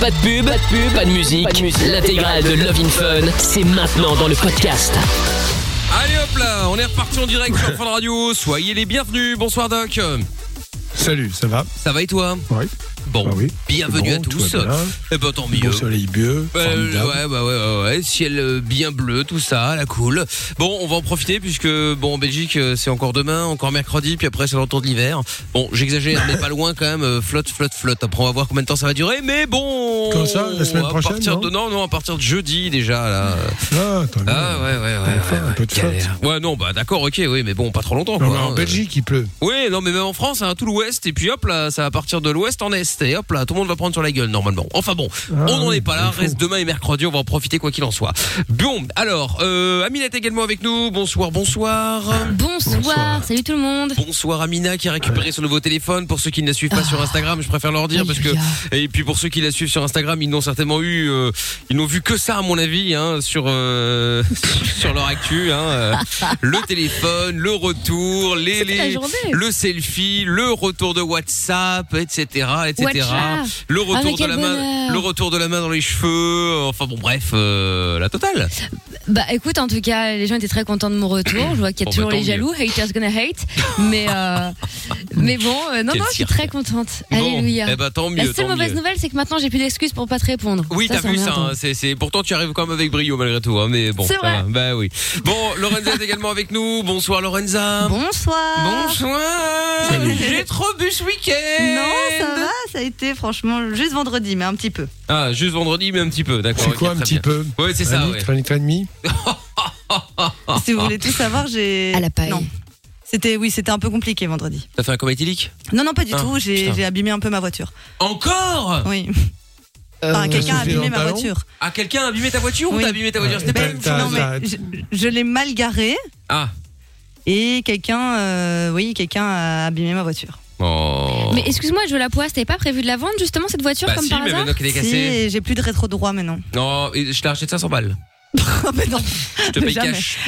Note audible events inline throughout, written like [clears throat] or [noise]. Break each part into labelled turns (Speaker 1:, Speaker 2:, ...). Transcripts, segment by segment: Speaker 1: Pas de pub, pas de pub, pas de musique. musique. L'intégrale de Love in Fun, c'est maintenant dans le podcast.
Speaker 2: Allez hop là, on est reparti en direct sur Fun Radio. Soyez les bienvenus. Bonsoir Doc.
Speaker 3: Salut, ça va
Speaker 2: Ça va et toi
Speaker 3: Oui.
Speaker 2: Bon,
Speaker 3: Bah oui.
Speaker 2: bienvenue
Speaker 3: Bon,
Speaker 2: à
Speaker 3: tout
Speaker 2: tous.
Speaker 3: va bien.
Speaker 2: Eh ben tant mieux.
Speaker 3: Beau soleil bleu.
Speaker 2: Euh,
Speaker 3: formidable.
Speaker 2: ouais, bah ouais, ouais, ouais, ciel euh, bien bleu, tout ça, la cool. Bon, on va en profiter puisque bon, en Belgique, euh, c'est encore demain, encore mercredi, puis après c'est le retour de l'hiver. Bon, j'exagère, mais pas loin quand même. euh, flotte, flotte, flotte. Après, on va voir combien de temps ça va durer, mais bon.
Speaker 3: Comme ça, la semaine
Speaker 2: à
Speaker 3: prochaine,
Speaker 2: partir
Speaker 3: non
Speaker 2: de, non, non, à partir de jeudi déjà là. euh,
Speaker 3: Ah, attends,
Speaker 2: Ah ouais, ouais, ouais. ouais,
Speaker 3: un peu de
Speaker 2: ouais,
Speaker 3: flotte.
Speaker 2: galère. Ouais, non, bah d'accord, ok, oui, mais bon, pas trop
Speaker 3: Non,
Speaker 2: longtemps. quoi,
Speaker 3: mais
Speaker 2: hein,
Speaker 3: en
Speaker 2: euh.
Speaker 3: Belgique, il pleut.
Speaker 2: Oui, non, mais même en France, hein, tout l'ouest, et puis hop là, ça va partir de l'ouest en est, et hop là, tout le monde va prendre sur la gueule normalement. Enfin bon,
Speaker 3: Ah
Speaker 1: Ah,
Speaker 2: on n'en est pas là, reste demain et mercredi, on va en profiter quoi qu'il en soit. Bon, alors, euh, Amina est également avec nous, bonsoir, bonsoir.
Speaker 4: Ah, Bonsoir, salut tout le monde.
Speaker 2: Bonsoir Amina qui a récupéré son nouveau téléphone. Pour ceux qui ne la suivent pas sur Instagram, je préfère leur dire parce que et puis pour ceux qui la suivent sur Instagram, ils n'ont certainement eu, euh, ils n'ont vu que ça à mon avis hein, sur euh, [laughs] sur leur actu, hein, euh, le téléphone, le retour, les,
Speaker 4: C'était la
Speaker 2: les-
Speaker 4: journée.
Speaker 2: le selfie, le retour de WhatsApp, etc., etc.
Speaker 4: WhatsApp.
Speaker 2: Le
Speaker 4: Ah, mais
Speaker 2: retour de
Speaker 4: quel
Speaker 2: la main,
Speaker 4: bonheur.
Speaker 2: le retour de la main dans les cheveux. euh, Enfin bon, bref, euh, la totale.
Speaker 4: Bah écoute, en tout cas, les gens étaient très contents de mon retour. Je vois qu'il y a
Speaker 2: Bon,
Speaker 4: toujours
Speaker 2: bah, tant
Speaker 4: les jaloux, haters gonna hate. Mais,
Speaker 2: [laughs]
Speaker 4: euh, mais bon, euh, non,
Speaker 2: Quel
Speaker 4: non, je suis
Speaker 2: cirque.
Speaker 4: très contente.
Speaker 2: Bon,
Speaker 4: Alléluia.
Speaker 2: eh ben tant mieux.
Speaker 4: La seule
Speaker 2: tant
Speaker 4: mauvaise
Speaker 2: mieux.
Speaker 4: nouvelle, c'est que maintenant j'ai plus d'excuses pour pas te répondre.
Speaker 2: Oui, t'as
Speaker 4: c'est
Speaker 2: vu ça.
Speaker 4: emmerdant.
Speaker 2: hein, c'est, c'est... Pourtant, tu arrives quand même avec brio malgré tout. Hein, mais bon,
Speaker 4: C'est
Speaker 2: ça
Speaker 4: vrai.
Speaker 2: va, Bah oui. Bon, Lorenza est également avec nous. Bonsoir, Lorenza.
Speaker 5: Bonsoir.
Speaker 2: Bonsoir. J'ai trop bu ce week-end.
Speaker 5: Non, ça va, ça a été franchement juste vendredi, mais un petit peu.
Speaker 2: Ah, juste vendredi, mais un petit peu. D'accord.
Speaker 3: C'est
Speaker 2: ok,
Speaker 3: quoi un
Speaker 2: très
Speaker 3: petit
Speaker 2: bien.
Speaker 3: peu
Speaker 2: Ouais, c'est ça.
Speaker 3: Un
Speaker 2: Ouais.
Speaker 3: litre, un litre et
Speaker 2: [laughs]
Speaker 3: demi
Speaker 5: Si vous voulez tout savoir, j'ai.
Speaker 4: À la paille.
Speaker 5: Non. C'était, oui, c'était un peu compliqué vendredi.
Speaker 2: T'as fait un coma éthylique
Speaker 5: Non, non, pas du
Speaker 2: Ah,
Speaker 5: tout. J'ai
Speaker 2: putain.
Speaker 5: j'ai abîmé un peu ma voiture.
Speaker 2: Encore
Speaker 5: Oui. [laughs]
Speaker 4: Euh,
Speaker 5: Enfin, quelqu'un a
Speaker 3: Sophie, dans
Speaker 5: abîmé
Speaker 3: le
Speaker 5: ma
Speaker 3: ballon
Speaker 5: voiture.
Speaker 2: Ah, quelqu'un a abîmé ta voiture ou
Speaker 5: Oui.
Speaker 2: t'as abîmé ta voiture C'était pas la
Speaker 3: Ben,
Speaker 2: même
Speaker 3: t'as-
Speaker 2: chose.
Speaker 5: Non, mais
Speaker 3: arrête.
Speaker 5: je, je l'ai mal garée
Speaker 2: Ah.
Speaker 5: et quelqu'un, euh, oui, quelqu'un a abîmé ma voiture.
Speaker 2: Oh.
Speaker 4: hein. Mais excuse-moi, je veux la poisse, t'avais pas prévu de la vendre justement cette voiture
Speaker 2: bah
Speaker 4: comme
Speaker 2: si,
Speaker 4: par
Speaker 2: mais
Speaker 4: hasard
Speaker 2: maintenant qu'elle est
Speaker 5: Si,
Speaker 2: cassée.
Speaker 5: et j'ai plus de rétro droit maintenant.
Speaker 2: Non, et je t'ai acheté de 500 balles.
Speaker 5: Ah, [laughs] mais non.
Speaker 2: Je te paye
Speaker 5: Jamais.
Speaker 2: cash.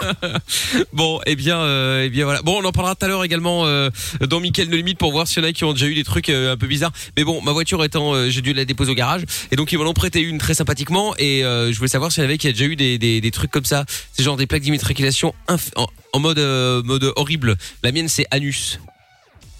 Speaker 2: [laughs] bon, eh bien, euh, eh bien voilà. Bon, on en parlera tout à l'heure également euh, dans Mickaël No Limite pour voir s'il y en a qui ont déjà eu des trucs euh, un peu bizarres. Mais bon, ma voiture étant, euh, j'ai dû la déposer au garage et donc ils m'en ont prêté une très sympathiquement et euh, je voulais savoir s'il y en avait qui a déjà eu des, des, des trucs comme ça. C'est genre des plaques d'immatriculation inf- en, en mode euh, mode horrible. La mienne c'est anus.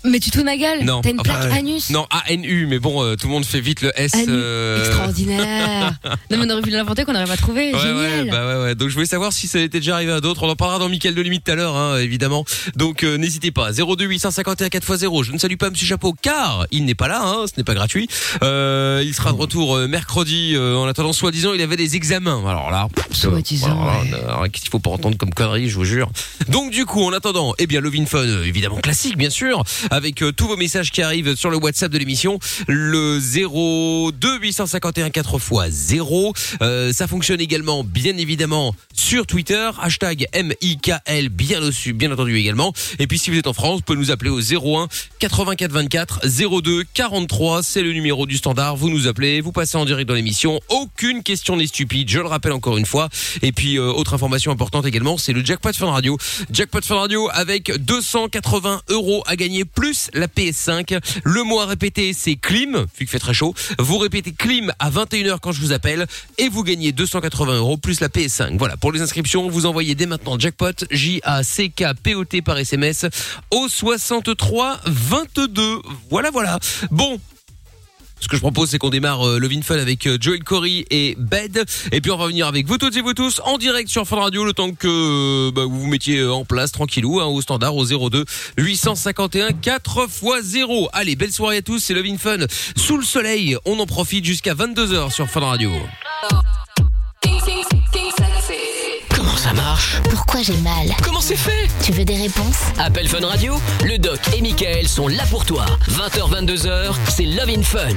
Speaker 4: Mais tu tournes la gueule,
Speaker 2: Non.
Speaker 4: t'as une
Speaker 2: Ah,
Speaker 4: plaque
Speaker 3: bah,
Speaker 4: anus.
Speaker 2: Non, A N U. Mais bon, euh, tout le monde fait vite le S.
Speaker 4: Anu.
Speaker 2: euh, [laughs]
Speaker 4: Extraordinaire. non, mais on aurait pu l'inventer qu'on n'aurait pas trouvé.
Speaker 2: Ouais,
Speaker 4: Génial.
Speaker 2: ouais, bah ouais, ouais. Donc je voulais savoir si ça était déjà arrivé à d'autres. On en parlera dans Mickaël de Limite tout à l'heure, hein, évidemment. Donc euh, n'hésitez pas. 02 851 4x0. Je ne salue pas Monsieur Chapeau car il n'est pas là. Hein, ce n'est pas gratuit. Euh, il sera de retour euh, mercredi. Euh, en attendant, soi-disant, il avait des examens. Alors là,
Speaker 4: Soi-disant,
Speaker 2: alors
Speaker 4: ouais.
Speaker 2: Oh là, alors là, Qu'est-ce qu'il faut pas entendre comme conneries, je vous jure. Donc du coup, en attendant, eh bien, Lovin Fun, euh, évidemment classique, bien sûr, avec euh, tous vos messages qui arrivent sur le WhatsApp de l'émission, le 02 851 4 x 0. Euh, ça fonctionne également, bien évidemment, sur Twitter, hashtag MIKL, bien reçu, bien entendu également. Et puis si vous êtes en France, vous pouvez nous appeler au 01 84 24 02 43, c'est le numéro du standard. Vous nous appelez, vous passez en direct dans l'émission. Aucune question n'est stupide, je le rappelle encore une fois. Et puis, euh, autre information importante également, c'est le Jackpot Fun Radio. Jackpot Fun Radio avec 280 euros à gagner plus la PS5. Le mot à répéter, c'est clim, vu qu'il fait très chaud. Vous répétez clim à 21h quand je vous appelle et vous gagnez 280 euros plus la PS5. Voilà, pour les inscriptions, vous envoyez dès maintenant Jackpot, J-A-C-K-P-O-T par SMS au 63 22. Voilà, voilà. Bon, ce que je propose, c'est qu'on démarre euh, le Fun avec euh, Joel Corey et Bed. Et puis on va venir avec vous toutes et vous tous en direct sur Fun Radio le temps que euh, bah, vous vous mettiez euh, en place tranquillou hein, au standard au 02 851 4 x 0. Allez, belle soirée à tous, c'est Love in Fun. Sous le soleil, on en profite jusqu'à 22h sur Fun Radio.
Speaker 1: Comment ça marche
Speaker 6: Pourquoi j'ai mal
Speaker 1: Comment c'est fait Ah.
Speaker 6: Tu veux des réponses
Speaker 1: Appel Fun Radio, le doc et Michael sont là pour toi. 20h, 22h, c'est Love in Fun.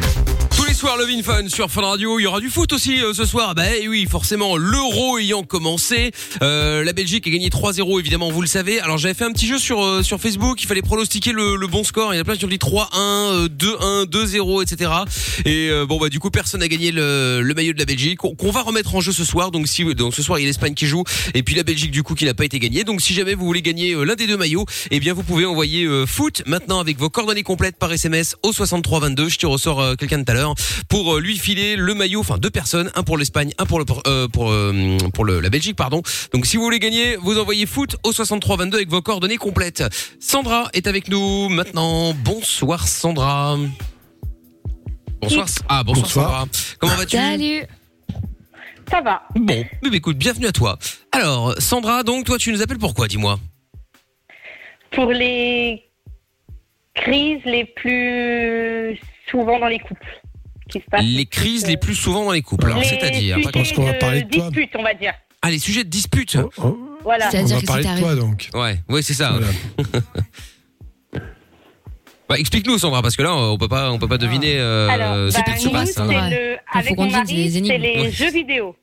Speaker 2: Tous les soirs, Love in Fun sur Fun Radio. Il y aura du foot aussi euh, ce soir. Bah eh oui, forcément, l'euro ayant commencé. euh, la Belgique a gagné 3-0, évidemment, vous le savez. Alors j'avais fait un petit jeu sur, euh, sur Facebook. Il fallait pronostiquer le, le bon score. Il y en a plein qui ont dit 3-1, euh, 2-1, 2-0, etc. Et euh, bon, bah du coup, personne n'a gagné le, le maillot de la Belgique. Qu'on qu'on va remettre en jeu ce soir. Donc, si, donc ce soir, il y a l'Espagne qui joue. Et puis la Belgique, du coup, qui n'a pas été gagnée. Donc si jamais vous voulez gagner euh, l'un des deux maillots, eh bien vous pouvez envoyer euh, foot maintenant avec vos coordonnées complètes par SMS au 6322. Je te ressors euh, quelqu'un tout à l'heure. pour euh, lui filer le maillot, enfin deux personnes, un pour l'Espagne, un pour le euh, pour euh, pour le, la Belgique, pardon. Donc si vous voulez gagner, vous envoyez foot au 63 22 avec vos coordonnées complètes. Sandra est avec nous maintenant. Bonsoir Sandra. Bonsoir. Ah bonsoir,
Speaker 3: Bonsoir.
Speaker 2: Sandra. Comment vas-tu
Speaker 4: Salut.
Speaker 6: Ça va.
Speaker 2: Bon, mais bah, écoute, bienvenue à toi. Alors Sandra, donc toi tu nous appelles pourquoi Dis-moi.
Speaker 6: Pour les crises les plus souvent dans les couples qui se passent.
Speaker 2: Les crises les plus souvent dans les couples, alors,
Speaker 6: Les
Speaker 2: c'est-à-dire
Speaker 6: sujets
Speaker 3: pense qu'on va
Speaker 6: de
Speaker 3: parler de toi.
Speaker 6: disputes, on va dire.
Speaker 2: ah les sujets de dispute.
Speaker 3: Oh, oh,
Speaker 6: Voilà.
Speaker 4: Ça-
Speaker 3: on
Speaker 4: C'est-à-dire
Speaker 3: va
Speaker 4: que
Speaker 3: parler
Speaker 4: si
Speaker 3: de
Speaker 4: t'arrives-
Speaker 3: toi donc.
Speaker 2: Ouais, ouais c'est ça.
Speaker 3: Voilà.
Speaker 2: [laughs] Bah, explique-nous Sandra parce que là on peut pas on peut pas deviner euh,
Speaker 6: Alors,
Speaker 2: ce
Speaker 6: bah,
Speaker 2: qui se
Speaker 6: nous,
Speaker 2: passe. hein.
Speaker 6: c'est
Speaker 4: hein.
Speaker 6: le-
Speaker 4: Faut
Speaker 6: avec
Speaker 4: qu'on
Speaker 6: mon
Speaker 4: dise les
Speaker 6: mari, c'est
Speaker 4: énigmes.
Speaker 6: les
Speaker 2: Ouais.
Speaker 6: jeux vidéo.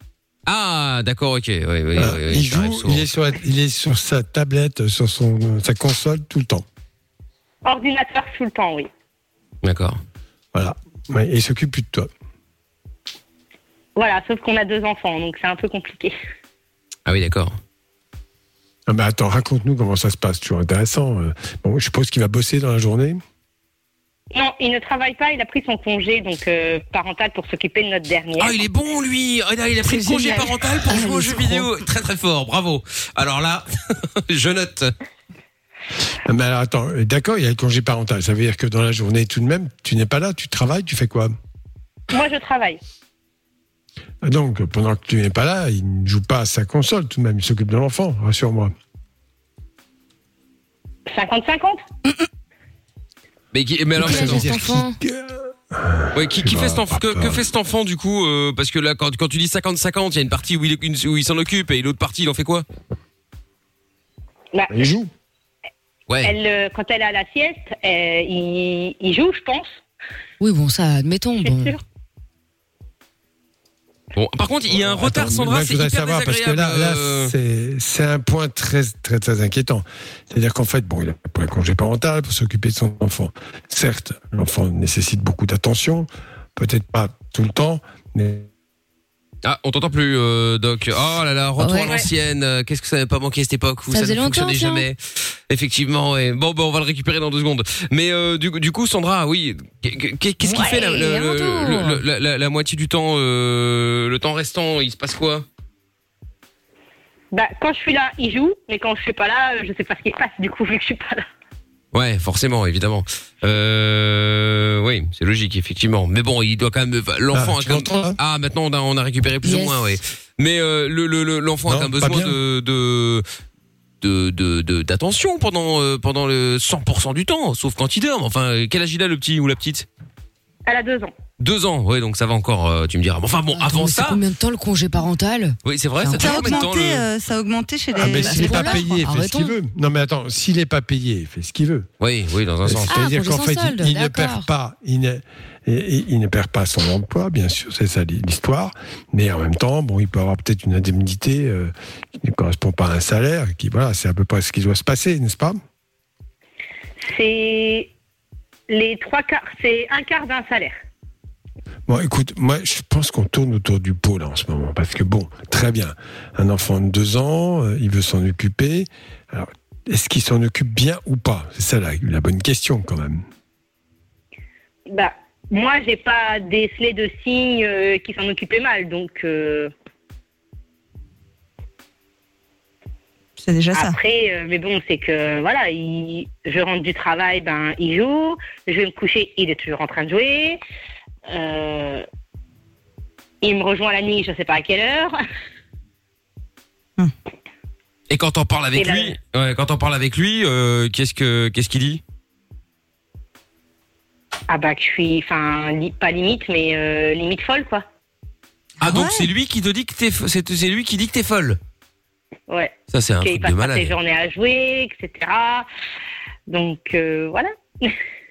Speaker 2: Ah d'accord ok oui oui, oui,
Speaker 3: Euh,
Speaker 2: oui,
Speaker 3: il
Speaker 2: ça arrive
Speaker 3: joue,
Speaker 2: souvent.
Speaker 3: il est, sur, la- il est sur sa tablette, sur son, euh, sa console tout le temps.
Speaker 6: Ordinateur tout le temps, oui.
Speaker 2: D'accord.
Speaker 3: Voilà. Ouais, et il s'occupe plus de toi.
Speaker 6: Voilà, sauf qu'on a deux enfants, donc c'est un peu compliqué.
Speaker 2: Ah oui d'accord.
Speaker 3: Ah bah attends, raconte-nous comment ça se passe, toujours intéressant. Euh, Bon, je suppose qu'il va bosser dans la journée.
Speaker 6: Non, il ne travaille pas, il a pris son congé donc euh, parental pour s'occuper de notre dernière.
Speaker 2: Ah il est bon lui. Ah, il a pris le
Speaker 4: C'est
Speaker 2: congé
Speaker 4: génial.
Speaker 2: parental pour
Speaker 4: Ah,
Speaker 2: jouer aux
Speaker 4: les
Speaker 2: jeux
Speaker 4: escrocs.
Speaker 2: vidéo. Très très fort bravo. Alors là [laughs] je note.
Speaker 3: Ah bah alors attends, euh, d'accord, il y a le congé parental. Ça veut dire que dans la journée, tout de même, tu n'es pas là, tu travailles, tu fais quoi
Speaker 6: Moi, je travaille.
Speaker 3: Donc, pendant que tu n'es pas là, il ne joue pas à sa console tout de même, il s'occupe de l'enfant, rassure-moi.
Speaker 6: 50-50
Speaker 2: Mm, Mais qui mais alors
Speaker 4: Quel âge
Speaker 2: attends.
Speaker 4: a cet enfant
Speaker 2: Ouais, qui, qui
Speaker 3: Bah,
Speaker 2: fait cet enfant, que,
Speaker 3: papa.
Speaker 2: que fait cet enfant du coup euh, Parce que là, quand, quand tu dis 50-50, il y a une partie où il, une- où il s'en occupe et l'autre partie, il en fait quoi
Speaker 6: Bah,
Speaker 3: Il joue.
Speaker 2: Ouais.
Speaker 6: elle, euh, Quand elle a la sieste, euh, il, il joue, je pense.
Speaker 4: Oui, bon, ça, admettons.
Speaker 6: C'est
Speaker 4: Bon.
Speaker 6: sûr.
Speaker 2: Bon, par contre, il y a un
Speaker 3: Attends,
Speaker 2: retard,
Speaker 3: mais
Speaker 2: Sandra,
Speaker 3: moi, je
Speaker 2: c'est
Speaker 3: voudrais
Speaker 2: hyper
Speaker 3: savoir, parce que
Speaker 2: désagréable.
Speaker 3: là, là,
Speaker 2: euh,
Speaker 3: c'est- c'est un point très, très, très inquiétant. C'est-à-dire qu'en fait, bon, il a pris un congé parental pour s'occuper de son enfant. Certes, l'enfant nécessite beaucoup d'attention, peut-être pas tout le temps, mais
Speaker 2: Ah, on t'entend plus, euh, Doc. Oh là là, retour
Speaker 4: Ouais.
Speaker 2: à l'ancienne. Euh, Qu'est-ce que ça n'avait pas manqué à cette époque où
Speaker 4: Ça
Speaker 2: ça,
Speaker 4: faisait
Speaker 2: ne fonctionnait
Speaker 4: longtemps, tiens.
Speaker 2: jamais Effectivement, ouais. Bon, bon, on va le récupérer dans deux secondes. Mais euh, du, du coup, Sandra, oui, qu'est- qu'est-ce qu'il
Speaker 4: Ouais,
Speaker 2: fait la, le-
Speaker 4: un
Speaker 2: le-
Speaker 4: tour.
Speaker 2: le- la- la- la moitié du temps, euh, le temps restant Il se passe quoi
Speaker 6: Bah, quand je suis là, il joue, mais quand je suis pas là, euh, je sais pas ce qui se passe, du coup, vu que je suis pas là.
Speaker 2: Ouais, forcément, évidemment. Euh, oui, c'est logique, effectivement. Mais bon, il doit quand même. L'enfant
Speaker 3: Ah,
Speaker 2: a
Speaker 3: tu
Speaker 2: quand même-
Speaker 3: l'entends, là
Speaker 2: Ah, maintenant on a, on a récupéré plus ou
Speaker 4: Yes.
Speaker 2: moins, oui. Mais euh, le- le- le- l'enfant a
Speaker 3: Non,
Speaker 2: quand même
Speaker 3: pas
Speaker 2: besoin
Speaker 3: bien.
Speaker 2: de de de- de- de- d'attention pendant euh, pendant le 100% du temps, sauf quand il dort. Enfin, quel âge il a le petit ou la petite
Speaker 6: Elle a deux ans.
Speaker 2: Deux ans, ouais, donc ça va encore. euh, tu me diras. Mais Enfin bon,
Speaker 4: Attends,
Speaker 2: avant
Speaker 4: Ah, mais c'est
Speaker 2: ça,
Speaker 4: combien de temps le congé parental
Speaker 2: oui, c'est vrai.
Speaker 4: Ça
Speaker 2: Ça,
Speaker 5: Ça
Speaker 2: dure
Speaker 5: a
Speaker 2: combien de temps,
Speaker 5: augmenté,
Speaker 2: le-
Speaker 5: euh, ça a augmenté chez les.
Speaker 3: ah, mais
Speaker 4: bah,
Speaker 3: s'il n'est
Speaker 4: c'est
Speaker 3: pas
Speaker 4: pour
Speaker 3: payé, il
Speaker 4: l'heure,
Speaker 3: fait ce qu'il veut. Non, mais attends, s'il n'est pas payé, il fait ce qu'il veut. Euh,
Speaker 2: Oui, oui, dans un sens.
Speaker 3: C'est-à-dire
Speaker 4: Ah, pour les
Speaker 3: qu'en fait,
Speaker 4: sans-soldes,
Speaker 3: il, il ne
Speaker 4: d'accord.
Speaker 3: perd pas, il ne, et- et- il ne perd pas son emploi, bien sûr, c'est ça l'histoire. Mais en même temps, bon, il peut avoir peut-être une indemnité euh, qui ne correspond pas à un salaire. Qui, voilà, c'est à peu près ce qui doit se passer, n'est-ce pas
Speaker 6: C'est les trois quarts, c'est un quart d'un salaire.
Speaker 3: Bon, écoute, moi, je pense qu'on tourne autour du pot là en ce moment, parce que bon, très bien, un enfant de deux ans, euh, il veut s'en occuper. Alors, est-ce qu'il s'en occupe bien ou pas C'est ça la, la bonne question quand même.
Speaker 6: Bah, moi, j'ai pas décelé de signes euh, qui s'en occupaient mal, donc euh,
Speaker 5: C'est déjà ça.
Speaker 6: après, euh, mais bon, c'est que voilà, il- je rentre du travail, ben il joue, je vais me coucher, il est toujours en train de jouer. Euh, il me rejoint la nuit, je sais pas à quelle heure.
Speaker 2: Et quand on parle avec
Speaker 6: Et là-
Speaker 2: lui, ouais, quand on parle avec lui, euh, qu'est-ce que qu'est-ce qu'il dit
Speaker 6: Ah bah que je suis, enfin li- pas limite, mais euh, limite folle quoi.
Speaker 2: Ah donc
Speaker 5: Ouais.
Speaker 2: c'est lui qui te dit que t'es f- c'est c'est lui qui dit que t'es folle.
Speaker 6: Ouais.
Speaker 2: Ça c'est un
Speaker 6: Qu'il
Speaker 2: truc de
Speaker 6: passe pas ses
Speaker 2: malade.
Speaker 6: journées à jouer, etc. Donc euh, voilà. [laughs]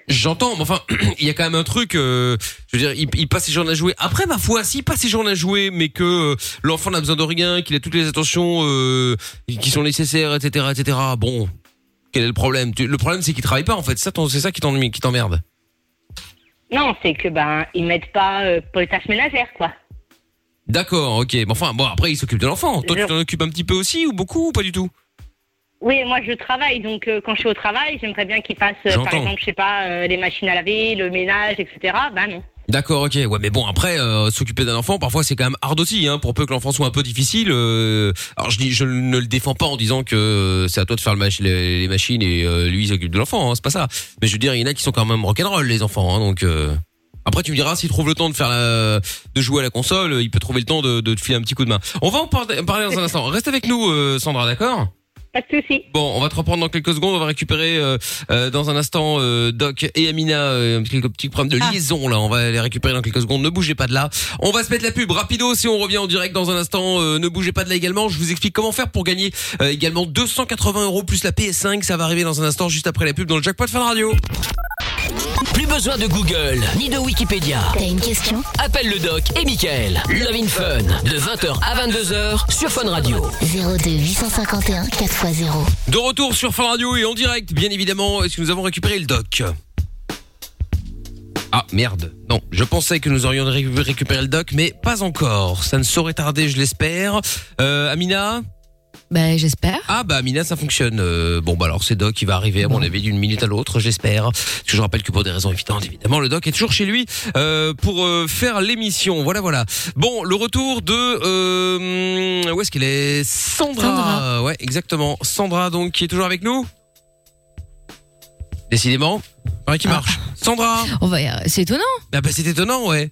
Speaker 2: J'entends, mais enfin [clears throat] il y a quand même un truc. euh, je veux dire, il, il passe ses journées à jouer. Après ma foi, s'il passe ses journées à jouer, mais que euh, l'enfant n'a besoin de rien, qu'il a toutes les attentions euh, qui sont nécessaires, etc., etc. Bon, quel est le problème Tu- Le problème c'est qu'il travaille pas en fait. Ça t'en- c'est ça qui t'ennuie, qui t'emmerde.
Speaker 6: Non, c'est que ben ils mettent pas euh, pour les tâches ménagères quoi.
Speaker 2: D'accord, ok. Mais enfin bon, après il s'occupe de l'enfant. Toi tu
Speaker 6: Je-
Speaker 2: t'en occupes un petit peu aussi ou beaucoup ou pas du tout
Speaker 6: Oui, moi je travaille, donc euh, quand je suis au travail, j'aimerais bien qu'ils fassent, euh, par
Speaker 2: J'entends.
Speaker 6: exemple, je sais pas, euh, les machines à laver, le ménage, etc. Ben non.
Speaker 2: D'accord, ok. Ouais, mais bon, après, euh, s'occuper d'un enfant, parfois, c'est quand même hard aussi, hein, pour peu que l'enfant soit un peu difficile. euh, alors, je dis, je ne le défends pas en disant que euh, c'est à toi de faire le mach- les, les machines et euh, lui, il s'occupe de l'enfant, hein, c'est pas ça. Mais je veux dire, il y en a qui sont quand même rock'n'roll, les enfants, hein, donc... euh, Après, tu me diras, s'il trouve le temps de faire la, de jouer à la console, euh, il peut trouver le temps de, de te filer un petit coup de main. On va en par- parler dans un instant. Reste avec nous, euh, Sandra, d'accord
Speaker 6: Pas de souci.
Speaker 2: Bon, on va te reprendre dans quelques secondes. On va récupérer euh, euh, dans un instant euh, Doc et Amina. Euh, un petit, un petit problème de liaison là. On va les récupérer dans quelques secondes. Ne bougez pas de là. On va se mettre la pub rapido. Si on revient en direct dans un instant, euh, ne bougez pas de là également. Je vous explique comment faire pour gagner euh, également 280 euros plus la PS5. Ça va arriver dans un instant, juste après la pub dans le jackpot Fun Radio.
Speaker 1: Plus besoin de Google, ni de Wikipédia.
Speaker 7: T'as une question
Speaker 1: Appelle le doc et Michael. Love in Fun, de 20h à 22h sur Fun Radio.
Speaker 7: 02 851 4x0.
Speaker 2: De retour sur Fun Radio et en direct, bien évidemment, est-ce que nous avons récupéré le doc Ah merde, non, je pensais que nous aurions ré- récupéré le doc, mais pas encore. Ça ne saurait tarder, je l'espère. Euh, Amina
Speaker 4: Ben, j'espère.
Speaker 2: Ah bah Amina, ça fonctionne. Euh, bon bah alors c'est doc qui va arriver à mon avis d'une minute à l'autre, j'espère. Parce que je rappelle que pour des raisons évidentes, évidemment, le doc est toujours chez lui euh, pour euh, faire l'émission. Voilà, voilà. Bon, le retour de... Euh, où est-ce qu'elle est Sandra.
Speaker 4: Sandra.
Speaker 2: Ouais, exactement. Sandra donc qui est toujours avec nous Décidément, pareil
Speaker 4: Ah.
Speaker 2: qui marche. Sandra
Speaker 4: On va y arri- C'est étonnant.
Speaker 2: Ah bah c'est étonnant, ouais.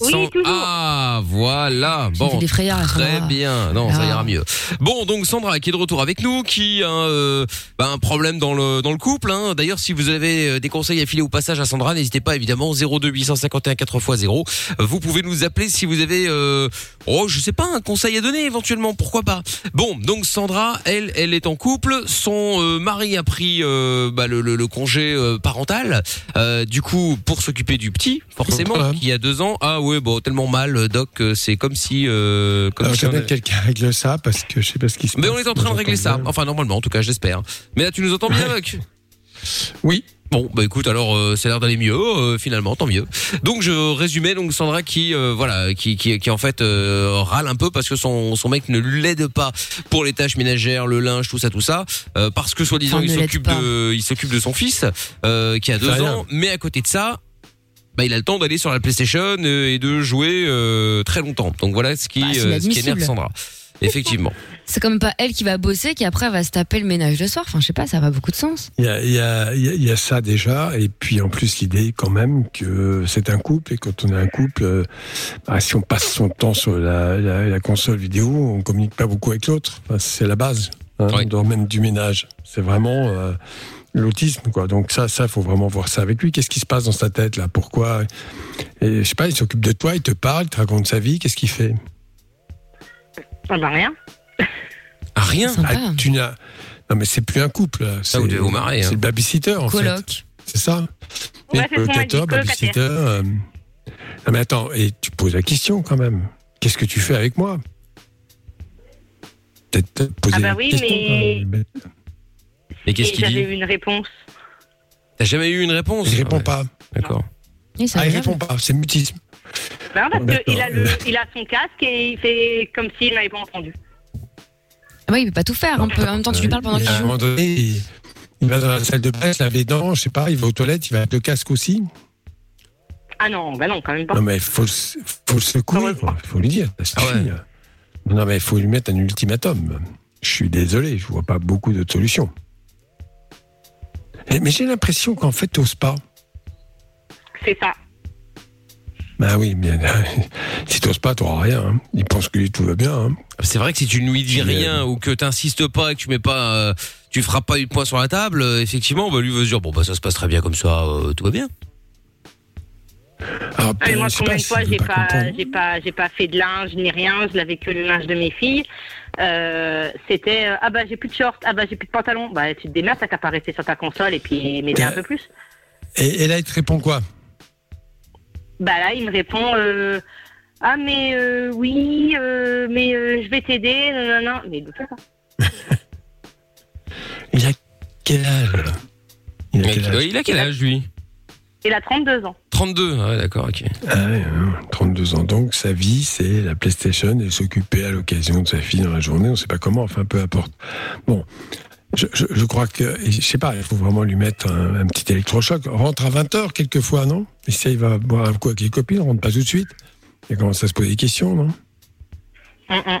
Speaker 6: Oui, toujours.
Speaker 2: Ah, voilà.
Speaker 4: J'ai fait
Speaker 2: Bon,
Speaker 4: des frayeurs à
Speaker 2: Très
Speaker 4: Sandra.
Speaker 2: bien, non, ça
Speaker 4: Ah.
Speaker 2: ira mieux. Bon, donc Sandra qui est de retour avec nous, qui a euh, bah, un problème dans le dans le couple. hein. D'ailleurs, si vous avez euh, des conseils à filer au passage à Sandra, n'hésitez pas évidemment 02 851 4 x 0. Euh, Vous pouvez nous appeler si vous avez euh, oh je sais pas un conseil à donner éventuellement, pourquoi pas. Bon, donc Sandra, elle elle est en couple, son euh, mari a pris euh, bah, le, le- le congé euh, parental, Euh, du coup pour s'occuper du petit forcément
Speaker 3: Ouais.
Speaker 2: qui a deux ans. Ah ouais, bon tellement mal, euh, Doc, euh, c'est comme si euh, comme
Speaker 3: Alors,
Speaker 2: si on
Speaker 3: j'aimerais
Speaker 2: avait-
Speaker 3: que quelqu'un règle ça parce que je sais pas ce qui se
Speaker 2: mais
Speaker 3: passe.
Speaker 2: on est en train de régler ça.
Speaker 3: J'entends
Speaker 2: Enfin, normalement, en tout cas, j'espère. Mais là, tu nous entends bien, Doc
Speaker 3: Oui.
Speaker 2: Bon, bah écoute, alors euh, ça a l'air d'aller mieux euh, finalement, tant mieux. Donc je résumais donc Sandra qui euh, voilà qui qui, qui en fait euh, râle un peu parce que son son mec ne l'aide pas pour les tâches ménagères, le linge, tout ça, tout ça, euh, parce que soi-disant
Speaker 4: Enfin,
Speaker 2: il
Speaker 4: ne l'aide
Speaker 2: s'occupe
Speaker 4: pas.
Speaker 2: de il s'occupe de son fils euh, qui a deux
Speaker 3: Fait rien.
Speaker 2: ans, mais à côté de ça. Bah, il a le temps d'aller sur la PlayStation euh, et de jouer euh, très longtemps. Donc voilà ce qui,
Speaker 4: Bah, c'est
Speaker 2: euh, ce qui énerve
Speaker 4: inadmissible.
Speaker 2: Sandra. Effectivement.
Speaker 4: C'est quand même pas elle qui va bosser, qui après va se taper le ménage le soir. Enfin, je sais pas, ça n'a pas beaucoup de sens.
Speaker 3: Il y a, il y a- il y a- il y a ça déjà, et puis en plus l'idée quand même que c'est un couple, et quand on est un couple, euh, bah, si on passe son temps sur la, la- la console vidéo, on communique pas beaucoup avec l'autre. Enfin, c'est la base, hein,
Speaker 2: Ouais.
Speaker 3: dans le même du ménage. C'est vraiment euh, l'autisme, quoi. Donc ça, ça faut vraiment voir ça avec lui. Qu'est-ce qui se passe dans sa tête là Pourquoi et, Je sais pas. Il s'occupe de toi, il te parle, il te raconte sa vie. Qu'est-ce qu'il fait
Speaker 6: Ah bah rien.
Speaker 2: Ah, rien.
Speaker 4: Sympa.
Speaker 3: Ah, Tu n'as non mais c'est plus un couple. là. C'est
Speaker 2: vous devez vous marrer, hein.
Speaker 3: C'est le babysitter en fait.
Speaker 4: Coloc.
Speaker 3: C'est ça Mais
Speaker 6: Ouais, c'est ça,
Speaker 3: colocataire,
Speaker 6: dit colocataire.
Speaker 3: babysitter, euh, Non mais attends, et tu poses la question quand même. Qu'est-ce que tu fais avec moi Peut-être peut-être poser
Speaker 6: Ah bah
Speaker 3: la
Speaker 6: oui,
Speaker 3: question, hein,
Speaker 6: mais-
Speaker 3: quand même.
Speaker 2: Mais qu'est-ce
Speaker 6: Et
Speaker 2: qu'il
Speaker 6: J'avais
Speaker 2: dit
Speaker 6: eu une réponse.
Speaker 2: T'as jamais eu une réponse
Speaker 3: Il répond
Speaker 2: Ouais,
Speaker 3: pas.
Speaker 2: D'accord.
Speaker 4: Oui, ça
Speaker 3: Ah, il
Speaker 4: va.
Speaker 3: répond pas. C'est mutisme.
Speaker 6: Ben, parce
Speaker 3: D'accord.
Speaker 6: qu'il a, le- il a son casque et il fait comme s'il m'avait pas entendu.
Speaker 4: Ah ouais, il peut pas tout faire. un
Speaker 2: Bah,
Speaker 4: peu. En même temps, tu lui parles pendant
Speaker 3: Et
Speaker 4: qu'il
Speaker 3: à un
Speaker 4: joue.
Speaker 3: moment donné, Ah il, il va dans la salle de bain, il se lave les dents, je sais pas, il va aux toilettes, il va avec le casque aussi.
Speaker 6: Ah non, bah non, quand même pas.
Speaker 3: Non mais faut, le- faut le secouer, quoi. faut lui dire. ça
Speaker 2: Ah ouais.
Speaker 3: suffit. Non mais faut lui mettre un ultimatum. Je suis désolé, je vois pas beaucoup de solutions. Et- mais j'ai l'impression qu'en fait t'oses pas.
Speaker 6: C'est ça.
Speaker 3: Bah oui, mais [laughs] si t'oses pas, t'auras rien. hein. Il pense que tout va bien. hein.
Speaker 2: C'est vrai que si tu ne lui
Speaker 3: Puis,
Speaker 2: dis
Speaker 3: euh,
Speaker 2: rien ou que t'insistes pas et que tu mets pas, euh, tu frappes pas du poing sur la table, euh, effectivement, bah, lui veut se dire bon bah ça se passe très bien comme ça, euh, tout va bien.
Speaker 3: Alors,
Speaker 6: Ah, et moi,
Speaker 3: je sais
Speaker 6: combien
Speaker 3: pas
Speaker 6: de
Speaker 3: s'il
Speaker 6: fois
Speaker 3: veut
Speaker 6: j'ai pas,
Speaker 3: comprendre.
Speaker 6: j'ai pas, j'ai pas fait de linge ni rien. Je l'avais que le linge de mes filles. Euh, C'était euh, ah bah j'ai plus de shorts, ah bah j'ai plus de pantalon. Bah tu te démerdes, t'as qu'à pas rester sur ta console et puis m'aider un
Speaker 3: Euh.
Speaker 6: peu plus.
Speaker 3: Et, et là, il te répond quoi
Speaker 6: Bah là, il me répond euh, ah mais euh, oui, euh, mais euh, je vais t'aider, non non non. Mais de quoi, ça
Speaker 3: Il a quel âge là Il a
Speaker 2: Mais
Speaker 3: quel
Speaker 2: qu'il-
Speaker 3: âge
Speaker 2: il a quel âge lui
Speaker 6: Il a 32 ans.
Speaker 2: 32. Ah, ouais, d'accord,
Speaker 4: [laughs]
Speaker 2: ok.
Speaker 3: Ah ouais, hein, 32 ans. Donc, sa vie, c'est la PlayStation et s'occuper à l'occasion de sa fille dans la journée. On sait pas comment, enfin, peu importe. Bon. Je, je- je crois que, je sais pas, il faut vraiment lui mettre un, un petit électrochoc. Rentre à 20h quelquefois, non Essaye, va boire un coup avec les copines, rentre pas tout de suite. Il commence à se poser des questions, non
Speaker 6: Hum, hum.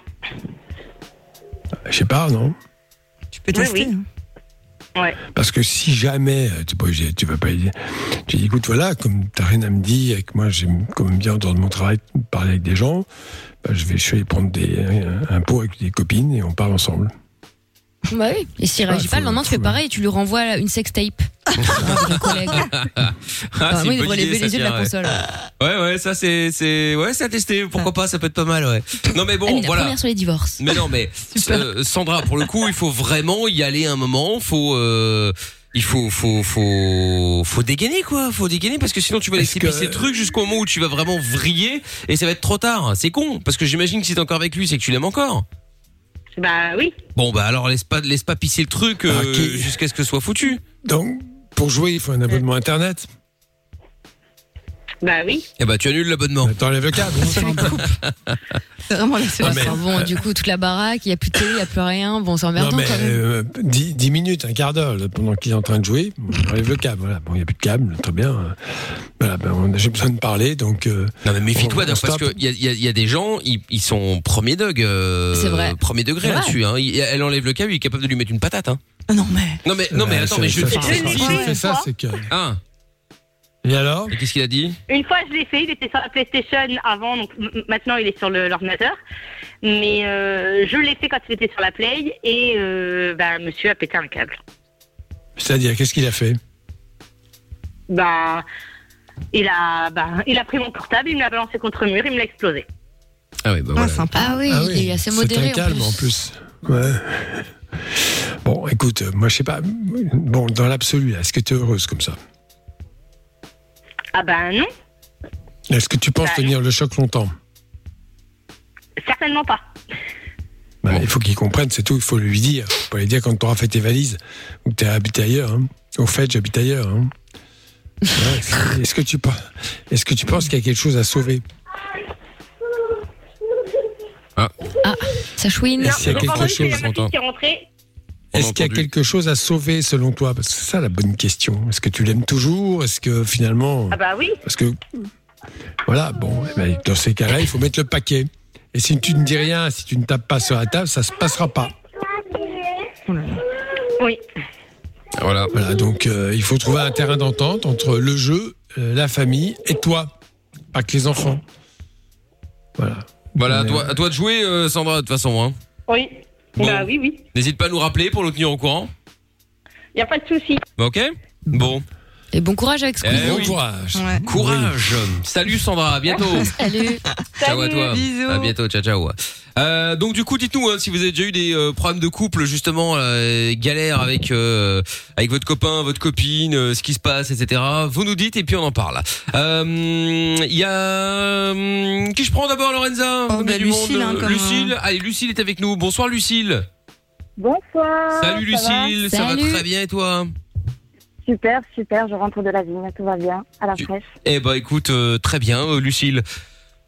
Speaker 3: Je sais pas, non
Speaker 5: Tu peux
Speaker 6: Oui,
Speaker 5: tester.
Speaker 6: oui.
Speaker 5: hein.
Speaker 3: Parce que si jamais, euh, tu, bon, j'ai- tu vas pas lui dire, tu dis, écoute, voilà, comme t'as rien à me dire et que moi j'aime quand même bien, dans mon travail, parler avec des gens, bah, je, vais, je vais prendre des, un pot avec des copines et on parle ensemble.
Speaker 4: Bah oui. Et s'il
Speaker 3: Ah,
Speaker 4: réagit pas,
Speaker 3: faut-
Speaker 4: le lendemain, tu fais
Speaker 3: faut-
Speaker 4: pareil et tu lui renvoies
Speaker 2: [laughs]
Speaker 4: une sextape. à ton collègue.
Speaker 2: Ah,
Speaker 4: Enfin,
Speaker 2: c'est une
Speaker 4: moi, il
Speaker 2: bonne
Speaker 4: devrait
Speaker 2: idée,
Speaker 4: lever
Speaker 2: ça,
Speaker 4: les yeux de
Speaker 2: tiens, Ah,
Speaker 4: la
Speaker 2: ouais.
Speaker 4: console.
Speaker 2: Ouais, ouais, ça c'est, c'est, ouais, c'est à tester. Pourquoi pas, ça peut être pas mal, ouais. Non, mais
Speaker 4: Ah,
Speaker 2: bon,
Speaker 4: mais la
Speaker 2: voilà.
Speaker 4: première sur les divorces.
Speaker 2: Mais non,
Speaker 3: [laughs]
Speaker 2: mais euh, Sandra, pour le coup, il faut vraiment y aller un moment. Faut, euh, il faut, faut, faut, faut dégainer quoi. Faut dégainer parce que sinon tu vas laisser
Speaker 3: Est-ce que-
Speaker 2: pisser le truc jusqu'au moment où tu vas vraiment vriller et ça va être trop tard. C'est con parce que j'imagine que si t'es encore avec lui, c'est que tu l'aimes encore.
Speaker 6: Bah oui.
Speaker 2: Bon bah alors laisse pas, laisse pas pisser le truc euh,
Speaker 3: Ah, Ok.
Speaker 2: jusqu'à ce que ce soit foutu.
Speaker 3: Donc, pour jouer, il faut un abonnement Internet.
Speaker 6: Bah oui.
Speaker 2: Et bah tu annules l'abonnement.
Speaker 3: T'enlèves le câble. hein.
Speaker 5: C'est vraiment la
Speaker 3: Ah,
Speaker 5: seule.
Speaker 3: mais-
Speaker 4: Enfin, bon, du coup, toute la baraque, il n'y a plus de télé, il n'y a plus rien. Bon, c'est
Speaker 3: Non,
Speaker 4: emmerdant
Speaker 3: mais
Speaker 4: quand même.
Speaker 2: euh,
Speaker 3: 10, minutes, un quart d'heure, là, pendant qu'il est en train de jouer, on enlève le câble. Voilà. Bon, il n'y a plus de câble, très bien. Voilà, ben, on- j'ai besoin de parler, donc. euh,
Speaker 2: Non mais méfie-toi
Speaker 3: On-
Speaker 2: Doc,
Speaker 3: on
Speaker 2: parce
Speaker 3: stoppe.
Speaker 2: qu'il y a, y, a- y a des gens ils, ils sont premier dog euh,
Speaker 4: C'est vrai.
Speaker 2: premier degré
Speaker 4: C'est vrai.
Speaker 2: là-dessus hein. Il- elle enlève le câble il est capable de lui mettre une patate hein.
Speaker 5: Ah non, mais.
Speaker 2: non mais non mais
Speaker 3: euh,
Speaker 2: attends
Speaker 3: ça-
Speaker 2: mais je
Speaker 3: ça-
Speaker 2: te
Speaker 3: ça-
Speaker 6: Je l'ai
Speaker 3: ça-
Speaker 6: fait
Speaker 3: c'est
Speaker 6: une
Speaker 3: ça,
Speaker 6: fois.
Speaker 3: c'est que.
Speaker 2: hein
Speaker 3: Et alors
Speaker 2: et qu'est-ce qu'il a dit
Speaker 6: Une fois, je l'ai fait. Il était sur la PlayStation avant, donc m- maintenant il est sur le- l'ordinateur. Mais euh, je l'ai fait quand il était sur la Play et euh, bah, monsieur a pété un câble.
Speaker 3: C'est-à-dire, qu'est-ce qu'il a fait
Speaker 6: Bah, il a, bah, il a pris mon portable, il me l'a balancé contre le mur, il me l'a explosé.
Speaker 2: ah oui bah
Speaker 5: Ah,
Speaker 2: voilà
Speaker 5: sympa.
Speaker 4: Ah oui,
Speaker 3: Ah
Speaker 4: il est assez modéré.
Speaker 3: C'est un calme en plus. Ouais. [laughs] Bon, écoute, euh, moi je sais pas. Bon, dans l'absolu, là, est-ce que tu es heureuse comme ça
Speaker 6: Ah bah non,
Speaker 3: Est-ce que tu penses
Speaker 6: Bah,
Speaker 3: tenir le choc longtemps
Speaker 6: certainement pas.
Speaker 3: Bah,
Speaker 2: Bon.
Speaker 3: Il faut qu'il comprenne, c'est tout. Il faut lui dire. Il faut lui dire quand tu auras fait tes valises ou que tu habité ailleurs. hein. Au fait, j'habite ailleurs.
Speaker 6: [laughs]
Speaker 3: hein. Ouais, c'est- est-ce que tu penses, est-ce que tu penses qu'il y a quelque chose à sauver
Speaker 4: Ah, Ça chouine.
Speaker 3: Est-ce qu'il y a
Speaker 6: Non,
Speaker 3: quelque
Speaker 6: vendredi,
Speaker 3: chose,
Speaker 6: c'est ma
Speaker 2: j'entends.
Speaker 6: fille qui est rentrée.
Speaker 2: On
Speaker 3: Est-ce
Speaker 2: a
Speaker 3: qu'il y a
Speaker 2: entendu.
Speaker 3: quelque chose à sauver selon toi Parce que c'est ça la bonne question. Est-ce que tu l'aimes toujours Est-ce que finalement,
Speaker 6: Ah bah oui,
Speaker 3: Parce que, voilà, bon, eh ben, dans ces cas-là, il faut mettre le paquet. Et si tu ne dis rien, si tu ne tapes pas sur la table, ça se passera pas.
Speaker 6: oui.
Speaker 2: voilà
Speaker 3: Voilà, donc euh, il faut trouver un terrain d'entente entre le jeu, euh, la famille et toi, pas que les enfants. Voilà.
Speaker 2: voilà à
Speaker 3: Mais-
Speaker 2: toi à toi de jouer euh, Sandra de toute façon hein.
Speaker 6: Oui.
Speaker 2: Bon.
Speaker 6: Bah oui, oui.
Speaker 2: n'hésite pas à nous rappeler pour nous tenir au courant
Speaker 6: Il n'y a pas de souci.
Speaker 2: Bah, ok bon
Speaker 3: Mmh.
Speaker 4: Et bon courage avec Squeezie.
Speaker 2: Eh
Speaker 3: bon
Speaker 2: oui.
Speaker 3: courage.
Speaker 5: Ouais.
Speaker 2: courage salut Sandra à bientôt
Speaker 4: [laughs] Salut.
Speaker 2: Ciao à toi.
Speaker 5: bisous.
Speaker 2: À bientôt, ciao ciao. Euh, donc du coup, dites-nous hein, si vous avez déjà eu des euh, problèmes de couple, justement euh, galère avec euh, avec votre copain, votre copine, euh, ce qui se passe, etc. Vous nous dites et puis on en parle. Euh, Il y a euh, qui je prends d'abord, Lorenza Il
Speaker 5: Oh,
Speaker 2: y a
Speaker 5: bah,
Speaker 2: du
Speaker 5: Lucille,
Speaker 2: monde. euh,
Speaker 5: hein, comme,
Speaker 2: Lucille, allez, Lucille est avec nous. Bonsoir, Lucille.
Speaker 8: Bonsoir.
Speaker 2: Salut,
Speaker 8: Oh, ça va
Speaker 2: Lucille. Ça va
Speaker 4: Salut.
Speaker 2: très bien et toi
Speaker 8: Super, super. Je rentre de la vigne, tout va bien, à la
Speaker 2: Tu-
Speaker 8: fraîche.
Speaker 2: Eh bah écoute, euh, très bien, euh, Lucille.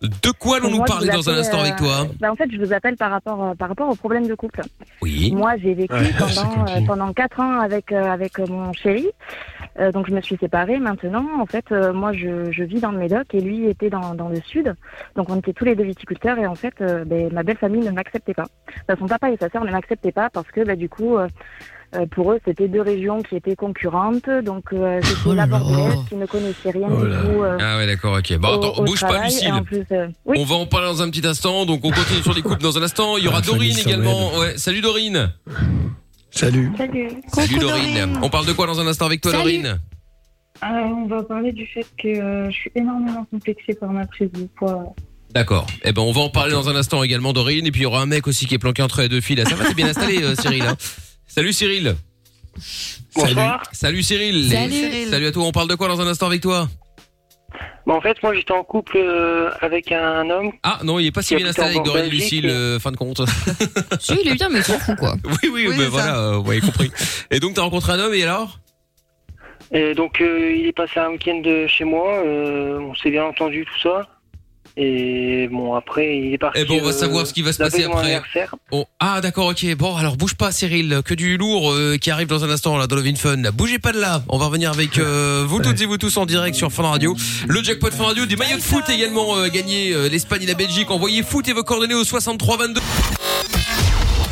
Speaker 2: De quoi allons-nous
Speaker 8: Moi, je
Speaker 2: parler
Speaker 8: vous
Speaker 2: dans un
Speaker 8: appelle,
Speaker 2: instant avec
Speaker 8: euh,
Speaker 2: toi
Speaker 8: Bah, en fait, je vous appelle par rapport euh, par rapport au problème de couple.
Speaker 2: Oui.
Speaker 8: Moi, j'ai vécu
Speaker 3: Ouais, [laughs] c'est
Speaker 8: pendant
Speaker 3: compliqué.
Speaker 8: euh, pendant quatre ans avec euh, avec euh, mon chéri. Euh, donc, je me suis séparée. Maintenant, en fait, euh, moi, je, je vis dans le Médoc et lui était dans dans le Sud. Donc, on était tous les deux viticulteurs et en fait, euh, ben, ma belle famille ne m'acceptait pas. Enfin, son papa et sa sœur ne m'acceptaient pas parce que bah, du coup. euh, euh, pour eux, c'était deux régions qui étaient concurrentes, donc
Speaker 3: [laughs]
Speaker 8: euh, c'était
Speaker 4: Oh
Speaker 8: la
Speaker 4: là là.
Speaker 8: bordelaise qui ne connaissait rien
Speaker 3: Oh
Speaker 8: du
Speaker 3: là.
Speaker 8: tout. euh,
Speaker 2: Ah ouais, d'accord, ok. Bon,
Speaker 8: au-
Speaker 2: attends,
Speaker 8: au
Speaker 2: bouge pas,
Speaker 8: travail. Et
Speaker 2: Lucille.
Speaker 8: en plus, euh, oui,
Speaker 2: On va en parler dans un petit instant, donc on continue sur les couples dans un instant. Il y aura
Speaker 3: Ah, famille
Speaker 2: Dorine
Speaker 3: Samuel.
Speaker 2: également. Ouais, salut Dorine.
Speaker 3: Salut.
Speaker 9: Salut.
Speaker 2: salut
Speaker 5: Coucou,
Speaker 2: Dorine.
Speaker 5: Dorine.
Speaker 2: On parle de quoi dans un instant avec toi
Speaker 4: Salut.
Speaker 2: Dorine
Speaker 9: Euh, on va parler du fait que euh, je suis énormément complexée par ma prise de poids.
Speaker 2: D'accord. Eh ben on va en parler dans un instant également Dorine et puis il y aura un mec aussi qui est planqué entre les deux filles. Là, ça va, t'es bien installé euh, Cyril. hein. salut Cyril.
Speaker 10: Bonsoir.
Speaker 2: Salut Cyril.
Speaker 4: Salut.
Speaker 2: Et- Salut à toi. On parle de quoi dans un instant avec toi
Speaker 10: Bah, en fait, moi, j'étais en couple euh, avec un homme.
Speaker 2: Ah non, il est pas si
Speaker 10: Il
Speaker 2: bien
Speaker 10: habite en
Speaker 2: installé avec Dorine et
Speaker 10: Belgique.
Speaker 2: Lucille. euh, fin de compte.
Speaker 4: Si, il est bien, mais il s'en fout, quoi.
Speaker 2: oui, [laughs] oui,
Speaker 5: Oui,
Speaker 2: ben
Speaker 5: c'est
Speaker 2: voilà,
Speaker 5: ça.
Speaker 2: euh, vous avez compris. Et donc t'as rencontré un homme et alors
Speaker 10: Et donc, euh, il est passé un week-end euh, chez moi. euh, on s'est bien entendu, tout ça. Et bon, après, il est parti.
Speaker 2: Eh bon, on va
Speaker 10: euh,
Speaker 2: savoir ce qui va se
Speaker 10: la
Speaker 2: passer
Speaker 10: veille de mon
Speaker 2: après.
Speaker 10: anniversaire.
Speaker 2: Oh, ah d'accord ok bon alors bouge pas Cyril que du lourd euh, qui arrive dans un instant là dans Love in Fun là. bougez pas de là on va revenir avec euh, vous toutes et vous tous en direct sur Fun Radio le jackpot Fun Radio des maillots de foot également euh, gagné euh, l'Espagne et la Belgique envoyez foot et vos coordonnées au 63 22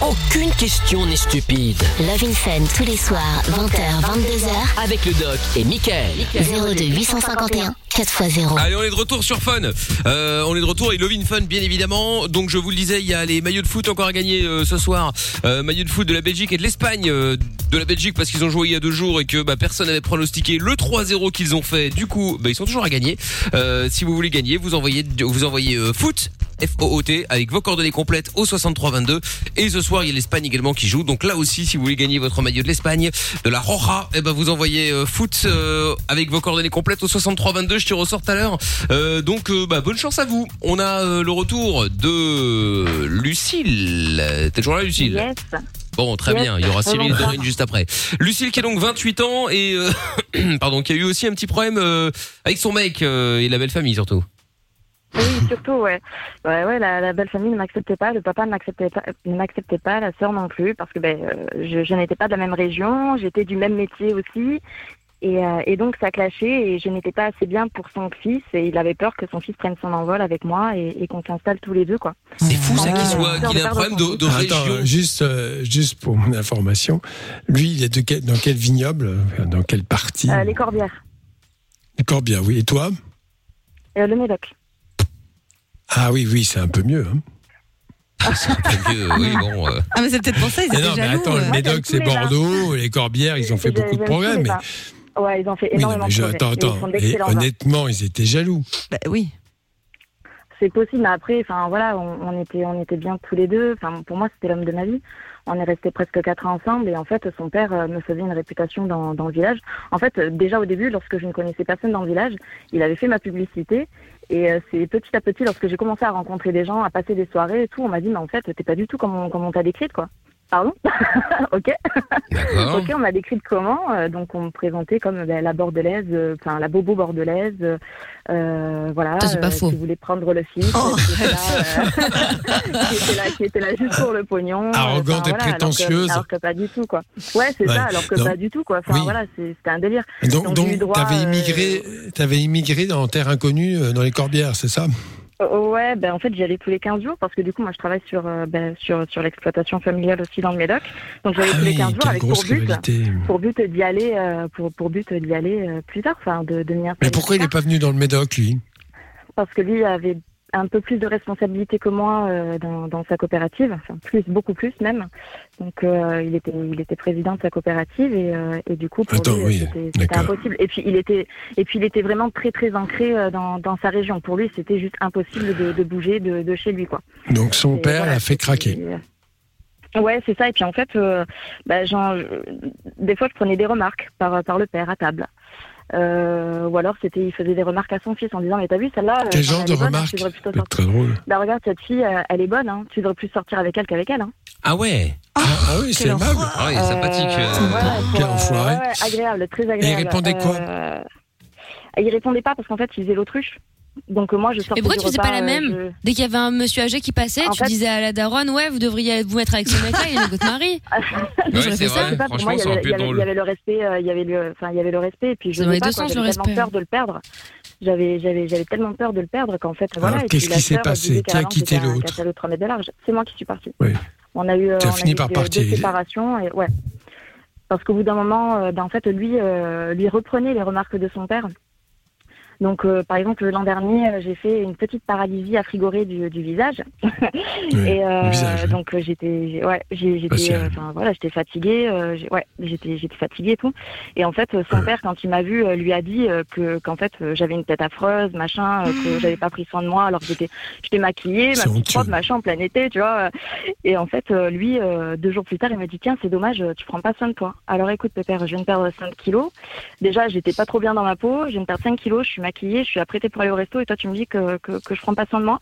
Speaker 1: Aucune question n'est stupide.
Speaker 7: Love in Fun tous les soirs, 20h, 22h.
Speaker 1: Avec le doc et Michael. Ah.
Speaker 7: 02 851 4x0.
Speaker 2: Allez, on est de retour sur Fun. Euh, on est de retour et Lovin Fun, bien évidemment. Donc, je vous le disais, il y a les maillots de foot encore à gagner euh, ce soir. Euh, maillots de foot de la Belgique et de l'Espagne. euh, de la Belgique parce qu'ils ont joué il y a deux jours et que bah, personne n'avait pronostiqué le 3-0 qu'ils ont fait. Du coup, bah, ils sont toujours à gagner. Euh, si vous voulez gagner, vous envoyez, vous envoyez euh, foot. F-O-O-T avec vos coordonnées complètes au 6322 et ce soir il y a l'Espagne également qui joue donc là aussi si vous voulez gagner votre maillot de l'Espagne de la Roja et ben vous envoyez euh, foot euh, avec vos coordonnées complètes au 6322 je te ressors tout à l'heure Euh, donc euh, bah, bonne chance à vous on a euh, le retour de Lucille t'es toujours là Lucille
Speaker 9: Yes.
Speaker 2: Bon, très
Speaker 9: Yes.
Speaker 2: bien. Il y aura Cyril
Speaker 9: Bonjour.
Speaker 2: Dorine juste après. Lucille qui a donc 28 ans et euh, [coughs] pardon, qui a eu aussi un petit problème euh, avec son mec euh, et la belle famille surtout.
Speaker 8: Oui, surtout, ouais. Ouais, ouais, la, la belle famille ne m'acceptait pas, le papa ne m'acceptait pas, ne m'acceptait pas, la sœur non plus, parce que ben, euh, je, je n'étais pas de la même région, j'étais du même métier aussi. Et, euh, et donc ça clashait et je n'étais pas assez bien pour son fils et il avait peur que son fils prenne son envol avec moi et, et qu'on s'installe tous les deux quoi.
Speaker 2: C'est fou
Speaker 8: Ah,
Speaker 2: ça qu'il soit
Speaker 8: Sœur
Speaker 2: qu'il
Speaker 8: de
Speaker 2: a un
Speaker 8: père
Speaker 2: problème
Speaker 8: son
Speaker 2: de, de
Speaker 8: fils.
Speaker 2: région.
Speaker 3: Attends, euh, juste, euh, juste pour mon information, lui, il est de quel- dans quel vignoble, euh, dans quelle partie
Speaker 8: Euh, les Corbières,
Speaker 3: D'accord, bien, oui. Et toi
Speaker 8: euh, le Médoc.
Speaker 3: Ah oui, oui, c'est un peu mieux. hein.
Speaker 2: Euh, oui, bon.
Speaker 8: [laughs]
Speaker 2: euh,
Speaker 5: Ah, mais c'est peut-être pour ça, ils
Speaker 3: Mais
Speaker 5: étaient
Speaker 3: non, mais
Speaker 5: jaloux.
Speaker 3: attends, le
Speaker 5: euh.
Speaker 3: Médoc,
Speaker 8: tous
Speaker 3: c'est
Speaker 8: les bars.
Speaker 3: Bordeaux, les Corbières, ils ont fait
Speaker 8: J'ai-
Speaker 3: beaucoup de
Speaker 8: j'aime
Speaker 3: progrès,
Speaker 8: tous les
Speaker 3: mais.
Speaker 8: bars. Ouais, ils ont fait
Speaker 3: Oui, non,
Speaker 8: énormément
Speaker 3: mais je-
Speaker 8: de progrès.
Speaker 3: attends,
Speaker 8: Et
Speaker 3: attends.
Speaker 8: Ils font
Speaker 3: Et
Speaker 8: d'excellents vins.
Speaker 3: honnêtement, ils étaient jaloux.
Speaker 5: Bah oui.
Speaker 8: C'est possible, mais après, enfin voilà, on, on était, on était bien tous les deux. Enfin, pour moi, c'était l'homme de ma vie. On est restés presque quatre ans ensemble, et en fait, son père euh, me faisait une réputation dans, dans le village. En fait, euh, déjà au début, lorsque je ne connaissais personne dans le village, il avait fait ma publicité, et euh, c'est petit à petit, lorsque j'ai commencé à rencontrer des gens, à passer des soirées et tout, on m'a dit, mais en fait, t'es pas du tout comme on, comme on t'a décrite, quoi. Pardon [laughs] Ok.
Speaker 2: D'accord.
Speaker 8: Ok, on m'a décrite comment euh, Donc, on me présentait comme ben, la bordelaise, euh, enfin la bobo bordelaise. euh, euh, voilà.
Speaker 4: Ça, c'est pas
Speaker 8: euh,
Speaker 4: faux.
Speaker 8: Qui voulait prendre le fils.
Speaker 5: Oh.
Speaker 8: Qui, était là, euh, qui était là, qui était là juste pour le pognon. euh,
Speaker 3: [laughs] Arrogante
Speaker 8: enfin,
Speaker 3: et
Speaker 8: voilà, alors que-
Speaker 3: prétentieuse.
Speaker 8: Alors que, pas du tout, quoi. Ouais, c'est
Speaker 3: Ouais.
Speaker 8: ça, alors que
Speaker 3: Donc-
Speaker 8: pas du tout, quoi. Enfin,
Speaker 3: Oui.
Speaker 8: voilà, c'est- c'était un délire. Ils ont
Speaker 3: Donc,
Speaker 8: eu
Speaker 3: donc
Speaker 8: droit,
Speaker 3: t'avais
Speaker 8: euh,
Speaker 3: immigré, t'avais immigré dans terre inconnue, euh, dans les Corbières, c'est ça
Speaker 8: Euh, Ouais, ben en fait, j'y allais tous les 15 jours parce que du coup, moi, je travaille sur, euh, ben, sur, sur l'exploitation familiale aussi dans le Médoc. Donc, j'y allais
Speaker 3: Ah
Speaker 8: tous les
Speaker 3: oui,
Speaker 8: 15 jours
Speaker 3: quelle
Speaker 8: avec
Speaker 3: grosse
Speaker 8: pour but,
Speaker 3: rivalité.
Speaker 8: pour but d'y aller, euh, pour, pour but d'y aller euh, plus tard, enfin, de, de venir.
Speaker 3: Mais pourquoi il n'est pas venu dans le Médoc, lui
Speaker 8: parce que lui avait un peu plus de responsabilité que moi euh, dans, dans sa coopérative, enfin plus, beaucoup plus même. Donc euh, il était il était président de sa coopérative et, euh, et du coup pour
Speaker 3: Attends,
Speaker 8: lui
Speaker 3: oui,
Speaker 8: c'était- c'était
Speaker 3: d'accord.
Speaker 8: impossible. Et puis il était et puis il était vraiment très très ancré euh, dans, dans sa région. Pour lui c'était juste impossible de, de bouger de, de chez lui quoi.
Speaker 3: Donc son
Speaker 8: Et
Speaker 3: père
Speaker 8: voilà,
Speaker 3: l'a fait craquer.
Speaker 8: Et, euh, Ouais, c'est ça. Et puis en fait, euh, bah, genre, je- des fois, je prenais des remarques par, par le père à table. Euh, ou alors, c'était, il faisait des remarques à son fils en disant Mais t'as vu, celle-là. euh,
Speaker 3: Quel
Speaker 8: elle
Speaker 3: genre
Speaker 8: est
Speaker 3: de
Speaker 8: bonne, hein,
Speaker 3: remarques
Speaker 8: tu devrais plutôt
Speaker 3: C'est
Speaker 8: sortir.
Speaker 3: très drôle.
Speaker 8: Bah, regarde, cette fille, euh, elle est bonne, hein. tu devrais plus sortir avec elle qu'avec elle. Hein.
Speaker 2: Ah ouais.
Speaker 3: Ah, ah oui, c'est
Speaker 5: quelle
Speaker 3: aimable.
Speaker 2: Ah ouais, sympathique. euh.
Speaker 8: Voilà,
Speaker 3: Quel
Speaker 8: pour, euh,
Speaker 3: enfoiré.
Speaker 8: ouais, ouais, agréable, très agréable.
Speaker 3: répondait quoi
Speaker 8: Euh, Il répondait pas parce qu'en fait, il faisait l'autruche. Donc, euh, moi, je sortais
Speaker 4: Mais pourquoi
Speaker 8: du
Speaker 4: tu faisais
Speaker 8: repas,
Speaker 4: pas la
Speaker 8: euh,
Speaker 4: même
Speaker 8: je-
Speaker 4: Dès qu'il y avait un monsieur âgé qui passait,
Speaker 8: En
Speaker 4: tu
Speaker 8: fait-
Speaker 4: disais à la daronne, ouais, vous devriez vous mettre avec ce mec-là, il est
Speaker 8: [laughs]
Speaker 4: votre mari.
Speaker 2: Ouais, c'est
Speaker 4: j'aurais fait ça.
Speaker 8: Je sais
Speaker 2: vrai.
Speaker 8: pas, pour moi,
Speaker 2: Franchement,
Speaker 8: il y
Speaker 2: ça aurait
Speaker 8: avait-
Speaker 2: pu
Speaker 8: il y
Speaker 2: être
Speaker 8: avait il y
Speaker 2: drôle.
Speaker 8: avait le respect, euh, il y avait le, enfin, il y avait le respect, et puis je
Speaker 4: Ça
Speaker 8: sais
Speaker 4: dans les
Speaker 8: pas,
Speaker 4: deux
Speaker 8: quoi,
Speaker 4: sens,
Speaker 8: j'avais
Speaker 4: le
Speaker 8: tellement
Speaker 4: respect.
Speaker 8: peur de le perdre. J'avais, j'avais, j'avais tellement peur de le perdre qu'en fait, voilà.
Speaker 3: Alors,
Speaker 8: et
Speaker 3: qu'est-ce
Speaker 8: puis la
Speaker 3: qui s'est
Speaker 8: sœur
Speaker 3: passé
Speaker 8: disait
Speaker 3: Qui a
Speaker 8: carrément
Speaker 3: quitté
Speaker 8: que c'était un
Speaker 3: l'autre
Speaker 8: catalogue de 3 mètres de large. C'est moi qui suis partie.
Speaker 3: Oui.
Speaker 8: On a eu, euh,
Speaker 3: Tu as
Speaker 8: on a
Speaker 3: fini
Speaker 8: eu
Speaker 3: par
Speaker 8: deux,
Speaker 3: partir.
Speaker 8: deux séparations, et ouais. Parce qu'au bout d'un moment, euh, ben, en fait, lui, euh, lui reprenait les remarques de son père. Donc, euh, par exemple, l'an dernier, euh, j'ai fait une petite paralysie affrigorée du, du visage.
Speaker 3: Oui,
Speaker 8: [laughs] Et euh,
Speaker 3: le visage, oui.
Speaker 8: donc euh, j'étais, j'ai- ouais, j'ai- j'étais,
Speaker 3: Facial.
Speaker 8: euh, enfin voilà, j'étais fatiguée, euh, j'ai- ouais, j'étais, j'étais fatiguée et tout. Et en fait, euh, son père, quand il m'a vu, lui a dit euh, que qu'en fait euh, j'avais une tête affreuse, machin, euh, que j'avais pas pris soin de moi alors que j'étais, j'étais maquillée, ma
Speaker 3: Ah. C'est
Speaker 8: petite
Speaker 3: honteux.
Speaker 8: robe, machin, en plein été, tu vois. euh. Et en fait, euh, lui, euh, deux jours plus tard, il m'a dit tiens, c'est dommage, euh, tu prends pas soin de toi. Alors écoute, pépère, je viens de perdre 5 kilos. Déjà, j'étais pas trop bien dans ma peau, je viens de perdre 5 kilos, je suis maquillée, je suis apprêtée pour aller au resto, et toi tu me dis que que, que je prends pas soin de moi.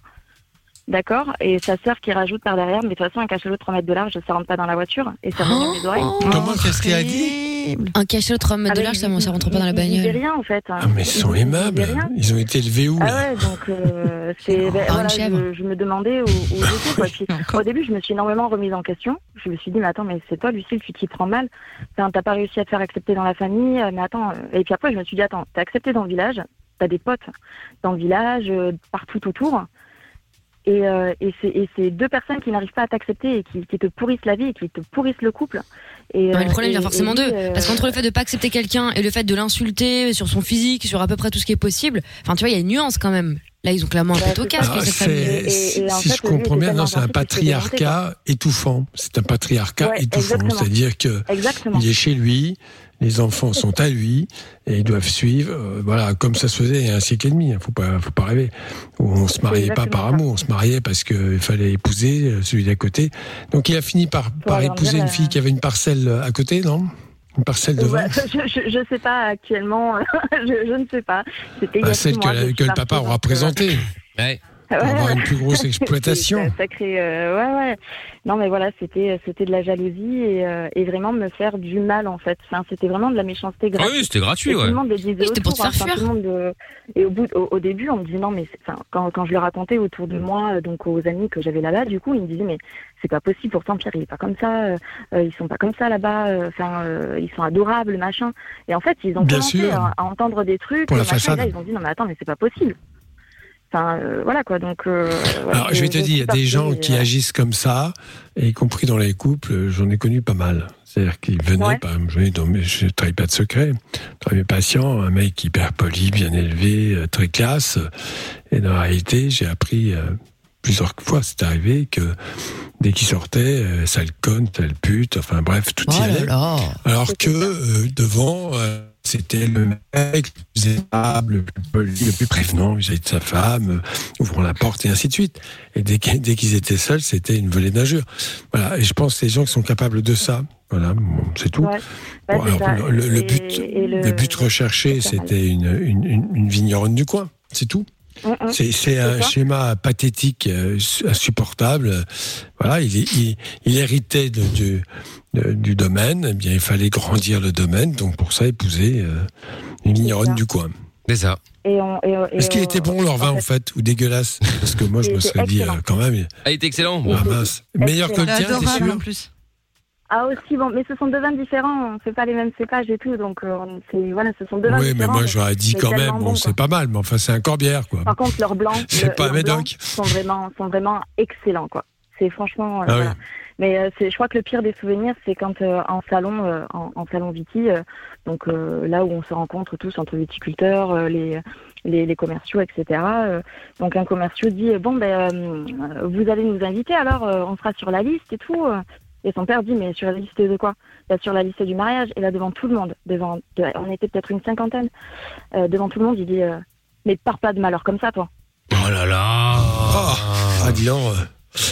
Speaker 8: D'accord Et sa sœur qui rajoute
Speaker 4: Oh
Speaker 8: par derrière, mais de toute façon, un cachalot de 3 mètres de large, ça rentre pas dans la voiture. Et ça revient dans mes oreilles.
Speaker 3: Comment, qu'est-ce qu'il a dit
Speaker 5: Et- horrible.
Speaker 4: Un cachet de 3
Speaker 8: Ah
Speaker 4: mètres de large, ça, ça rentre pas dans la
Speaker 8: Ils disaient
Speaker 4: bagnole.
Speaker 8: rien en fait. hein.
Speaker 4: Ah, mais ils sont aimables.
Speaker 8: disaient rien.
Speaker 3: Ils ont été élevés où
Speaker 8: Ah
Speaker 3: là
Speaker 8: ouais, donc
Speaker 3: [laughs]
Speaker 8: euh, c'est ben,
Speaker 4: Par
Speaker 8: voilà,
Speaker 4: une chèvre.
Speaker 8: je, je me demandais où, où j'étais quoi. Puis, au début, je me suis énormément remise en question. Je me suis dit mais attends, mais c'est toi Lucille, tu t'y prends mal. Enfin, t'as pas réussi à te faire accepter dans la famille. euh, Mais attends, euh, et puis après je me suis dit attends, t'es accepté dans le village, t'as des potes dans le village, euh, partout autour. Et, euh, et c'est- et c'est deux personnes qui n'arrivent pas à t'accepter et qui, qui te pourrissent la vie et qui te pourrissent le couple. Et,
Speaker 4: Non, mais
Speaker 8: euh,
Speaker 4: le problème, il y
Speaker 8: et-
Speaker 4: a
Speaker 8: et
Speaker 4: forcément
Speaker 8: lui,
Speaker 4: deux.
Speaker 8: euh,
Speaker 4: Parce qu'entre le fait de pas accepter quelqu'un et le fait de l'insulter sur son physique, sur à peu près tout ce qui est possible, enfin, tu vois, il y a une nuance quand même. Là, ils ont clairement un pète au casque,
Speaker 3: Alors,
Speaker 4: cette
Speaker 3: c'est-
Speaker 2: Ah,
Speaker 4: famille.
Speaker 3: si si je comprends bien, non, c'est un patriarcat étouffant. C'est un patriarcat
Speaker 8: Ouais,
Speaker 3: étouffant.
Speaker 8: exactement.
Speaker 3: C'est-à-dire que
Speaker 8: Exactement.
Speaker 3: il est chez lui, les enfants sont à lui et ils doivent suivre. euh, voilà, comme ça se faisait il y a un siècle et demi. hein, faut pas, faut pas rêver. Où on se mariait pas par amour, on se mariait parce qu'il fallait épouser euh, celui d'à côté. Donc il a fini par, par
Speaker 8: avoir
Speaker 3: épouser
Speaker 8: bien
Speaker 3: une
Speaker 8: la-
Speaker 3: fille qui avait une parcelle euh, à côté, non Une parcelle de vin.
Speaker 8: Ouais, [laughs] je, je, je sais pas actuellement, [laughs] je, je ne sais pas. C'était il y a
Speaker 3: Bah,
Speaker 8: six
Speaker 3: celle que,
Speaker 8: mois
Speaker 3: la-
Speaker 8: je suis
Speaker 3: que le
Speaker 8: partie,
Speaker 3: papa aura
Speaker 8: donc, euh,
Speaker 3: présentée.
Speaker 8: ouais,
Speaker 3: Pour avoir
Speaker 8: ouais. [laughs]
Speaker 3: une plus grosse
Speaker 8: C'est-
Speaker 3: exploitation.
Speaker 8: c'est un Sacré, euh, ouais, ouais. Non, mais voilà, c'était, euh, c'était de la jalousie et, euh, et vraiment me faire du mal en fait. Enfin, c'était vraiment de la méchanceté
Speaker 4: Ah
Speaker 8: gratuite.
Speaker 2: oui, c'était gratuit,
Speaker 8: Et Tout
Speaker 2: ouais.
Speaker 8: le monde le disait
Speaker 4: Oui, c'était pour
Speaker 8: autour,
Speaker 4: te faire
Speaker 8: enfin, tout le monde, euh, et au bout, au, au début, on me dit non, mais c'est- enfin, quand, quand je le racontais autour de moi, euh, donc aux amis que j'avais là-bas, du coup, ils me disaient mais c'est pas possible. Pourtant, Pierre, il est pas comme ça. euh, euh, ils sont pas comme ça là-bas. euh, Enfin, euh, ils sont adorables, machin. Et en fait, ils ont
Speaker 3: Bien
Speaker 8: commencé
Speaker 3: sûr.
Speaker 8: à, à entendre des trucs.
Speaker 3: Pour la
Speaker 8: et machin, et là,
Speaker 3: façade.
Speaker 8: ils ont dit non, mais attends, mais c'est pas possible. Enfin, euh, voilà quoi. Donc, euh, voilà,
Speaker 3: Alors, je vais te dire, il y a
Speaker 8: suis
Speaker 3: des gens
Speaker 8: partie,
Speaker 3: qui
Speaker 8: euh,
Speaker 3: agissent comme ça, et y compris dans les couples, euh, j'en ai connu pas mal. C'est-à-dire qu'ils venaient,
Speaker 8: Ouais.
Speaker 3: par exemple, je venais dans mes- je ne trahis pas de secret, dans mes patients, un mec hyper poli, bien élevé, euh, très classe, et dans la réalité, j'ai appris euh, plusieurs fois, c'est arrivé, que dès qu'il sortait, euh, sale conne, sale pute, enfin bref, tout
Speaker 4: Oh
Speaker 3: y
Speaker 4: là
Speaker 3: allait.
Speaker 4: là.
Speaker 3: Alors que euh, devant, euh, c'était le mec le plus aimable, le plus poli, le plus prévenant vis-à-vis de sa femme, euh, ouvrant la porte et ainsi de suite. Et dès que- dès qu'ils étaient seuls, c'était une volée d'injures. Voilà. Et je pense que les gens qui sont capables de ça, voilà, bon, c'est tout.
Speaker 8: Ouais. Ouais,
Speaker 3: Bon,
Speaker 8: c'est ça.
Speaker 3: alors, le, le
Speaker 8: Et-
Speaker 3: but,
Speaker 8: et
Speaker 3: le... but recherché, c'était une, une, une- une vigneronne du coin, c'est tout.
Speaker 8: Mm, mm.
Speaker 3: C'est, c'est un
Speaker 8: ça.
Speaker 3: schéma pathétique, euh, su- insupportable. Voilà, il, est- il, il héritait de- du, de- du domaine. Eh bien, il fallait grandir le domaine. Donc, pour ça, épouser euh, une vigneronne du coin.
Speaker 2: C'est ça.
Speaker 8: Et on, et, on- et
Speaker 3: Est-ce qu'il
Speaker 8: on-
Speaker 3: était bon leur vin en fait ou dégueulasse Parce que moi, je
Speaker 8: Il
Speaker 3: me
Speaker 8: était
Speaker 3: serais dit euh, quand même.
Speaker 2: Ah, il était excellent. Bon.
Speaker 3: Ah, mince. Meilleur que le tien,
Speaker 5: Adorable,
Speaker 3: c'est sûr.
Speaker 5: en plus.
Speaker 8: Ah aussi bon, mais ce sont deux vins différents. On fait pas les mêmes cépages et tout, donc euh, on- c'est voilà, ce sont deux vins
Speaker 3: Oui, mais
Speaker 8: différents.
Speaker 3: moi, j'aurais dit
Speaker 8: mais
Speaker 3: quand même.
Speaker 8: tellement
Speaker 3: Bon,
Speaker 8: bon,
Speaker 3: c'est pas mal, mais enfin, c'est un corbière, quoi.
Speaker 8: Par contre, leurs blancs,
Speaker 3: C'est
Speaker 8: le-
Speaker 3: pas
Speaker 8: leurs
Speaker 3: Médoc.
Speaker 8: blancs sont vraiment, sont vraiment excellents quoi. C'est franchement. euh,
Speaker 3: Ah oui.
Speaker 8: voilà. Mais euh, c'est, je crois que le pire des souvenirs, c'est quand euh, en salon, euh, en, en salon Viti, euh, donc euh, là où on se rencontre tous entre viticulteurs, euh, les, les, les commerciaux, etc. euh, donc un commerciaux dit euh, bon ben euh, euh, vous allez nous inviter, alors euh, on sera sur la liste et tout. euh. Et son père dit mais sur la liste de quoi Bah, Sur la liste du mariage. Et là devant tout le monde, devant, de- on était peut-être une cinquantaine, euh, devant tout le monde, il dit euh, mais pars pas de malheur comme ça toi.
Speaker 2: Oh là là.
Speaker 3: Ah, dis donc. euh,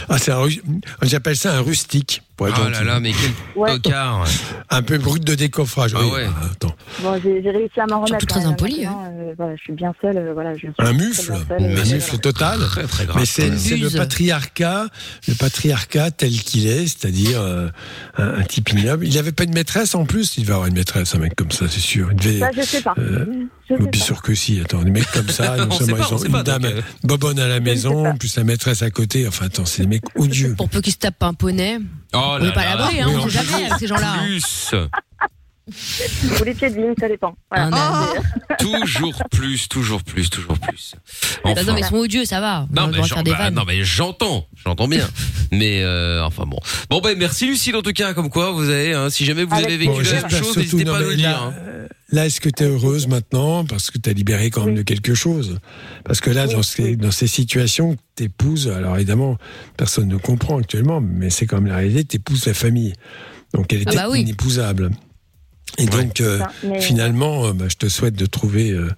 Speaker 3: Ah, c'est un ru- J'appelle ça un rustique. Pour être
Speaker 2: Oh
Speaker 3: gentil.
Speaker 2: là là, mais quel
Speaker 8: Ouais.
Speaker 2: tocard.
Speaker 3: Un peu brut de décoffrage.
Speaker 2: Ah
Speaker 3: oui.
Speaker 2: ouais.
Speaker 3: Ah, attends.
Speaker 8: Bon, j'ai j'ai réussi à m'en remettre.
Speaker 4: Surtout très
Speaker 8: hein,
Speaker 4: impoli,
Speaker 8: maintenant, euh, voilà, je suis bien seule. euh, voilà, je suis
Speaker 3: Un
Speaker 8: très
Speaker 3: mufle. bah,
Speaker 8: bien seule,
Speaker 3: Un
Speaker 8: euh, voilà.
Speaker 3: mufle total.
Speaker 2: Très très grave.
Speaker 3: Mais c'est c'est le
Speaker 4: Abuse.
Speaker 3: patriarcat, le patriarcat tel qu'il est, c'est-à-dire euh, un, un type ignoble. Il n'avait pas une maîtresse en plus. Il devait avoir une maîtresse, un mec comme ça, c'est sûr. Il devait.
Speaker 4: Bah,
Speaker 8: Ça, je sais pas.
Speaker 3: euh,
Speaker 8: Je sais
Speaker 3: mais bien
Speaker 8: pas.
Speaker 3: sûr que si. Attends, des mecs comme
Speaker 2: [laughs]
Speaker 3: ça,
Speaker 2: On
Speaker 3: non
Speaker 2: sait
Speaker 3: seulement
Speaker 2: pas,
Speaker 3: ils
Speaker 2: on
Speaker 3: ont
Speaker 2: sait
Speaker 3: une
Speaker 2: pas, donc,
Speaker 3: dame
Speaker 2: euh.
Speaker 3: bobonne à la
Speaker 8: ne sais
Speaker 3: maison,
Speaker 8: pas.
Speaker 3: plus la maîtresse à côté. Enfin, attends, c'est des mecs odieux.
Speaker 4: Pour peu qu'ils se tapent un poney,
Speaker 2: Oh
Speaker 4: on
Speaker 2: là
Speaker 4: est pas à
Speaker 2: là.
Speaker 4: l'abri, hein,
Speaker 3: Oui,
Speaker 4: on
Speaker 3: en
Speaker 4: sait jamais avec ces gens-là. hein.
Speaker 2: Plus.
Speaker 8: Ou les pieds de vigne, ça dépend. Voilà.
Speaker 4: Ah, non,
Speaker 2: [laughs]
Speaker 4: mais-
Speaker 2: Toujours plus, toujours plus, toujours plus.
Speaker 4: Bah non, mais ils sont odieux, ça va.
Speaker 2: Non
Speaker 4: on
Speaker 2: mais,
Speaker 4: doit
Speaker 2: j'en-
Speaker 4: faire des
Speaker 2: bah,
Speaker 4: vannes.
Speaker 2: non, mais j'entends, j'entends bien. Mais euh, enfin bon. Bon ben merci Lucille en tout cas comme quoi vous avez hein, si jamais vous
Speaker 8: Avec
Speaker 2: avez vécu
Speaker 8: plaisir.
Speaker 2: la même chose n'hésitez
Speaker 3: non,
Speaker 2: pas à nous
Speaker 3: mais
Speaker 2: le
Speaker 3: là,
Speaker 2: dire. hein.
Speaker 3: euh, Là, est-ce que tu es heureuse maintenant parce que tu as libéré quand même de quelque chose Parce que là,
Speaker 8: Oui,
Speaker 3: dans, ces,
Speaker 8: oui.
Speaker 3: dans ces situations, t'épouses, alors évidemment, personne ne comprend actuellement, mais c'est quand même la réalité, t'épouses la famille. Donc elle
Speaker 4: Ah
Speaker 3: était
Speaker 4: bah oui.
Speaker 3: inépousable. Et donc, euh,
Speaker 8: Ça, mais-
Speaker 3: finalement, euh, bah, je te souhaite de trouver euh,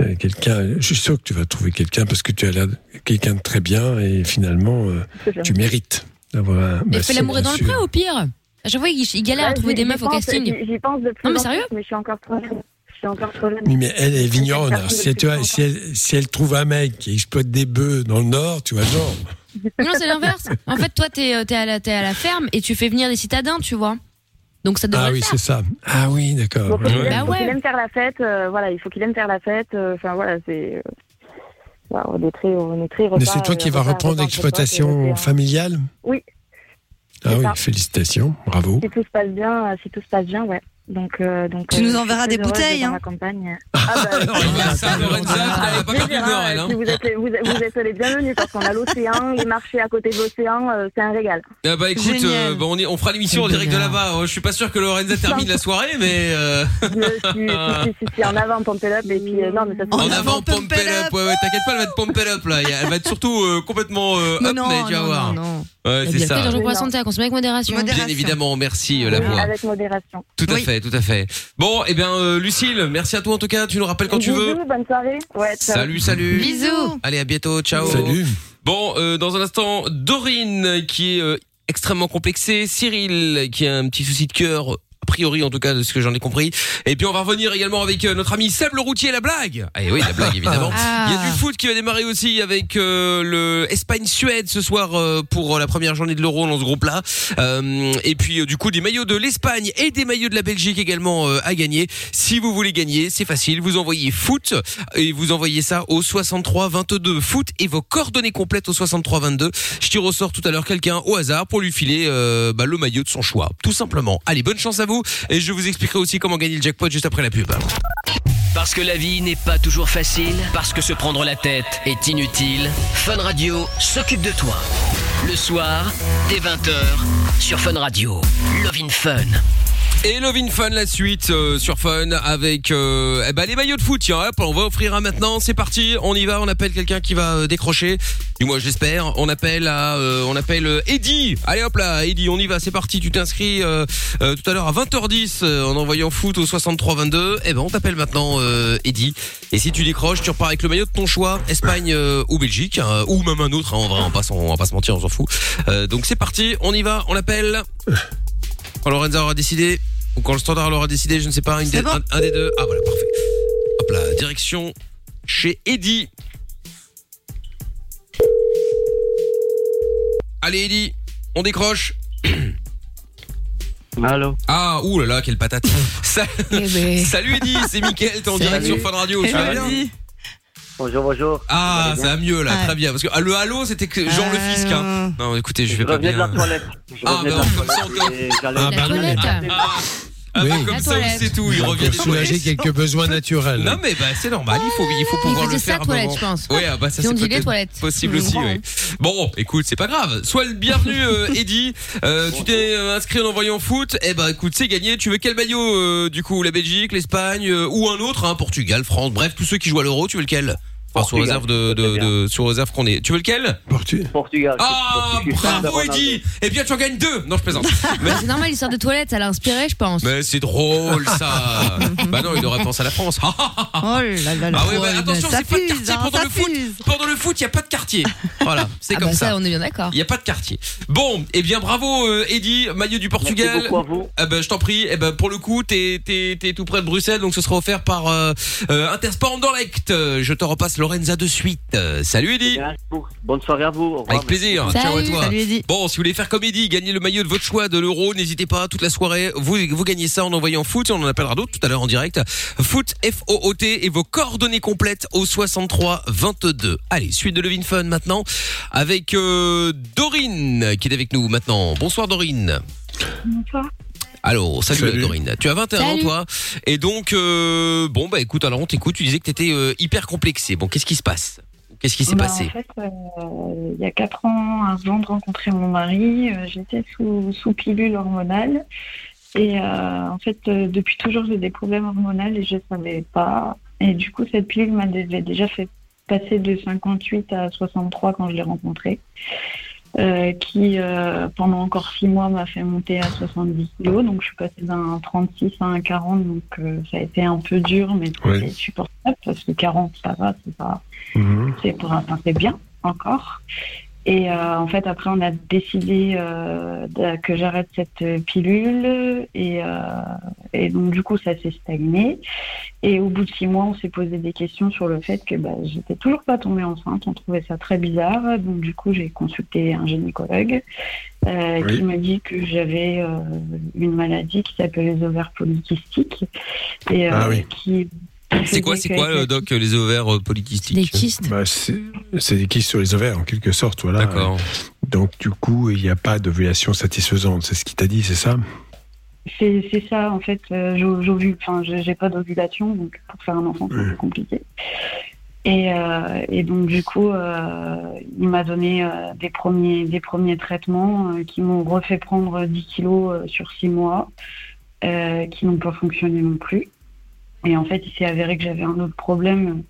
Speaker 3: euh, quelqu'un. Je suis sûr que tu vas trouver quelqu'un parce que tu as l'air de- quelqu'un de très bien et finalement, euh,
Speaker 8: C'est gentil.
Speaker 3: tu mérites d'avoir un.
Speaker 4: Mais
Speaker 3: bah,
Speaker 4: fais
Speaker 3: si,
Speaker 4: l'amour
Speaker 3: bien
Speaker 4: est dans le
Speaker 3: sûr.
Speaker 4: pré, au pire. À chaque fois, ils ils galèrent à
Speaker 8: Ouais,
Speaker 4: trouver
Speaker 8: j'y-
Speaker 4: des
Speaker 8: j'y
Speaker 4: meufs au
Speaker 8: pense-
Speaker 4: casting.
Speaker 8: J'y j'y pense de plus
Speaker 4: Non, mais
Speaker 8: en plus,
Speaker 4: sérieux
Speaker 8: Mais je suis encore trop jeune. Je suis encore trop jeune.
Speaker 3: Oui, mais elle est vigneronne. Alors, si, elle, tu vois, si, elle, si elle trouve un mec qui exploite des bœufs dans le Nord, tu vois, genre.
Speaker 4: Non, c'est l'inverse. En fait, toi, t'es euh, t'es à, la- t'es à la ferme et tu fais venir des citadins, tu vois. Donc ça devrait
Speaker 3: Ah
Speaker 4: le
Speaker 3: oui,
Speaker 4: faire.
Speaker 3: c'est ça. Ah oui, d'accord.
Speaker 4: Donc,
Speaker 3: Ouais.
Speaker 4: bah
Speaker 8: Il faut qu'il aime faire la fête, euh, voilà, il faut qu'il aime faire la fête. euh, Enfin voilà, c'est. euh, voilà, Bah, on est très, on est très
Speaker 3: Mais
Speaker 8: repas,
Speaker 3: c'est toi
Speaker 8: euh,
Speaker 3: qui vas
Speaker 8: repas,
Speaker 3: reprendre
Speaker 8: repas, repas,
Speaker 3: l'exploitation
Speaker 8: repas,
Speaker 3: familiale
Speaker 8: Oui,
Speaker 3: Ah
Speaker 8: C'est
Speaker 3: oui,
Speaker 8: ça.
Speaker 3: félicitations, bravo.
Speaker 8: si tout se passe bien, euh, si tout se passe bien, ouais. Donc, euh, donc
Speaker 5: Tu nous enverras des bouteilles,
Speaker 8: Dans
Speaker 5: hein.
Speaker 8: la campagne.
Speaker 2: pas compris
Speaker 8: Plaisir,
Speaker 2: le
Speaker 8: hein,
Speaker 2: Noël, hein.
Speaker 8: si vous, êtes, vous, êtes- vous êtes les bienvenus parce qu'on a l'océan, les marchés à côté de l'océan, euh, c'est un régal.
Speaker 2: Ah bah écoute, euh, bah, on, y- on fera l'émission en direct de là-bas. Euh, Je suis pas sûr que Lorenza termine la soirée, mais euh, [laughs]
Speaker 8: Si, si, si, en avant, pump it up, et puis euh, non, mais ça se
Speaker 2: en avant, pump it up. Ouais, ouais, t'inquiète pas, elle va te pump it up là. Elle va être surtout euh, complètement euh,
Speaker 4: Mais
Speaker 2: up,
Speaker 4: non,
Speaker 2: mais tu vas
Speaker 4: non,
Speaker 2: voir.
Speaker 4: non, non.
Speaker 2: Ouais, c'est ça.
Speaker 4: L'argent poisson, t'es à consommer avec modération.
Speaker 2: Bien évidemment, merci euh, la voix.
Speaker 8: avec modération.
Speaker 2: Tout à fait, tout à fait. Bon, et bien euh, Lucille, merci à toi en tout cas. Tu nous rappelles quand tu veux.
Speaker 8: Bisous, bonne soirée. Ouais, ciao.
Speaker 2: Salut, salut.
Speaker 8: Bisous.
Speaker 2: Allez, à bientôt. Ciao.
Speaker 3: Salut.
Speaker 2: Bon, euh, dans un instant, Dorine qui est euh, extrêmement complexée, Cyril qui a un petit souci de cœur. A priori, en tout cas, de ce que j'en ai compris. Et puis, on va revenir également avec euh, notre ami Seb le routier, la blague. Ah, et oui, la blague,
Speaker 4: [laughs]
Speaker 2: évidemment.
Speaker 11: Ah.
Speaker 2: Il y a du foot qui va démarrer aussi avec euh, le Espagne-Suède ce soir euh, pour euh, la première journée de l'Euro dans ce groupe-là. Euh, et puis, euh, du coup, des maillots de l'Espagne et des maillots de la Belgique également euh, à gagner. Si vous voulez gagner, c'est facile. Vous envoyez foot et vous envoyez ça au 63 22 foot et vos coordonnées complètes au 63 22. Je tire au sort tout à l'heure quelqu'un au hasard pour lui filer euh, bah, le maillot de son choix, tout simplement. Allez, bonne chance à vous et je vous expliquerai aussi comment gagner le jackpot juste après la pub.
Speaker 1: Parce que la vie n'est pas toujours facile, parce que se prendre la tête est inutile, Fun Radio s'occupe de toi. Le soir, dès 20h, sur Fun Radio. Love in Fun.
Speaker 2: Et Lovin Fun, la suite euh, sur Fun avec euh, eh ben, les maillots de foot. Tiens, hop, on va offrir un maintenant. C'est parti, on y va. On appelle quelqu'un qui va euh, décrocher. Du moins, j'espère. On appelle à, euh, on appelle euh, Eddy. Allez hop là, Eddy, on y va. C'est parti. Tu t'inscris euh, euh, tout à l'heure à 20h10 euh, en envoyant foot au 63 22. Eh ben, on t'appelle maintenant, euh, Eddy. Et si tu décroches, tu repars avec le maillot de ton choix, Espagne euh, ou Belgique, hein, ou même un autre. hein, en vrai, on, passe, on va pas se mentir, on s'en fout. Euh, donc c'est parti, on y va. On l'appelle. Quand Lorenza aura décidé, ou quand le standard l'aura décidé, je ne sais pas, une des- un, un des deux. Ah voilà, parfait. Hop là, direction chez Eddy. Allez Eddy, on décroche.
Speaker 10: Allô
Speaker 2: Ah, ouh là là, quelle patate. Sa- [laughs] Salut Eddy, c'est Mickaël, t'es en direct
Speaker 10: Eh ben. Salut.
Speaker 2: sur Fun Radio, tu vas bien
Speaker 10: Bonjour, bonjour.
Speaker 2: Ah,
Speaker 10: Vous
Speaker 2: ça
Speaker 10: allez
Speaker 2: va
Speaker 10: bien
Speaker 2: mieux là, très bien. Parce que ah, le halo, c'était que genre le fisc.
Speaker 10: Euh.
Speaker 2: hein. Non, écoutez, je vais pas
Speaker 10: revenais
Speaker 2: bien.
Speaker 10: de la toilette. Je
Speaker 2: Ah,
Speaker 10: revenais
Speaker 2: bah,
Speaker 10: de la
Speaker 2: comme ça,
Speaker 10: toilette et j'allais-
Speaker 2: Ah, bah,
Speaker 10: j'allais-
Speaker 2: Ah, bah,
Speaker 3: Oui.
Speaker 2: comme
Speaker 3: La
Speaker 2: ça,
Speaker 3: toilette.
Speaker 2: c'est tout. Il
Speaker 3: Pour
Speaker 2: revient des
Speaker 3: soulager
Speaker 2: toilettes.
Speaker 3: quelques besoins naturels.
Speaker 2: Non mais bah, c'est normal, il faut il faut pouvoir
Speaker 4: faisait
Speaker 2: le
Speaker 4: ça,
Speaker 2: faire. à un
Speaker 4: toilette,
Speaker 2: moment.
Speaker 4: je pense.
Speaker 2: Ouais, ah bah ça
Speaker 4: Ils
Speaker 2: c'est
Speaker 4: ont dit les
Speaker 2: peut-être
Speaker 4: toilettes. Mmh.
Speaker 2: possible
Speaker 4: Je
Speaker 2: aussi.
Speaker 4: comprends,
Speaker 2: ouais. Bon, écoute, c'est pas grave. Sois le
Speaker 4: [laughs]
Speaker 2: bienvenu euh, Eddy. Euh, tu t'es euh, inscrit en envoyant foot. Eh ben écoute, c'est gagné. Tu veux quel maillot euh, du coup, la Belgique, l'Espagne euh, ou un autre hein, Portugal, France, bref, tous ceux qui jouent à l'Euro, tu veux lequel Enfin, sous
Speaker 10: Portugal,
Speaker 2: réserve de, de, de- sous réserve qu'on est. Tu veux lequel
Speaker 10: Portugal.
Speaker 2: Ah, bravo Eddy. Eh bien, tu en gagnes deux. Non, je
Speaker 4: [laughs]
Speaker 2: plaisante. Mais-
Speaker 4: Bah, C'est normal, l'histoire de toilette, ça l'a inspiré, je pense.
Speaker 2: mais c'est drôle
Speaker 5: [laughs]
Speaker 2: ça. bah non, il aurait pensé à la France. Ah, ah, ah, ah.
Speaker 5: Oh là là là.
Speaker 2: Ah ouais, bah,
Speaker 5: Oh, il
Speaker 2: attention, c'est pas de
Speaker 4: hein,
Speaker 2: quartier pendant le foot. Pendant le foot, il y a pas de quartier. Voilà, c'est
Speaker 4: Ah
Speaker 2: comme
Speaker 4: bah
Speaker 2: ça.
Speaker 4: ça, on est bien d'accord.
Speaker 2: Il n'y a pas de quartier. Bon, eh bien bravo euh, Eddy, maillot du Portugal.
Speaker 10: Merci beaucoup à vous.
Speaker 2: Ah bah, je t'en prie. Eh ben pour le coup, t'es t'es t'es tout près de Bruxelles, donc ce sera offert par euh, euh, Intersport Anderlecht. Euh, Je te repasse Lorenza de suite. Euh, salut Eddy.
Speaker 10: Bonne soirée à vous. au revoir.
Speaker 2: Avec plaisir.
Speaker 10: Merci.
Speaker 2: Ciao à toi. Bon, si vous voulez faire comme Eddy, gagner le maillot de votre choix de l'euro, n'hésitez pas. Toute la soirée, vous vous gagnez ça en envoyant foot. et On en appellera d'autres tout à l'heure en direct. Foot F O O T et vos coordonnées complètes au 63 22. Allez, suite de Levin Fun maintenant avec euh, Dorine qui est avec nous maintenant. Bonsoir Dorine.
Speaker 9: Bonsoir.
Speaker 2: Alors, salut,
Speaker 3: Salut.
Speaker 2: Dorine. Tu as 21 ans
Speaker 9: Salut.
Speaker 2: toi et donc euh, bon bah écoute, alors on t'écoute. Tu disais que t'étais euh, hyper complexée. Bon, qu'est-ce qui se passe Qu'est-ce qui s'est
Speaker 9: Bah,
Speaker 2: passé
Speaker 9: En fait, euh, il y a 4 ans, avant de rencontrer mon mari, euh, j'étais sous, sous pilule hormonale. Et euh, en fait, euh, depuis toujours, j'ai des problèmes hormonaux et je ne savais pas. Et du coup, cette pilule m'a m'avait déjà fait passer de 58 à 63 quand je l'ai rencontré, euh, qui euh, pendant encore 6 mois m'a fait monter à 70 kilos. Donc, je suis passée d'un 36 à un 40. Donc, euh, ça a été un peu dur, mais
Speaker 3: Ouais.
Speaker 9: c'est supportable parce que 40, ça va, c'est pas
Speaker 2: Mm-hmm. Mm.
Speaker 3: Mhm.
Speaker 9: c'est pour enfin, c'est bien encore.
Speaker 12: Et euh, en fait, après, on a décidé euh, de- que j'arrête cette pilule. Et, euh, et donc, du coup, ça s'est stagné. Et au bout de six mois, on s'est posé des questions sur le fait que bah, j'étais toujours pas tombée enceinte. On trouvait ça très bizarre. Donc, du coup, j'ai consulté un gynécologue euh,
Speaker 13: Oui.
Speaker 12: qui m'a dit que j'avais euh, une maladie qui s'appelle les ovaires polykystiques. Et, euh,
Speaker 2: Ah oui.
Speaker 12: qui,
Speaker 2: C'est quoi, c'est quoi, euh, Doc, les ovaires euh, polykystiques Des
Speaker 4: kystes
Speaker 3: Bah, c'est c'est des kystes sur les ovaires, en quelque sorte. Voilà.
Speaker 2: D'accord.
Speaker 3: Donc, du coup, il n'y a pas d'ovulation satisfaisante. C'est ce qu'il t'a dit, c'est ça
Speaker 12: C'est c'est ça, en fait. euh, j'o- j'ovule- enfin, je- j'ai pas d'ovulation, donc pour faire un enfant, c'est compliqué. Et, euh, et donc, du coup, euh, il m'a donné euh, des, premiers, des premiers traitements euh, qui m'ont refait prendre 10 kilos euh, sur 6 mois, euh, qui n'ont pas fonctionné non plus. Et en fait, il s'est avéré que j'avais un autre problème.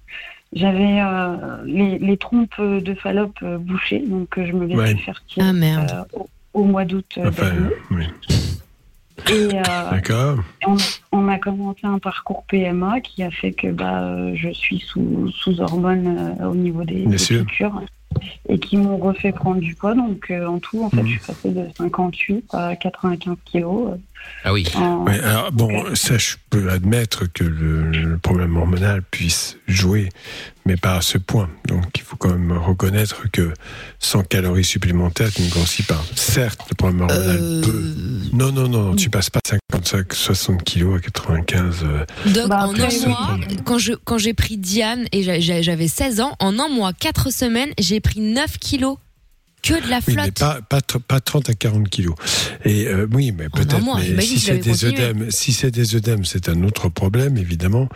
Speaker 12: J'avais euh, les, les trompes de Fallope euh, bouchées, donc euh, je me laissais
Speaker 3: Ouais.
Speaker 12: faire tirer
Speaker 4: Ah, merde.
Speaker 12: euh, au, au mois d'août euh,
Speaker 3: Enfin,
Speaker 12: dernier.
Speaker 3: oui.
Speaker 12: Et, euh,
Speaker 3: D'accord.
Speaker 12: et on, on a commencé un parcours PMA qui a fait que bah, euh, je suis sous, sous hormones euh, au niveau des,
Speaker 3: Bien
Speaker 12: des
Speaker 3: sûr.
Speaker 12: piqûres et qui m'ont refait prendre du poids. Donc euh, en tout, en
Speaker 3: Mmh.
Speaker 12: fait, je suis passée de 58 à 95 kilos.
Speaker 2: Ah oui.
Speaker 3: Ouais, alors, bon, ça, je peux admettre que le, le problème hormonal puisse jouer, mais pas à ce point. Donc, il faut quand même reconnaître que sans calories supplémentaires, tu ne grossis pas. Certes, le problème hormonal peut. Non, non, non, tu passes pas 55, 60 kilos à 95. euh,
Speaker 4: Donc, en
Speaker 3: après,
Speaker 4: un
Speaker 3: c'est
Speaker 4: mois, quand je- quand j'ai pris Diane et j'a- j'a- j'avais 16 ans, en un mois, 4 semaines, j'ai pris 9 kilos. Que de la
Speaker 3: Oui, mais
Speaker 4: flotte.
Speaker 3: pas, pas, tr- pas 30 à 40 kilos. Et euh, oui, mais peut-être.
Speaker 4: mois,
Speaker 3: mais
Speaker 4: imagine
Speaker 3: si
Speaker 4: si
Speaker 3: c'est
Speaker 4: j'avais
Speaker 3: des
Speaker 4: continué.
Speaker 3: œdèmes, si c'est des œdèmes, c'est un autre problème, évidemment.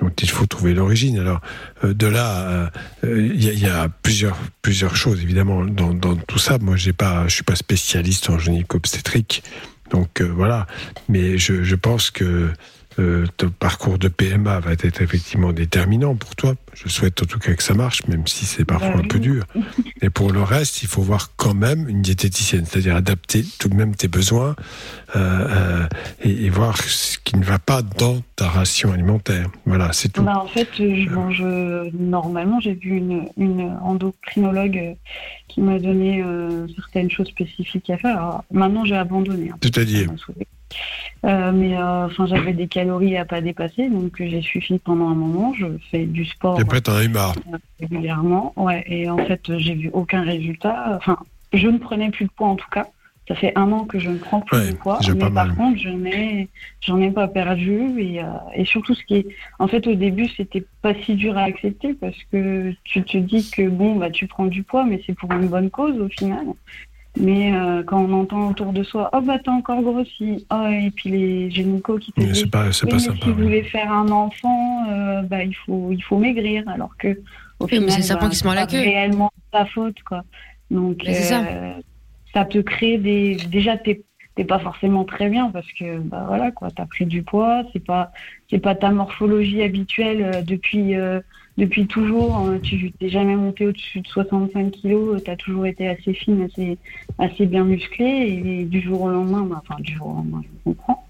Speaker 3: Donc il faut trouver l'origine. Alors euh, de là, à- euh, il y, a- il y a plusieurs plusieurs choses évidemment dans, dans tout ça. Moi, j'ai pas, je suis pas spécialiste en génique obstétrique, donc euh, voilà. Mais je, je pense que euh, ton parcours de PMA va être effectivement déterminant pour toi. Je souhaite en tout cas que ça marche, même si c'est parfois un peu dur. Et pour le reste, il faut voir quand même une diététicienne, c'est-à-dire adapter tout de même tes besoins euh, euh, et, et voir ce qui ne va pas dans ta ration alimentaire. Voilà, c'est tout.
Speaker 12: Bah, en fait, euh, je mange euh, normalement. J'ai vu une, une endocrinologue euh, qui m'a donné euh, certaines choses spécifiques à faire. Alors, maintenant, j'ai abandonné. hein.
Speaker 3: C'est-à-dire
Speaker 12: Euh, mais euh, enfin, j'avais des calories à pas dépasser, donc euh, j'ai suivi pendant un moment. Je fais du sport
Speaker 3: Et après, t'en as eu marre.
Speaker 12: euh, régulièrement, ouais. Et en fait, euh, j'ai vu aucun résultat. Enfin, je ne prenais plus de poids en tout cas. Ça fait un an que je ne prends plus
Speaker 3: Ouais,
Speaker 12: de poids,
Speaker 3: déjà
Speaker 12: mais
Speaker 3: pas
Speaker 12: par
Speaker 3: mal.
Speaker 12: contre, je n'ai, j'en ai pas perdu. Et, euh, et surtout, ce qui est, en fait, au début, c'était pas si dur à accepter parce que tu te dis que bon, bah, tu prends du poids, mais c'est pour une bonne cause au final. Mais euh, quand on entend autour de soi, oh bah t'as encore grossi, oh et puis les génicaux qui te
Speaker 3: Mais
Speaker 12: disent,
Speaker 3: c'est pas- c'est
Speaker 12: oui,
Speaker 3: pas
Speaker 12: mais
Speaker 3: sympa,
Speaker 12: si
Speaker 3: oui.
Speaker 12: vous voulez faire un enfant, euh, bah il faut il faut maigrir, alors que au
Speaker 4: Oui, mais
Speaker 12: final
Speaker 4: c'est le serpent
Speaker 12: bah,
Speaker 4: qui se mord la
Speaker 12: c'est
Speaker 4: queue.
Speaker 12: pas réellement ta faute quoi. Donc euh,
Speaker 4: Mais c'est ça.
Speaker 12: ça peut créer des déjà t'es t'es pas forcément très bien parce que bah voilà quoi t'as pris du poids c'est pas c'est pas ta morphologie habituelle euh, depuis euh, depuis toujours euh, tu t'es jamais monté au-dessus de 65 kilos euh, t'as toujours été assez fine assez assez bien musclée et du jour au lendemain bah, enfin du jour au lendemain je comprends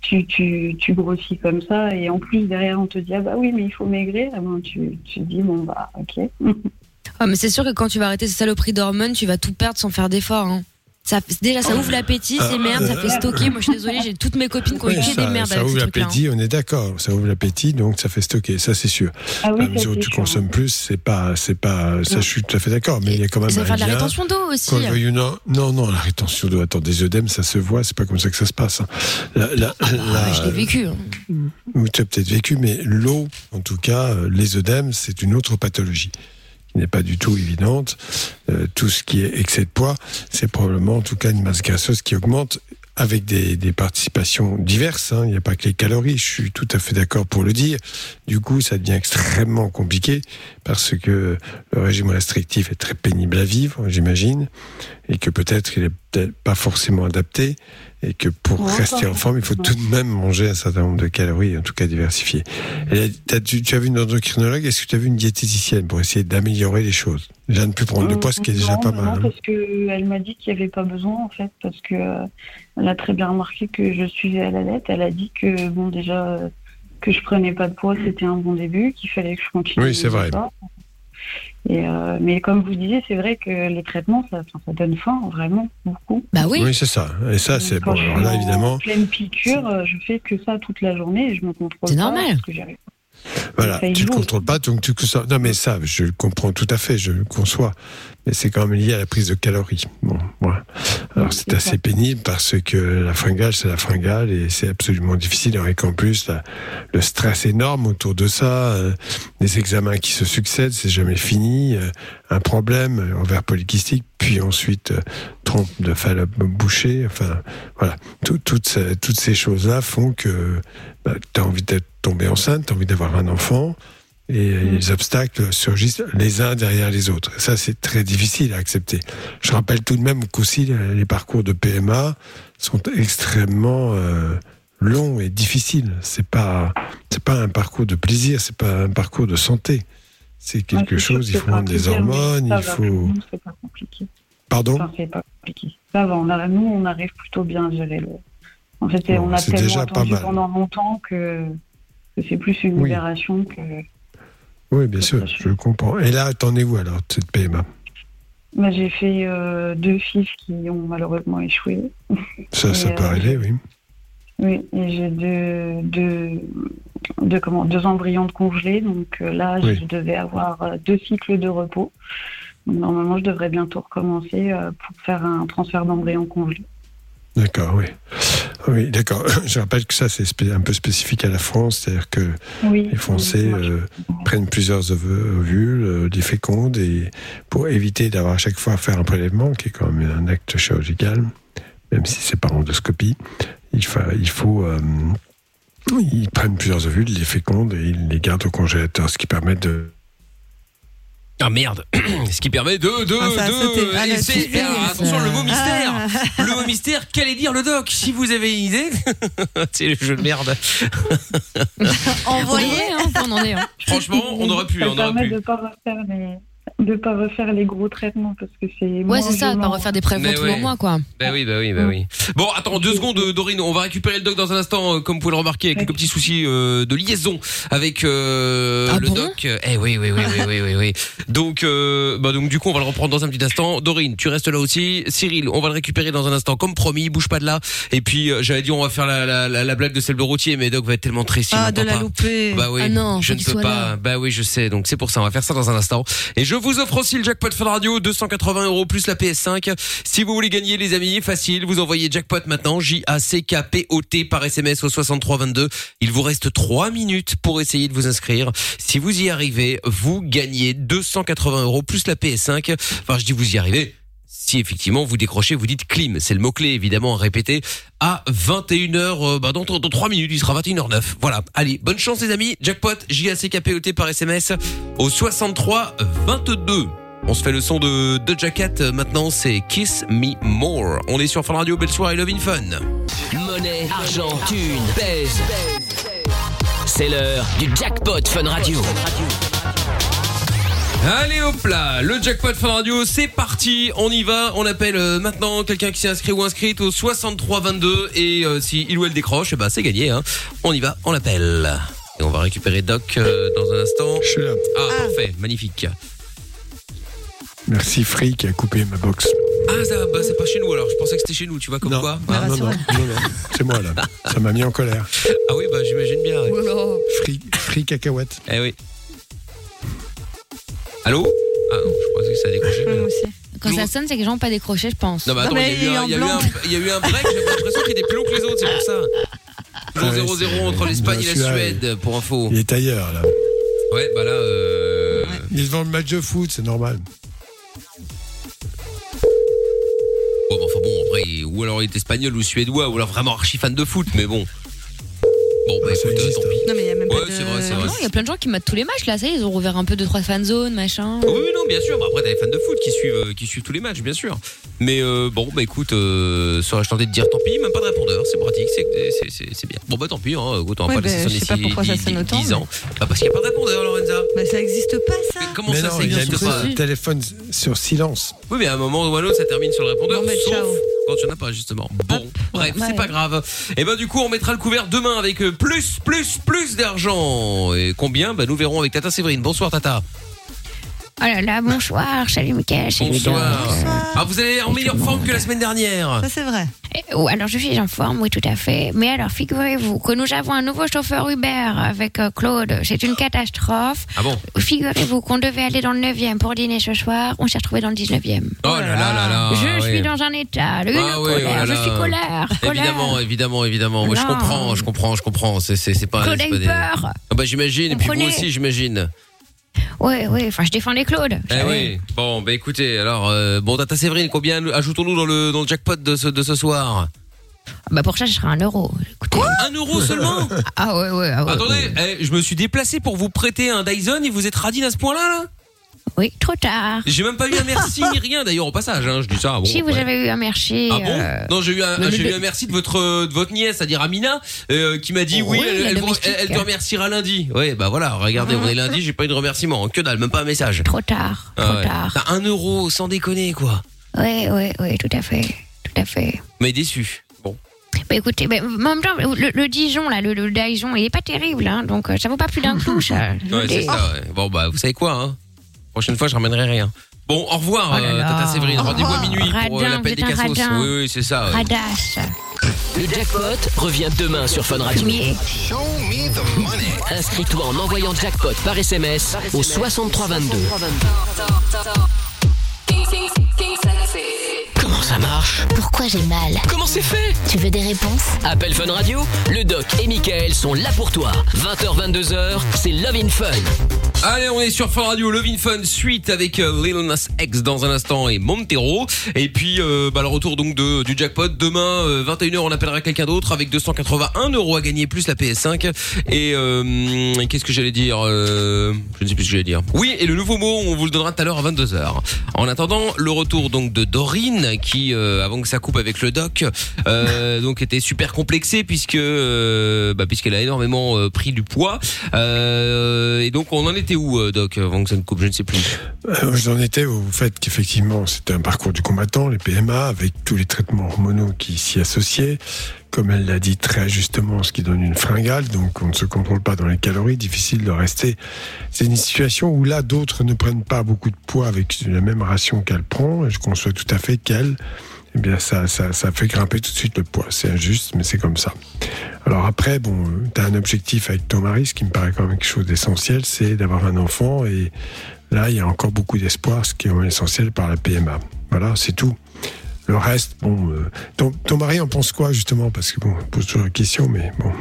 Speaker 12: tu, tu, tu grossis comme ça et en plus derrière on te dit ah bah oui mais il faut maigrir Ah ben, tu, tu te dis bon bah ok [laughs]
Speaker 4: Ah, mais c'est sûr que quand tu vas arrêter ces saloperies d'hormones, tu vas tout perdre sans faire d'efforts. hein. Ça, déjà, ça ouvre l'appétit, c'est merde, ça fait stocker. Moi, je suis désolée, j'ai toutes mes copines qui ont eu
Speaker 3: Oui,
Speaker 4: que des merdes
Speaker 3: ça
Speaker 4: avec
Speaker 3: ouvre
Speaker 4: ce truc-là. hein.
Speaker 3: l'appétit, on est d'accord. Ça ouvre l'appétit, donc ça fait stocker, ça c'est sûr.
Speaker 4: Ah
Speaker 3: à
Speaker 4: oui, ça,
Speaker 3: mesure où
Speaker 4: c'est
Speaker 3: tu
Speaker 4: sûr.
Speaker 3: consommes plus, c'est pas, c'est pas, ça
Speaker 4: Non.
Speaker 3: je suis tout à fait d'accord. Mais il y a quand même
Speaker 4: ça
Speaker 3: un
Speaker 4: va faire de la
Speaker 3: lien.
Speaker 4: rétention d'eau aussi. hein.
Speaker 3: Qu'on le veuille ou non, non, non, la rétention d'eau. Attends, des œdèmes, ça se voit, c'est pas comme ça que ça se passe. hein. La- la-
Speaker 2: Ah,
Speaker 3: la-
Speaker 4: Ah, Je l'ai vécu. hein.
Speaker 3: ou tu as peut-être vécu, mais l'eau, en tout cas, euh, les œdèmes, c'est une autre pathologie qui n'est pas du tout évidente. Euh, tout ce qui est excès de poids, c'est probablement en tout cas une masse grasseuse qui augmente avec des, des participations diverses. hein. Il n'y a pas que les calories, je suis tout à fait d'accord pour le dire. Du coup, ça devient extrêmement compliqué parce que le régime restrictif est très pénible à vivre, j'imagine, et que peut-être il n'est peut-être pas forcément adapté, et que pour
Speaker 10: Ouais,
Speaker 3: rester
Speaker 10: pas
Speaker 3: en forme, il faut
Speaker 10: forcément.
Speaker 3: tout de même manger un certain nombre de calories, en tout cas diversifiées. Et là, t'as- tu, tu as vu une endocrinologue, est-ce que tu as vu une diététicienne pour essayer d'améliorer les choses Déjà ne plus prendre de poids, ce qui est déjà
Speaker 12: Non,
Speaker 3: pas
Speaker 12: bah
Speaker 3: mal.
Speaker 12: Non,
Speaker 3: hein.
Speaker 12: parce qu'elle m'a dit qu'il n'y avait pas besoin, en fait, parce que euh, elle a très bien remarqué que je suivais à la lettre. Elle a dit que, bon, déjà, euh, que je prenais pas de poids, c'était un bon début, qu'il fallait que je continue.
Speaker 3: Oui, c'est vrai.
Speaker 12: ça.
Speaker 9: Et, euh, mais comme vous disiez, c'est vrai que les traitements, ça, enfin, ça donne faim, vraiment, beaucoup.
Speaker 4: Bah
Speaker 3: Oui, c'est ça. Et ça, c'est bon.
Speaker 9: Quand je
Speaker 3: Alors
Speaker 9: suis
Speaker 3: là,
Speaker 9: en
Speaker 3: évidemment,
Speaker 9: pleine piqûre, euh, je fais que ça toute la journée et je me contrôle.
Speaker 4: C'est
Speaker 9: pas
Speaker 4: normal.
Speaker 9: parce que j'arrive-
Speaker 3: Voilà,
Speaker 9: Ça y
Speaker 3: tu ne
Speaker 9: joue.
Speaker 3: contrôles pas, donc tu ça. Non, mais ça, je le comprends tout à fait, je le conçois. Mais c'est quand même lié à la prise de calories. Bon, voilà. Alors c'est assez pénible parce que la fringale, c'est la fringale et c'est absolument difficile. Avec en plus la- le stress énorme autour de ça, euh, les examens qui se succèdent, c'est jamais fini. euh, un problème euh, en verre polykystique, puis ensuite euh, trompe de fallope bouchée. Enfin, voilà. Tout- toutes ces, toutes ces choses-là font que tu as envie d'être tombé enceinte, tu as envie d'avoir un enfant, et
Speaker 9: Mm.
Speaker 3: les obstacles surgissent les uns derrière les autres. Ça, c'est très difficile à accepter. Je rappelle tout de même qu'aussi les les parcours de PMA sont extrêmement euh, longs et difficiles. C'est pas, c'est pas un parcours de plaisir, c'est pas un parcours de santé. C'est quelque
Speaker 9: Ouais, c'est sûr
Speaker 3: chose,
Speaker 9: que
Speaker 3: il
Speaker 9: c'est
Speaker 3: faut prendre
Speaker 9: pas
Speaker 3: des
Speaker 9: plaisir, mais
Speaker 3: hormones,
Speaker 9: ça
Speaker 3: il
Speaker 9: va,
Speaker 3: faut.
Speaker 9: non, C'est pas compliqué.
Speaker 3: Pardon
Speaker 9: Enfin, c'est pas compliqué. Ça va, on a- nous, on arrive plutôt bien à gérer le. En fait,
Speaker 3: Bon,
Speaker 9: on a
Speaker 3: c'est
Speaker 9: tellement
Speaker 3: déjà pas
Speaker 9: attendu
Speaker 3: mal.
Speaker 9: pendant longtemps que, que c'est plus une
Speaker 3: Oui.
Speaker 9: libération que.
Speaker 3: Oui, bien sûr, je comprends. Et là, t'en es où alors, de cette PMA
Speaker 9: Bah, j'ai fait euh, deux fils qui ont malheureusement échoué.
Speaker 3: Ça, ça
Speaker 9: Et,
Speaker 3: peut
Speaker 9: euh,
Speaker 3: arriver, oui.
Speaker 9: Oui, et j'ai deux, deux, deux, comment, deux embryons de congelés. Donc euh, là,
Speaker 3: Oui.
Speaker 9: je devais avoir euh, deux cycles de repos. Donc, normalement, je devrais bientôt recommencer euh, pour faire un transfert d'embryon congelé.
Speaker 3: D'accord, oui. Oui, d'accord. [laughs] Je rappelle que ça, c'est spé- un peu spécifique à la France, c'est-à-dire que
Speaker 9: Oui.
Speaker 3: les Français euh, prennent plusieurs ov- ovules, euh, des fécondes, et pour éviter d'avoir à chaque fois à faire un prélèvement, qui est quand même un acte chirurgical, même si c'est par endoscopie, il, fa- il faut. euh, ils prennent plusieurs ovules, les fécondes, et ils les gardent au congélateur, ce qui permet de.
Speaker 2: Ah merde [clears throat] Ce qui permet de... de,
Speaker 3: Ah, ça a
Speaker 2: de-
Speaker 3: sauté. Ah,
Speaker 2: et
Speaker 3: le
Speaker 2: c'est-
Speaker 3: suspense.
Speaker 2: ah, attention, le mot mystère
Speaker 5: Ah.
Speaker 2: Le mot mystère, qu'allait dire le doc Si vous avez une idée... [laughs] C'est le jeu de merde.
Speaker 5: Envoyez,
Speaker 4: hein, on en est. hein.
Speaker 2: Franchement, on aurait pu,
Speaker 9: Ça
Speaker 2: on aurait
Speaker 9: permet
Speaker 2: pu.
Speaker 9: de pas refaire les de pas refaire les gros traitements parce que c'est
Speaker 4: Ouais, c'est ça, de pas refaire des prélèvements
Speaker 2: Mais
Speaker 4: tous
Speaker 2: ouais.
Speaker 4: les mois, quoi.
Speaker 2: Bah oui, bah oui, bah oui. Bon, attends, deux secondes, euh, Dorine. On va récupérer le doc dans un instant, euh, comme vous pouvez le remarquer, avec quelques petits soucis euh, de liaison avec euh,
Speaker 4: Ah
Speaker 2: le doc. Eh oui, oui, oui, oui, oui, oui,
Speaker 4: [laughs]
Speaker 2: oui. Donc, euh, bah donc du coup, on va le reprendre dans un petit instant. Dorine, tu restes là aussi. Cyril, on va le récupérer dans un instant, comme promis. Bouge pas de là. Et puis, euh, j'avais dit, on va faire la, la, la, la blague de celle de routier, mais doc va être tellement triste. il
Speaker 5: Ah, de
Speaker 2: m'entend
Speaker 5: la
Speaker 2: pas.
Speaker 5: louper.
Speaker 2: Bah oui.
Speaker 5: Ah non,
Speaker 2: je
Speaker 5: faut
Speaker 2: ne
Speaker 5: qu'il
Speaker 2: peux
Speaker 5: soit
Speaker 2: pas.
Speaker 5: là.
Speaker 2: Bah oui, je sais. Donc c'est pour ça, on va faire ça dans un instant. Et je vous offre aussi le jackpot Fun Radio, 280 euros plus la PS5. Si vous voulez gagner, les amis, facile. Vous envoyez jackpot maintenant, J A C K P O T par SMS au 6322. Il vous reste 3 minutes pour essayer de vous inscrire. Si vous y arrivez, vous gagnez 280 euros plus la PS5. Enfin, je dis vous y arrivez. Si effectivement vous décrochez, vous dites clim, c'est le mot-clé évidemment à répéter, à 21h, euh, bah, dans, dans 3 minutes, il sera 21h09. Voilà, allez, bonne chance les amis, jackpot, J-A-C-K-P-O-T par SMS au 63 22. On se fait le son de Doja Cat euh, maintenant, c'est Kiss Me More. On est sur Fun Radio, belle soirée, love in fun.
Speaker 1: Monnaie, argent, thune, pèse. C'est l'heure du jackpot Fun Radio.
Speaker 2: Allez hop là, le jackpot Fun Radio, c'est parti, on y va, on appelle euh, maintenant quelqu'un qui s'est inscrit ou inscrite au 63 22 et euh, si il ou elle décroche, eh ben, c'est gagné, hein. on y va, on l'appelle. Et on va récupérer Doc euh, dans un instant.
Speaker 3: Je suis là.
Speaker 2: Ah, parfait, magnifique.
Speaker 3: Merci Free qui a coupé ma box.
Speaker 2: Ah ça, bah, c'est pas chez nous alors, je pensais que c'était chez nous, tu vois comme quoi.
Speaker 3: Ah, non, non, non, non, c'est moi là. Ça m'a mis en colère.
Speaker 2: [laughs] Ah oui, bah j'imagine bien. ouais.
Speaker 3: Free, free cacahuète.
Speaker 2: Eh oui. Allô Ah non, je pensais que ça a décroché. mais non.
Speaker 4: hein. Quand ça sonne, c'est que les gens ont pas décroché, je pense.
Speaker 2: Non, mais attends, il y, a eu un- il y a eu un- il y a eu un break, j'avais l'impression qu'il était plus long que les autres, c'est pour ça.
Speaker 3: Ah ouais,
Speaker 2: 0-0 entre l'Espagne et la
Speaker 3: celui-là,
Speaker 2: Suède, pour info.
Speaker 3: Il est ailleurs là.
Speaker 2: Ouais, bah là, euh...
Speaker 3: Il est devant le match de foot, c'est normal.
Speaker 2: bon, bah, enfin bon, après, il- ou alors il est espagnol ou suédois, ou alors vraiment archi fan de foot, mais bon. Bon, bah écoute, euh, tant pis.
Speaker 5: Non, mais il y a même pas
Speaker 2: Ouais,
Speaker 5: de-
Speaker 2: c'est vrai, c'est vrai.
Speaker 4: Non, il y a plein de gens qui matent tous les matchs là, ça y est, ils ont rouvert un peu 2-3 fan zones, machin.
Speaker 2: Oui, oui, non, bien sûr. Bah, après, t'as les fans de foot qui suivent, euh, qui suivent tous les matchs, bien sûr. Mais euh, bon, bah écoute, euh, serais-je tenté de dire tant pis, même pas de répondeur, c'est pratique, c'est c'est- c'est- c'est bien. Bon, bah tant pis, hein, écoute, on va
Speaker 5: Ouais,
Speaker 2: pas
Speaker 5: bah,
Speaker 2: laisser sonner
Speaker 5: je sais pas
Speaker 2: ici
Speaker 5: pourquoi ça
Speaker 2: 10,
Speaker 5: sonne autant,
Speaker 2: 10 ans. Bah, parce qu'il n'y a pas de répondeur, Lorenza.
Speaker 5: Bah, ça existe pas, ça.
Speaker 2: Comment
Speaker 3: Mais
Speaker 2: ça,
Speaker 3: non,
Speaker 2: ça
Speaker 3: il a
Speaker 2: existe
Speaker 3: mis
Speaker 2: pas
Speaker 3: le téléphone sur silence.
Speaker 2: Oui, mais à un moment ou à un autre, ça termine sur le répondeur,
Speaker 5: Bon, bah,
Speaker 2: sauf
Speaker 5: ciao.
Speaker 2: quand il n'y en a pas, justement. Bon, bref,
Speaker 5: ouais.
Speaker 2: c'est pas grave. Et ben du coup, on mettra le couvert demain avec euh, plus, plus, plus d'argent. Et combien Bah, nous verrons avec Tata Séverine. Bonsoir, Tata.
Speaker 14: Oh là là, bonsoir, salut Mickaël, salut
Speaker 2: Bonsoir.
Speaker 14: Mickaël.
Speaker 2: Ah, vous allez en meilleure forme que la semaine dernière.
Speaker 14: c'est vrai. Eh, oh, alors je suis en forme, oui, tout à fait. Mais alors figurez-vous que nous avons un nouveau chauffeur Uber avec euh, Claude. C'est une catastrophe.
Speaker 2: Ah bon
Speaker 14: Figurez-vous qu'on devait aller dans le 9e pour dîner ce soir. On s'est retrouvé dans le 19e.
Speaker 2: Oh là là là là.
Speaker 14: je suis
Speaker 2: ouais.
Speaker 14: dans un état, une
Speaker 2: Ah ouais,
Speaker 14: colère,
Speaker 2: oh là
Speaker 14: je
Speaker 2: là.
Speaker 14: suis colère, colère.
Speaker 2: Évidemment, évidemment, évidemment. Moi, je
Speaker 14: Non.
Speaker 2: comprends, je comprends, je comprends. C'est, c'est, c'est pas.
Speaker 14: Claude
Speaker 2: c'est
Speaker 14: a
Speaker 2: pas
Speaker 14: eu peur.
Speaker 2: Ah bah j'imagine. Et puis vous
Speaker 14: Comprenez.
Speaker 2: aussi, j'imagine.
Speaker 14: Oui, oui, enfin je défendais Claude.
Speaker 2: Eh oui. Bon, bah écoutez, alors euh, bon, Tata Séverine, combien ajoutons-nous dans le dans le jackpot de ce de ce soir
Speaker 14: Bah pour ça, je serai un euro. Quoi
Speaker 2: Un euro seulement
Speaker 14: Ah ouais, ouais, [laughs] ah ouais.
Speaker 2: Attendez, eh, je me suis déplacé pour vous prêter un Dyson et vous êtes radine à ce point-là là
Speaker 14: Oui, trop tard.
Speaker 2: J'ai même pas eu un merci ni rien d'ailleurs au passage. Hein, je dis ça. Bon,
Speaker 14: si vous
Speaker 2: ouais.
Speaker 14: avez eu un merci.
Speaker 2: Ah bon
Speaker 14: euh,
Speaker 2: Non, j'ai eu un,
Speaker 14: le-
Speaker 2: j'ai
Speaker 14: le-
Speaker 2: eu un merci de votre de votre nièce, c'est-à-dire Amina, euh, qui m'a dit oui,
Speaker 14: Oui,
Speaker 2: elle,
Speaker 14: la
Speaker 2: elle vous-
Speaker 14: Oh, domestique.
Speaker 2: elle te remerciera lundi. Oui, bah voilà, regardez, on est lundi, j'ai pas eu de remerciement, hein, que dalle, même pas un message. Ah
Speaker 14: Trop tard, trop tard.
Speaker 2: T'as un euro, sans déconner quoi.
Speaker 14: Oui, oui, oui, tout à fait. Tout à fait.
Speaker 2: Mais déçu. Bon.
Speaker 14: Bah écoutez, bah, en même temps, le, le Dijon, là, le, le Dijon, il est pas terrible, hein, donc euh, ça vaut pas plus d'un clou, ça. Je vous
Speaker 2: Ouais,
Speaker 14: le
Speaker 2: c'est
Speaker 14: dis.
Speaker 2: ça. ouais. Bon bah, vous savez quoi hein Prochaine fois, je ramènerai rien. Bon, au revoir, euh, Tata Séverine.
Speaker 1: Oh Au
Speaker 2: Rendez-vous à
Speaker 1: revoir.
Speaker 2: minuit pour euh,
Speaker 1: Radin,
Speaker 2: l'appel
Speaker 1: vous
Speaker 2: des
Speaker 1: êtes un
Speaker 2: cassos.
Speaker 1: radin.
Speaker 2: Oui, oui, c'est ça. ouais.
Speaker 14: Radasse.
Speaker 1: Le jackpot revient demain sur Fun Radio. Inscris-toi en envoyant jackpot par SMS au 6322. Comment ça marche
Speaker 7: Pourquoi j'ai mal
Speaker 1: Comment c'est fait
Speaker 7: Tu veux des réponses
Speaker 1: Appel Fun Radio, le doc et Michael sont là pour toi. 20h-22h, c'est Love in Fun.
Speaker 2: Allez, on est sur Fun Radio, Love in Fun, suite avec euh, Lil Nas X dans un instant et Montero. Et puis, euh, bah, le retour donc de, du jackpot. Demain, euh, 21h, on appellera quelqu'un d'autre avec 281 euros à gagner, plus la PS5. Et euh, qu'est-ce que j'allais dire Euh, Je ne sais plus ce que j'allais dire. Oui, et le nouveau mot, on vous le donnera tout à l'heure à 22h. En attendant, le retour donc de Dorine, qui, euh, avant que ça coupe avec le doc, euh, donc était super complexée, puisque euh, bah, puisqu'elle a énormément euh, pris du poids. Euh, et donc, on en était où, euh, doc, avant que ça ne coupe Je ne sais plus.
Speaker 3: Euh, J'en étais au fait qu'effectivement, c'était un parcours du combattant, les PMA, avec tous les traitements hormonaux qui s'y associaient. Comme elle l'a dit très justement, ce qui donne une fringale, donc on ne se contrôle pas dans les calories, difficile de rester. C'est une situation où là, d'autres ne prennent pas beaucoup de poids avec la même ration qu'elle prend, et je conçois tout à fait qu'elle, eh bien, ça, ça, ça fait grimper tout de suite le poids. C'est injuste, mais c'est comme ça. Alors après, bon, tu as un objectif avec ton mari, ce qui me paraît quand même quelque chose d'essentiel, c'est d'avoir un enfant et Là, il y a encore beaucoup d'espoir, ce qui est essentiel par la PMA. Voilà, c'est tout. Le reste, bon. euh, ton, ton mari en pense quoi, justement Parce que, bon, on pose toujours la question, mais bon.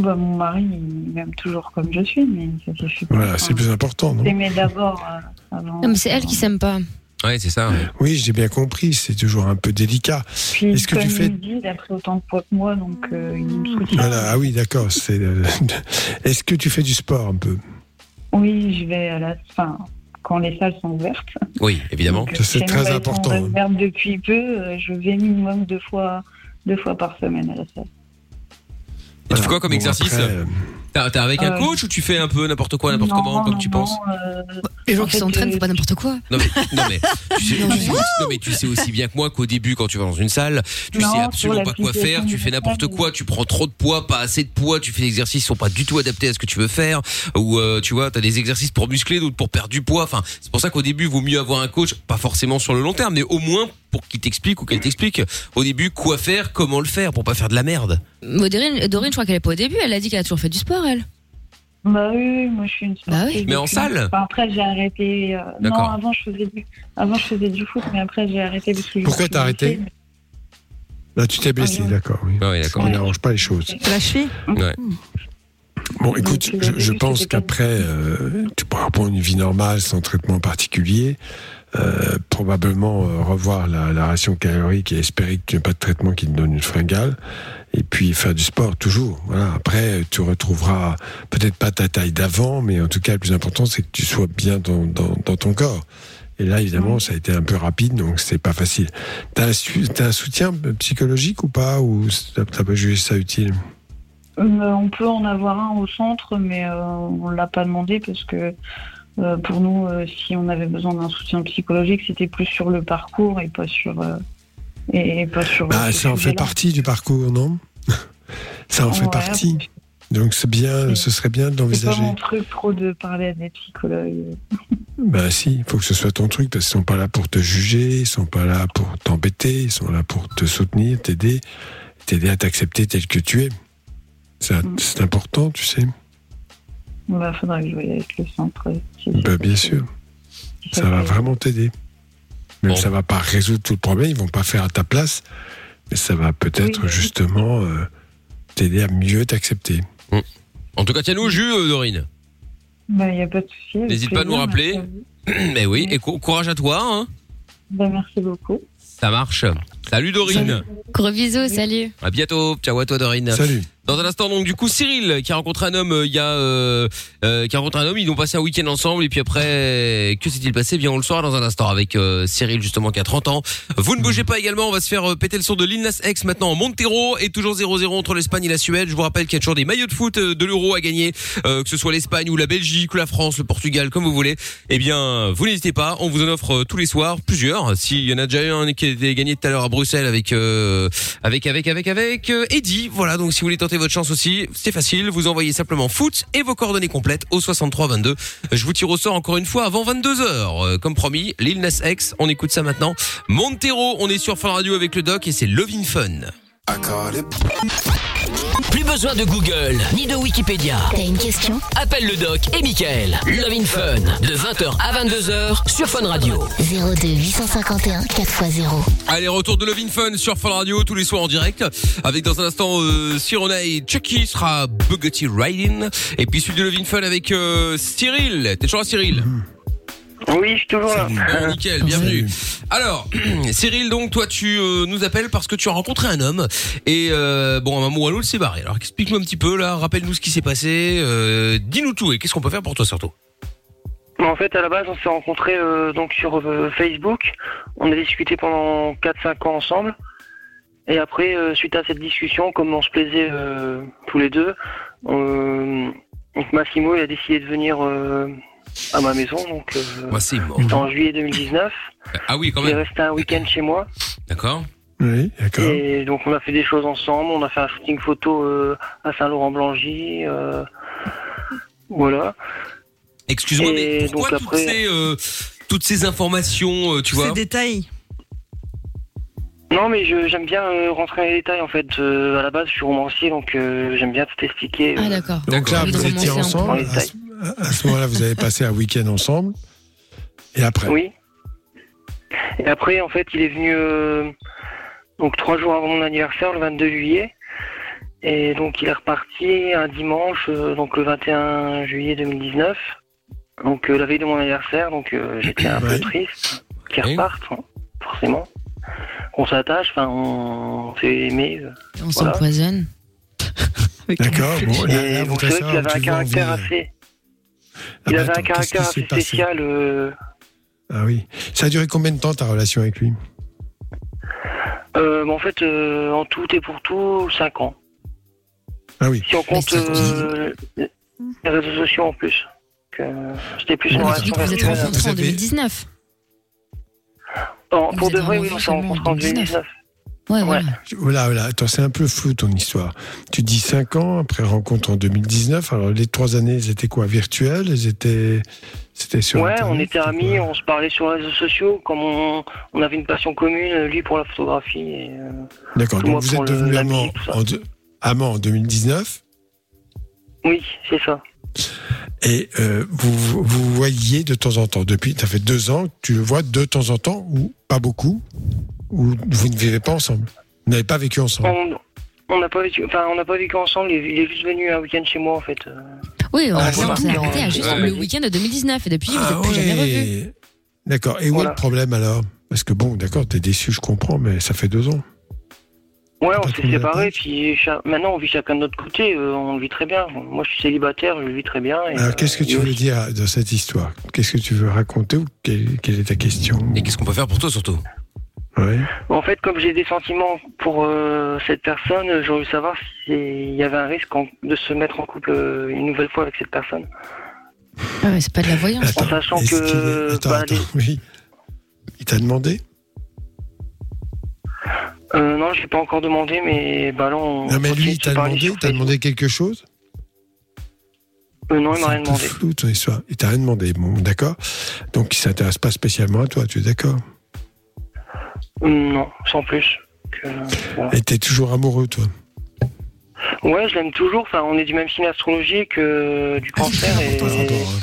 Speaker 12: Bah, mon mari, il m'aime toujours comme je suis, mais ça suffit pas.
Speaker 3: Voilà, c'est le plus important, non
Speaker 12: T'aimais d'abord euh, avant.
Speaker 14: Non, mais c'est elle qui s'aime pas.
Speaker 2: Ouais, c'est ça.
Speaker 3: Oui, j'ai bien compris, c'est toujours un peu délicat.
Speaker 12: Puis,
Speaker 3: Est-ce que
Speaker 12: comme
Speaker 3: tu fais.
Speaker 12: il dit, il a pris autant de poids que moi, donc euh, il
Speaker 4: Mmh.
Speaker 12: me soutient.
Speaker 3: Voilà, ah oui, d'accord. c'est, euh, [laughs] Est-ce que tu fais du sport un peu
Speaker 12: Oui, je vais à la fin, quand les salles sont ouvertes.
Speaker 2: Oui, évidemment.
Speaker 12: Donc, si elles sont- elles
Speaker 3: hein.
Speaker 12: Sont ouvertes depuis peu, euh, je vais minimum deux fois, deux fois par semaine à la salle.
Speaker 2: Et tu fais quoi comme
Speaker 3: Bon,
Speaker 2: exercice
Speaker 3: après, euh,
Speaker 2: T'as- T'es avec un
Speaker 12: Euh,
Speaker 2: coach ou tu fais un peu n'importe quoi, n'importe comment, comme tu penses
Speaker 3: euh,
Speaker 14: Les gens qui s'entraînent, faut pas n'importe quoi.
Speaker 2: Non mais, non, mais, tu sais, tu sais- non, mais tu sais aussi bien que moi qu'au début quand tu vas dans une salle, tu
Speaker 12: Non,
Speaker 2: sais
Speaker 12: pour
Speaker 2: absolument
Speaker 12: la
Speaker 2: pas quoi
Speaker 12: situation
Speaker 2: faire, tu fais n'importe quoi, tu prends trop de poids, pas assez de poids, tu fais des exercices qui sont pas du tout adaptés à ce que tu veux faire, ou euh, tu vois, t'as des exercices pour muscler, d'autres pour perdre du poids. Enfin, c'est pour ça qu'au début, vaut mieux avoir un coach, pas forcément sur le long terme, mais au moins pour qu'il t'explique ou qu'elle t'explique au début quoi faire, comment le faire, pour pas faire de la merde.
Speaker 14: Mais Dorine, Dorine, je crois qu'elle est pas au début, elle a dit qu'elle a toujours fait du sport, elle.
Speaker 12: Bah oui, oui, moi je suis une sportive.
Speaker 2: Mais en
Speaker 12: depuis-
Speaker 2: salle
Speaker 12: Enfin, Après, j'ai arrêté. euh, non,
Speaker 2: D'accord.
Speaker 12: avant je, faisais du, avant je faisais du foot, mais après j'ai arrêté. Parce que je
Speaker 3: Pourquoi
Speaker 12: me suis
Speaker 3: t'as arrêté
Speaker 12: blessée.
Speaker 3: Là, tu t'es blessé, d'accord. Oui,
Speaker 2: d'accord.
Speaker 3: On n'arrange pas les choses.
Speaker 9: La cheville
Speaker 3: Bon, écoute, je, je pense qu'après, euh, tu pourras reprendre une vie normale sans traitement particulier. Euh, probablement euh, revoir la, la ration calorique et espérer que tu n'aies pas de traitement qui te donne une fringale. Et puis faire du sport toujours. Voilà. Après, tu retrouveras peut-être pas ta taille d'avant, mais en tout cas, le plus important, c'est que tu sois bien dans, dans- dans ton corps. Et là, évidemment, ça a été un peu rapide, donc c'est pas facile. T'as un, su- t'as un soutien psychologique ou pas Ou t'as t'as pas jugé ça utile
Speaker 12: Euh, on peut en avoir un au centre, mais euh, on l'a pas demandé parce que euh, pour nous, euh, si on avait besoin d'un soutien psychologique, c'était plus sur le parcours et pas sur. euh, et pas sur
Speaker 3: Bah,
Speaker 12: ce
Speaker 2: Ah,
Speaker 3: ça en fait
Speaker 12: sujet-là.
Speaker 3: partie du parcours, non [laughs] Ça en fait
Speaker 12: Ouais,
Speaker 3: partie. Donc c'est bien, ce serait bien de
Speaker 9: C'est pas
Speaker 3: l'envisager.
Speaker 9: mon truc trop de parler à
Speaker 3: [laughs]
Speaker 9: des psychologues.
Speaker 3: Ben si, il faut que ce soit ton truc parce qu'ils sont pas là pour te juger, ils sont pas là pour t'embêter, ils sont là pour te soutenir, t'aider, t'aider à t'accepter tel que tu es. Ça,
Speaker 9: Mm.
Speaker 3: C'est important, tu sais.
Speaker 9: Il
Speaker 12: Bah,
Speaker 9: faudra que je voie avec le centre.
Speaker 3: Ben, bien sûr, ça va vraiment t'aider. Même ça va pas résoudre tout le problème, ils vont pas faire à ta place, mais ça va peut-être justement euh, t'aider à mieux t'accepter.
Speaker 2: En tout cas, tiens-nous au jus, euh, Dorine.
Speaker 12: Bah,
Speaker 9: Ben, Il n'y a pas de souci. avec
Speaker 2: N'hésite pas à nous
Speaker 9: plaisir.
Speaker 2: rappeler. [clears throat] Mais oui, et cou- courage à toi, hein.
Speaker 12: bah,
Speaker 9: Ben, merci beaucoup.
Speaker 2: Ça marche. Salut Dorine.
Speaker 4: Gros bisous, salut.
Speaker 2: À bientôt. Ciao à toi Dorine.
Speaker 3: Salut.
Speaker 2: Dans un instant donc du coup Cyril qui a rencontré un homme euh, il y a euh, euh, qui a rencontré un homme ils ont passé un week-end ensemble et puis après que s'est-il passé Eh bien on le saura dans un instant avec euh, Cyril justement qui a 30 ans vous ne bougez pas également on va se faire euh, péter le son de Lil Nas X maintenant en Montero et toujours 0-0 entre l'Espagne et la Suède je vous rappelle qu'il y a toujours des maillots de foot euh, de l'Euro à gagner euh, que ce soit l'Espagne ou la Belgique ou la France le Portugal comme vous voulez eh bien vous n'hésitez pas on vous en offre euh, tous les soirs plusieurs s'il y en a déjà un qui a été gagné tout à l'heure à Bruxelles avec euh, avec avec avec avec euh, Eddy voilà donc si vous voulez tenter votre chance aussi c'est facile vous envoyez simplement foot et vos coordonnées complètes au 63 22 je vous tire au sort encore une fois avant 22 heures Euh, comme promis Lil Nas X on écoute ça maintenant Montero on est sur Fun Radio avec le doc et c'est Lovin Fun
Speaker 1: Plus besoin de Google ni de Wikipédia.
Speaker 7: T'as une question
Speaker 1: Appelle le doc et Michael. Love in Fun de 20h à 22h sur Fun Radio.
Speaker 7: 02 851 4x0.
Speaker 2: Allez, retour de Love in Fun sur Fun Radio tous les soirs en direct. Avec dans un instant euh, Sirona et Chucky sera Bugatti Riding. Et puis celui de Love in Fun avec euh, Cyril. T'es toujours là, Cyril
Speaker 10: Oui, je suis toujours là.
Speaker 2: Bon, Eh, nickel, bienvenue. Alors, [clears throat] Cyril, donc toi tu euh, nous appelles parce que tu as rencontré un homme et euh, bon, à un moment ou à l'autre, c'est barré. Alors, explique-nous un petit peu là, rappelle-nous ce qui s'est passé, euh, dis-nous tout et qu'est-ce qu'on peut faire pour toi surtout.
Speaker 10: Mais en fait, à la base, on s'est rencontrés euh, donc sur euh, Facebook. On a discuté pendant 4-5 ans ensemble. Et après, euh, suite à cette discussion, comme on se plaisait euh, tous les deux, euh, donc Massimo il a décidé de venir euh, à ma maison. Donc, euh,
Speaker 2: Massimo.
Speaker 10: c'était en juillet 2019.
Speaker 2: [laughs] Ah oui, quand
Speaker 10: Il est
Speaker 2: même.
Speaker 10: resté un week-end chez moi.
Speaker 2: D'accord.
Speaker 3: Oui, d'accord.
Speaker 10: Et donc on a fait des choses ensemble, on a fait un shooting photo euh, à Saint-Laurent-Blangy, euh, voilà.
Speaker 2: Excuse-moi,
Speaker 10: Et
Speaker 2: mais pourquoi
Speaker 10: donc
Speaker 2: toutes,
Speaker 10: après-
Speaker 2: ces, euh, toutes ces informations, euh, tu vois
Speaker 10: détails Non mais je- j'aime bien euh, rentrer dans les détails en fait. Euh, à la base je suis romancier donc euh, j'aime bien tout expliquer. euh.
Speaker 4: Ah d'accord.
Speaker 3: Donc là, vous étiez
Speaker 10: Dans
Speaker 3: ensemble.
Speaker 10: les
Speaker 3: À
Speaker 10: détails.
Speaker 3: ce, à- à ce moment-là, vous avez passé un week-end ensemble. Et après
Speaker 10: Oui. Et après, en fait, il est venu euh, donc trois jours avant mon anniversaire, le 22 juillet. Et donc, il est reparti un dimanche, euh, donc le 21 juillet 2019. Donc, euh, la veille de mon anniversaire, donc euh, j'étais un peu triste qu'il reparte, hein, forcément. On s'attache, enfin, on, on s'est aimé. euh,
Speaker 4: On
Speaker 10: voilà.
Speaker 4: s'empoisonne.
Speaker 3: D'accord, Ah, bon, là,
Speaker 10: Et
Speaker 3: là, vous
Speaker 10: donc, c'est vrai
Speaker 3: savez
Speaker 10: qu'il avait un caractère assez. Il avait
Speaker 3: hein. Ah,
Speaker 10: un
Speaker 3: qu'est-ce qui
Speaker 10: caractère
Speaker 3: s'est
Speaker 10: assez
Speaker 3: passé
Speaker 10: spécial. euh,
Speaker 3: Ah oui. Ça a duré combien de temps ta relation avec lui
Speaker 10: Euh, mais en fait, euh, en tout et pour tout, 5 ans.
Speaker 3: Ah oui.
Speaker 10: Si on compte euh, les réseaux sociaux en plus. Donc, euh, C'était plus une
Speaker 4: Ah,
Speaker 10: relation
Speaker 4: donc vous êtes
Speaker 10: virtuelle.
Speaker 4: rencontrés en 2019.
Speaker 10: Non,
Speaker 4: Vous
Speaker 10: pour de
Speaker 4: êtes
Speaker 10: vrai, oui, on s'est
Speaker 4: vraiment
Speaker 10: rencontrés en 2019.
Speaker 4: Ouais, voilà.
Speaker 3: Voilà, voilà. Attends, c'est un peu flou ton histoire. Tu dis 5 ans après rencontre en 2019. Alors les 3 années, elles étaient quoi Virtuelles Elles étaient. C'était sur.
Speaker 10: Ouais,
Speaker 3: Internet
Speaker 10: on était amis, on se parlait sur les réseaux sociaux, comme on, on avait une passion commune, lui pour la photographie. Et, euh,
Speaker 3: D'accord.
Speaker 10: moi
Speaker 3: Donc vous
Speaker 10: pour
Speaker 3: êtes
Speaker 10: le-
Speaker 3: devenus
Speaker 10: la
Speaker 3: amants
Speaker 10: musique, tout ça.
Speaker 3: en, deux- amants en 2019.
Speaker 10: Oui, c'est ça.
Speaker 3: Et euh, vous, vous- vous voyez de temps en temps. Depuis, ça fait 2 ans que tu le vois de temps en temps, ou pas beaucoup, ou vous ne vivez pas ensemble. Vous n'avez pas vécu ensemble.
Speaker 10: On on n'a pas vécu, enfin, on n'a pas vécu ensemble. Il est, il est juste venu un week-end chez moi en fait. euh.
Speaker 4: Oui, on,
Speaker 10: Ah,
Speaker 4: s'est- on
Speaker 10: voilà.
Speaker 4: s'est arrêté à hein, juste
Speaker 10: Ouais.
Speaker 4: le week-end de 2019 et depuis, vous
Speaker 2: Ah
Speaker 4: n'êtes plus jamais revus.
Speaker 3: Et- Ah D'accord. Et où est le problème alors Parce que bon, d'accord, t'es déçu, je comprends, mais ça fait deux ans.
Speaker 10: Ouais, on s'est séparés, puis cha- maintenant on vit chacun de notre côté, euh, on le vit très bien. Moi je suis célibataire, je le vis très bien. et,
Speaker 3: alors Ah, qu'est-ce que
Speaker 10: euh,
Speaker 3: tu
Speaker 10: et-
Speaker 3: veux dire dans cette histoire Qu'est-ce que tu veux raconter ou quelle, quelle est ta question
Speaker 2: Et qu'est-ce qu'on peut faire pour toi surtout
Speaker 3: Ouais.
Speaker 10: En fait, comme j'ai des sentiments pour euh, cette personne, euh, j'aurais voulu savoir s'il y avait un risque en- de se mettre en couple euh, une nouvelle fois avec cette personne.
Speaker 4: Ah ouais, c'est pas de la voyance.
Speaker 10: en sachant
Speaker 3: Est-ce qu'il
Speaker 10: que.
Speaker 3: est- Attends,
Speaker 10: bah,
Speaker 3: attends, oui. Il t'a demandé
Speaker 10: les- euh, non, je l'ai pas encore demandé, bah, mais bah là on.
Speaker 3: Non mais
Speaker 10: continue
Speaker 3: lui,
Speaker 10: de
Speaker 3: il
Speaker 10: se
Speaker 3: t'a
Speaker 10: parler
Speaker 3: demandé,
Speaker 10: sur
Speaker 3: t'as demandé quelque chose
Speaker 10: Euh, non, il m'a rien
Speaker 3: un peu
Speaker 10: demandé.
Speaker 3: flou ton histoire. Il t'a rien demandé, bon, d'accord Donc il s'intéresse pas spécialement à toi, tu es d'accord
Speaker 10: Hum, Non, sans plus. Que, euh, voilà.
Speaker 3: Et t'es toujours amoureux, toi
Speaker 10: Ouais, je l'aime toujours. Enfin, on est du même signe astrologique euh, du
Speaker 3: Ah,
Speaker 10: cancer et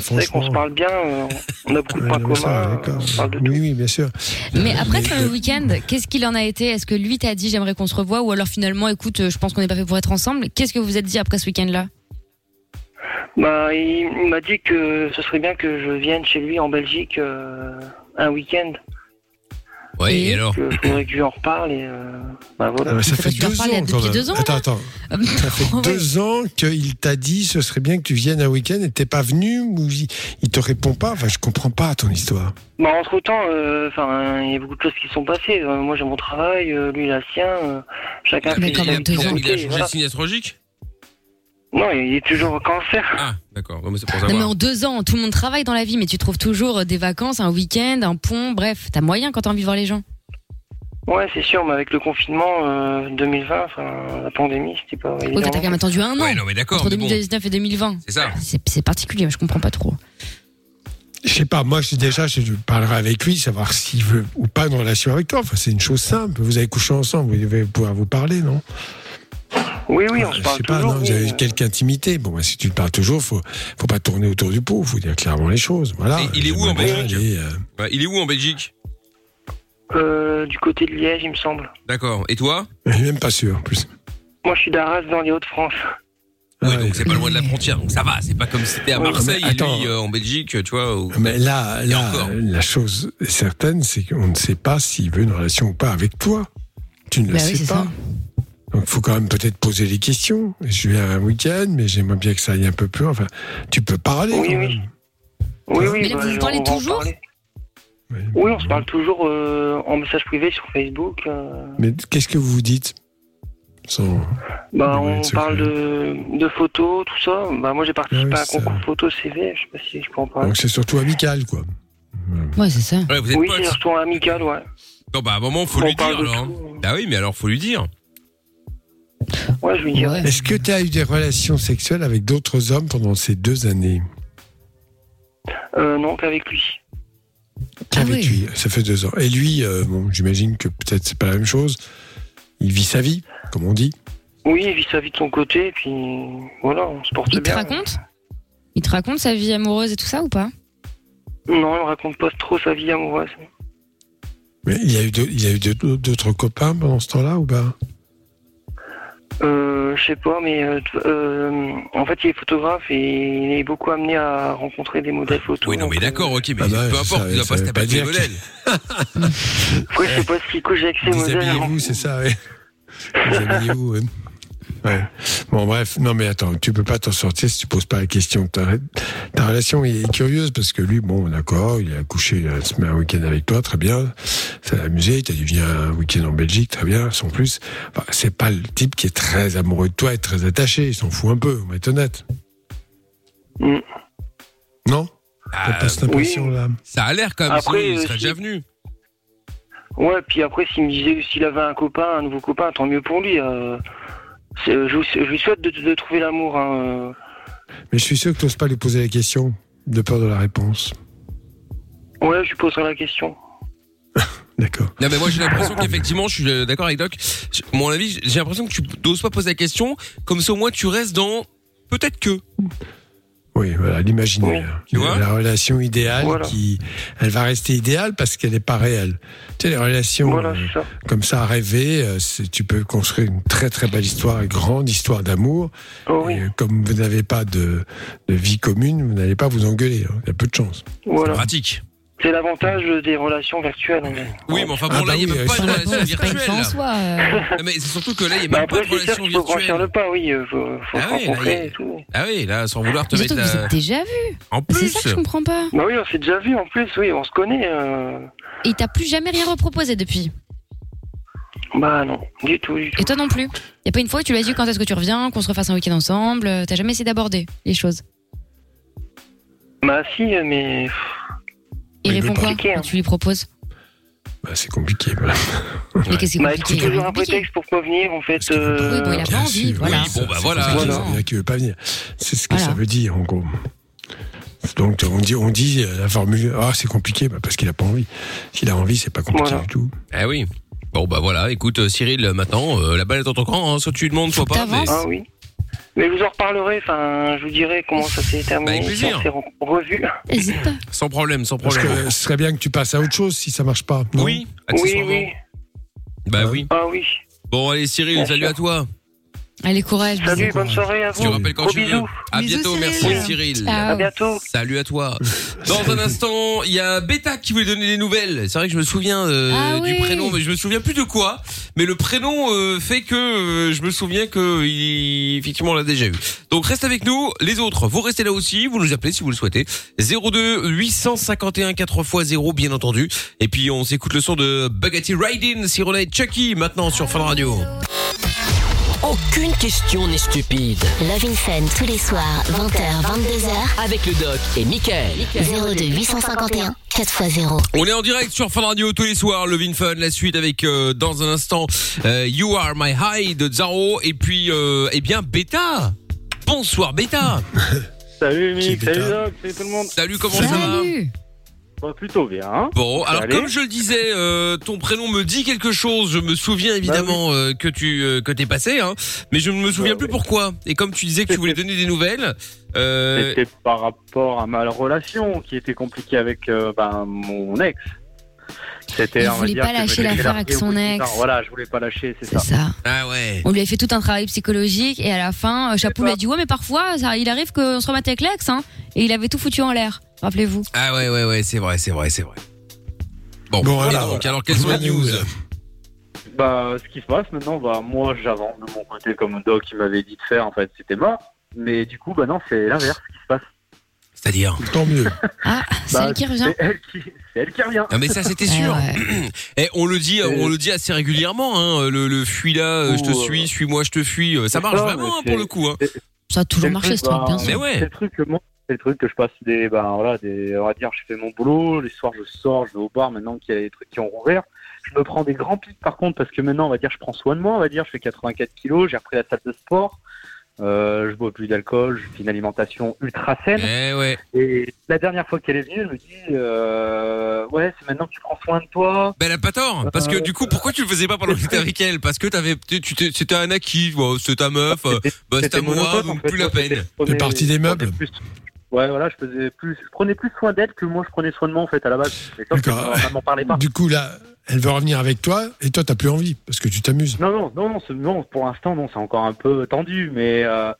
Speaker 10: c'est vrai qu'on se parle bien. euh, on a beaucoup de points
Speaker 3: hein, Ouais, ça,
Speaker 10: communs.
Speaker 3: d'accord. Oui, oui, bien sûr.
Speaker 4: Mais après sur le week-end, qu'est-ce qu'il en a été Est-ce que lui t'a dit j'aimerais qu'on se revoie ou alors finalement écoute euh, je pense qu'on n'est pas fait pour être ensemble Qu'est-ce que vous vous êtes dit après ce week-end-là
Speaker 10: Bah, il il m'a dit que ce serait bien que je vienne chez lui en Belgique euh, un week-end.
Speaker 2: Ouais, et alors
Speaker 10: Il faudrait que je lui en reparle et euh, bah voilà.
Speaker 3: Ah, mais ça fait deux ans, hein. Oh, quand même. attends, attends. [laughs] Ça fait deux ans qu'il t'a dit ce serait bien que tu viennes un week-end et t'es pas venu ou il, il te répond pas. Enfin, je comprends pas ton histoire.
Speaker 10: [laughs] Bah, entre temps, enfin, il y a beaucoup de choses qui sont passées. Euh, moi, j'ai mon travail, euh, lui, il a le sien. euh, chacun fait sa vie de son
Speaker 2: Il a
Speaker 10: côté,
Speaker 2: changé
Speaker 10: voilà.
Speaker 2: de signe astrologique
Speaker 10: Non, il est toujours au cancer.
Speaker 2: Ah, d'accord. Bon, mais c'est pour
Speaker 4: Non mais
Speaker 2: savoir.
Speaker 4: en deux ans, tout le monde travaille dans la vie, mais tu trouves toujours euh, des vacances, un week-end, un pont, bref, t'as moyen quand t'as envie de voir les gens.
Speaker 10: Ouais, c'est sûr, mais avec le confinement euh, 2020, enfin, la pandémie, c'était pas évident.
Speaker 4: Oui, mais t'as quand même attendu un an.
Speaker 10: Ouais, non, mais d'accord,
Speaker 4: Entre
Speaker 10: mais bon.
Speaker 4: 2019 et 2020.
Speaker 2: C'est ça.
Speaker 4: C'est particulier, je comprends pas trop.
Speaker 3: Je sais pas, moi je, déjà je je parlerai avec lui, savoir s'il veut ou pas une relation avec toi. Enfin, c'est une chose simple. Vous avez couché ensemble, vous devez pouvoir vous parler, non Euh,
Speaker 10: Oui, Eh oui, on se
Speaker 3: Je
Speaker 10: parle
Speaker 3: sais pas,
Speaker 10: toujours.
Speaker 3: non, vous
Speaker 10: oui,
Speaker 3: avez
Speaker 10: euh,
Speaker 3: quelques intimités. Bon, bah, si tu parles toujours, faut, faut pas tourner autour du pot, faut dire clairement les choses. Voilà.
Speaker 2: Et il est où en
Speaker 3: J'aimerais bien
Speaker 2: Belgique
Speaker 3: aller, euh, [laughs]
Speaker 2: Ouais, Bah, Il est où en Belgique
Speaker 10: euh, du côté de Liège, il me semble.
Speaker 2: D'accord. Et toi
Speaker 3: Je suis même pas sûr, en plus.
Speaker 10: Moi, je suis d'Arras, dans les Hauts-de-France.
Speaker 4: Ah.
Speaker 2: Ouais, donc c'est pas loin de la frontière, donc ça va. C'est pas comme si c'était à
Speaker 3: Ouais,
Speaker 2: Marseille
Speaker 3: mais
Speaker 2: et
Speaker 3: attends.
Speaker 2: lui euh, en Belgique, tu vois. ou-
Speaker 3: Mais là,
Speaker 2: Et
Speaker 3: là
Speaker 2: encore.
Speaker 3: la chose est certaine, c'est qu'on ne sait pas s'il veut une relation ou pas avec toi. Tu ne le
Speaker 4: Bah oui,
Speaker 3: sais
Speaker 4: c'est
Speaker 3: pas.
Speaker 4: ça.
Speaker 3: Donc, il faut quand même peut-être poser les questions. Je viens un week-end, mais j'aimerais bien que ça aille un peu plus loin. Enfin, tu peux parler. quand même.
Speaker 10: Oui, oui,
Speaker 3: Mais
Speaker 4: là,
Speaker 10: bah,
Speaker 4: vous vous
Speaker 10: on
Speaker 4: parlez
Speaker 10: va en
Speaker 4: toujours
Speaker 10: parler. oui, on se parle toujours euh, en message privé sur Facebook. euh,
Speaker 3: Mais qu'est-ce que vous vous dites Sans-
Speaker 10: bah,
Speaker 3: Ouais,
Speaker 10: on
Speaker 3: c'est
Speaker 10: parle
Speaker 3: vrai.
Speaker 10: de, de photos, tout ça. Bah, moi, j'ai participé
Speaker 3: Ouais,
Speaker 10: à un
Speaker 3: ça.
Speaker 10: concours photo CV. Je sais pas si je peux en parler.
Speaker 3: Donc, c'est surtout amical, quoi.
Speaker 4: Ouais, c'est ça.
Speaker 2: Ouais, vous êtes
Speaker 10: oui,
Speaker 2: potes.
Speaker 10: c'est surtout amical, ouais.
Speaker 2: Non, bah à un moment, faut
Speaker 10: On
Speaker 2: lui dire
Speaker 10: parle de
Speaker 2: alors. hein. Bah oui, mais alors faut lui dire.
Speaker 10: Ouais, je lui dirais.
Speaker 3: Est-ce que tu as eu des relations sexuelles avec d'autres hommes pendant ces deux années
Speaker 10: Euh, non, qu'avec lui.
Speaker 3: Avec lui, ça fait deux ans. Et lui, euh, bon, j'imagine que peut-être c'est pas la même chose. Il vit sa vie, comme on dit.
Speaker 10: Oui, il vit sa vie de son côté, et puis voilà, on se porte
Speaker 4: Il te
Speaker 10: bien.
Speaker 4: raconte Il te raconte sa vie amoureuse et tout ça ou pas
Speaker 10: Non, il raconte pas trop sa vie amoureuse.
Speaker 3: Mais il y a eu de- il y a eu de- d'autres copains pendant ce temps-là ou pas
Speaker 10: Euh, je sais pas, mais euh, t- euh, en fait, il est photographe et il est beaucoup amené à rencontrer des modèles photos.
Speaker 2: Oui, non, mais d'accord, ok,
Speaker 3: Ah
Speaker 2: mais
Speaker 3: bah
Speaker 2: peu importe, tu dois pas se taper des modèles.
Speaker 10: Après, je sais pas ce qu'il couche avec ses modèles. hein.
Speaker 3: Déshabillez-vous, c'est ça, ouais. Déshabillez-vous, ouais. euh? Ouais. Bon, bref, non, mais attends, tu peux pas t'en sortir si tu poses pas la question. Ta, ta relation est curieuse parce que lui, bon, d'accord, il a couché la semaine, un week-end avec toi, très bien. Ça l'a amusé, il t'a dit viens un week-end en Belgique, très bien, sans plus. Enfin, c'est pas le type qui est très amoureux de toi et très attaché, il s'en fout un peu, on va être honnête.
Speaker 10: Mm.
Speaker 3: Non T'as pas cette
Speaker 10: oui.
Speaker 3: impression là
Speaker 2: Ça a l'air quand même,
Speaker 10: Après,
Speaker 2: sinon, il
Speaker 10: euh,
Speaker 2: serait
Speaker 10: si-
Speaker 2: déjà venu.
Speaker 10: Ouais, puis après, s'il me disait s'il avait un copain, un nouveau copain, tant mieux pour lui. euh, c'est- je, vous- je lui souhaite de, de trouver l'amour. hein, euh.
Speaker 3: Mais je suis sûr que t'oses pas lui poser la question, de peur de la réponse.
Speaker 10: Ouais, je lui poserai
Speaker 3: [laughs]
Speaker 10: la question.
Speaker 2: Non, mais moi j'ai l'impression qu'effectivement, je suis euh, d'accord avec Doc. Je- Mon avis, j'ai l'impression que tu n'oses pas poser la question, comme ça au moins tu restes dans peut-être que.
Speaker 3: Oui, voilà, l'imaginaire.
Speaker 2: Tu vois
Speaker 3: la relation idéale qui, elle va rester idéale parce qu'elle n'est pas réelle. Tu sais, les relations euh, comme ça à rêver, euh, c'est- tu peux construire une très très belle histoire, une grande histoire d'amour. Et, euh, comme vous n'avez pas de, de vie commune, vous n'allez pas vous engueuler. hein. Il y a peu de chance.
Speaker 10: Voilà.
Speaker 2: Pratique.
Speaker 10: C'est l'avantage des relations virtuelles. en fait.
Speaker 2: Oui, mais enfin bon,
Speaker 3: Ah, bah
Speaker 2: là, il n'y a
Speaker 3: oui,
Speaker 2: même
Speaker 3: euh,
Speaker 2: pas
Speaker 3: sur
Speaker 2: de
Speaker 3: la
Speaker 2: relation
Speaker 3: pause, c'est pas une
Speaker 2: virtuelle.
Speaker 3: fin en
Speaker 4: soi, euh.
Speaker 2: Non, mais c'est surtout que là, il n'y a
Speaker 10: Bah
Speaker 2: même pas
Speaker 10: après,
Speaker 2: de
Speaker 10: c'est sûr
Speaker 2: relation
Speaker 10: qu'il faut
Speaker 2: virtuelle.
Speaker 10: franchir le pas, oui. euh, Faut, faut
Speaker 2: Ah
Speaker 10: se
Speaker 2: oui, là, il y a-
Speaker 10: rencontrer et tout.
Speaker 2: Ah oui, là, sans vouloir te
Speaker 4: Surtout
Speaker 2: mettre
Speaker 4: que vous
Speaker 2: la...
Speaker 4: êtes déjà vu.
Speaker 2: En
Speaker 4: C'est
Speaker 2: plus.
Speaker 4: ça que je comprends pas.
Speaker 10: Bah oui, on s'est déjà vu en plus, oui, on se connaît. euh.
Speaker 4: Et il t'a plus jamais rien reproposé depuis.
Speaker 10: Bah non, du tout, du tout.
Speaker 4: Et toi non plus. Y a pas une fois où tu lui as dit quand est-ce que tu reviens, qu'on se refasse un week-end ensemble. euh, T'as jamais essayé d'aborder les choses.
Speaker 10: Bah si, mais.
Speaker 4: Il
Speaker 10: Mais il veut
Speaker 4: répond
Speaker 10: pas.
Speaker 4: quoi
Speaker 10: Compliqué, hein.
Speaker 4: quand tu lui proposes
Speaker 3: Bah, c'est compliqué. voilà.
Speaker 4: Mais qu'est-ce qui est
Speaker 3: Bah,
Speaker 4: compliqué
Speaker 3: écoute, toujours
Speaker 10: Un prétexte pour pas venir, en fait. euh,
Speaker 4: Oui, bon, il a pas
Speaker 3: Bien
Speaker 4: envie,
Speaker 3: sûr,
Speaker 4: voilà.
Speaker 3: oui,
Speaker 2: Bon, bah,
Speaker 3: c'est
Speaker 2: voilà.
Speaker 3: compliqué,
Speaker 2: Voilà.
Speaker 3: c'est-à-dire qu'il veut pas venir. C'est ce que
Speaker 4: Voilà.
Speaker 3: ça veut dire, en gros. Donc, on dit, on dit euh, la formule, ah, c'est compliqué, bah, parce qu'il a pas envie. S'il a envie, c'est pas compliqué du tout.
Speaker 2: Eh oui. Bon, bah voilà, écoute, euh, Cyril, euh, maintenant, euh, la balle est dans ton camp, hein, soit tu lui demandes, soit pas. Mais...
Speaker 10: Ah oui. Mais je vous en reparlerez, enfin, je vous dirai comment ça s'est terminé.
Speaker 2: Bah, Avec
Speaker 10: si
Speaker 2: plaisir.
Speaker 10: on s'est re- revu.
Speaker 2: Sans problème, sans
Speaker 3: Parce
Speaker 2: problème.
Speaker 3: que ce serait bien que tu passes à autre chose si ça marche pas. Oui,
Speaker 10: Oui, oui.
Speaker 2: Bah oui.
Speaker 10: Ah oui.
Speaker 2: Bon, allez, Cyril,
Speaker 10: Bien
Speaker 2: salut
Speaker 10: sûr.
Speaker 2: à toi.
Speaker 4: Allez, courage.
Speaker 10: Salut,
Speaker 4: bisous.
Speaker 10: bonne soirée à
Speaker 2: Tu
Speaker 10: vous.
Speaker 2: rappelles quand
Speaker 10: Gros
Speaker 2: tu
Speaker 10: bisous.
Speaker 2: veux. À
Speaker 10: Bisous,
Speaker 2: bientôt,
Speaker 10: Cyril.
Speaker 2: merci Cyril.
Speaker 10: À bientôt.
Speaker 2: Salut à
Speaker 10: [laughs]
Speaker 2: toi. Dans un instant, il y a Beta qui voulait donner des nouvelles. C'est vrai que je me souviens euh,
Speaker 10: Ah
Speaker 2: du prénom, mais je me souviens plus de quoi. Mais le prénom euh, fait que euh, je me souviens que il- effectivement on l'a déjà eu. Donc reste avec nous. Les autres, vous restez là aussi. Vous nous appelez si vous le souhaitez. 02 851 4 x 0 bien entendu. Et puis on s'écoute le son de Bugatti Riding, Cyril et Chucky maintenant sur Fun Radio.
Speaker 1: Aucune question n'est stupide.
Speaker 7: Love in Fun tous les soirs, 20h, 22h.
Speaker 1: Avec le doc et Michael.
Speaker 7: 02 851 4x0.
Speaker 2: On est en direct sur Fun Radio tous les soirs, le Vin Fun, la suite avec euh, dans un instant euh, You Are My High de Zaro et puis euh, eh bien Beta. Bonsoir Beta.
Speaker 11: Salut Mick,
Speaker 2: Qui est
Speaker 11: salut
Speaker 2: bêta.
Speaker 11: Doc, salut tout le monde.
Speaker 2: Salut, comment ça va
Speaker 11: Bah, Plutôt bien. hein.
Speaker 2: Bon, Oh, alors
Speaker 11: Allez.
Speaker 2: comme je le disais, euh, ton prénom me dit quelque chose. Je me souviens évidemment euh, que tu euh, que t'es passé, hein, mais je ne me souviens plus pourquoi. Et comme tu disais que tu voulais donner des nouvelles, euh,
Speaker 11: C'était par rapport à ma relation qui était compliquée avec euh, ben, mon ex. C'était,
Speaker 4: Il
Speaker 11: on va
Speaker 4: voulait
Speaker 11: dire,
Speaker 4: pas
Speaker 11: que je
Speaker 4: lâcher
Speaker 11: l'ai
Speaker 4: l'affaire
Speaker 11: largué
Speaker 4: avec
Speaker 11: au bout
Speaker 4: son
Speaker 11: de dix
Speaker 4: ex.
Speaker 11: ans. Voilà, je voulais pas lâcher, c'est ça.
Speaker 4: ça.
Speaker 2: Ah ouais.
Speaker 4: On lui a fait tout un travail psychologique et à la fin, euh, Chapeau lui a dit Ouais, mais parfois, ça- il arrive qu'on se remette avec l'ex, hein. Et il avait tout foutu en l'air, rappelez-vous.
Speaker 2: ah ouais ouais ouais, c'est vrai, c'est vrai, c'est vrai. Bon,
Speaker 3: voilà,
Speaker 2: et donc,
Speaker 3: voilà.
Speaker 2: alors quelles sont les news
Speaker 11: Bah, ce qui se passe maintenant, bah, moi j'avance de mon côté comme Doc il m'avait dit de faire, en fait, c'était mort. Mais du coup, bah non, c'est l'inverse qui se passe.
Speaker 2: C'est-à-dire
Speaker 3: Tant mieux.
Speaker 4: Ah,
Speaker 11: Bah,
Speaker 4: celle qui revient.
Speaker 11: C'est elle qui, c'est elle qui revient.
Speaker 2: Ah mais ça c'était sûr. Eh, on le dit,
Speaker 11: Euh,
Speaker 2: on le dit assez régulièrement. Hein, le, le fuis là, je te
Speaker 11: Ouh, euh.
Speaker 2: suis, suis-moi, je te fuis. euh, Ça marche
Speaker 11: Non,
Speaker 2: vraiment
Speaker 11: mais
Speaker 2: hein,
Speaker 11: c'est-
Speaker 2: pour le coup. Hein.
Speaker 4: Ça a toujours
Speaker 11: C'est
Speaker 4: marché,
Speaker 11: le
Speaker 4: ce
Speaker 11: truc,
Speaker 4: truc, bien
Speaker 11: bah,
Speaker 4: sûr.
Speaker 2: Mais ouais.
Speaker 11: C'est le truc que moi, c'est le truc que je passe des, ben voilà, des, on va dire, je fais mon boulot, les soirs je sors, je vais au bar. Maintenant qu'il y a des trucs qui ont rouvert, je me prends des grands pics par contre parce que maintenant on va dire, je prends soin de moi, on va dire, je fais 84 kilos, j'ai repris la salle de sport. Euh, je bois plus d'alcool, je fais une alimentation ultra saine.
Speaker 2: Eh ouais.
Speaker 11: Et la dernière fois qu'elle est venue, elle me dit euh, Ouais, c'est maintenant que tu prends soin de toi. Euh,
Speaker 2: Ben elle a pas tort, parce que du coup pourquoi tu le faisais pas pendant que t'étais avec elle Parce que t'avais, tu, tu t'es- c'était un acquis, bon, c'était ta meuf, euh, bah, c'était à
Speaker 11: C'était
Speaker 2: moi,
Speaker 11: monopote, en
Speaker 2: donc
Speaker 11: fait.
Speaker 2: plus la
Speaker 11: Moi, c'était-
Speaker 2: peine.
Speaker 11: je prenais-
Speaker 3: parti des
Speaker 11: je prenais
Speaker 3: meubles.
Speaker 11: plus- Ouais, voilà, je, faisais plus, je prenais plus soin d'elle que moi je prenais soin de moi en fait à la base. Mais sauf que
Speaker 3: D'accord.
Speaker 11: ça m'en parlait pas.
Speaker 3: Du coup, là, elle veut revenir avec toi et toi, t'as plus envie parce que tu t'amuses.
Speaker 11: Non, non, non, non, c'est- non pour l'instant, non, c'est encore un peu tendu, mais euh,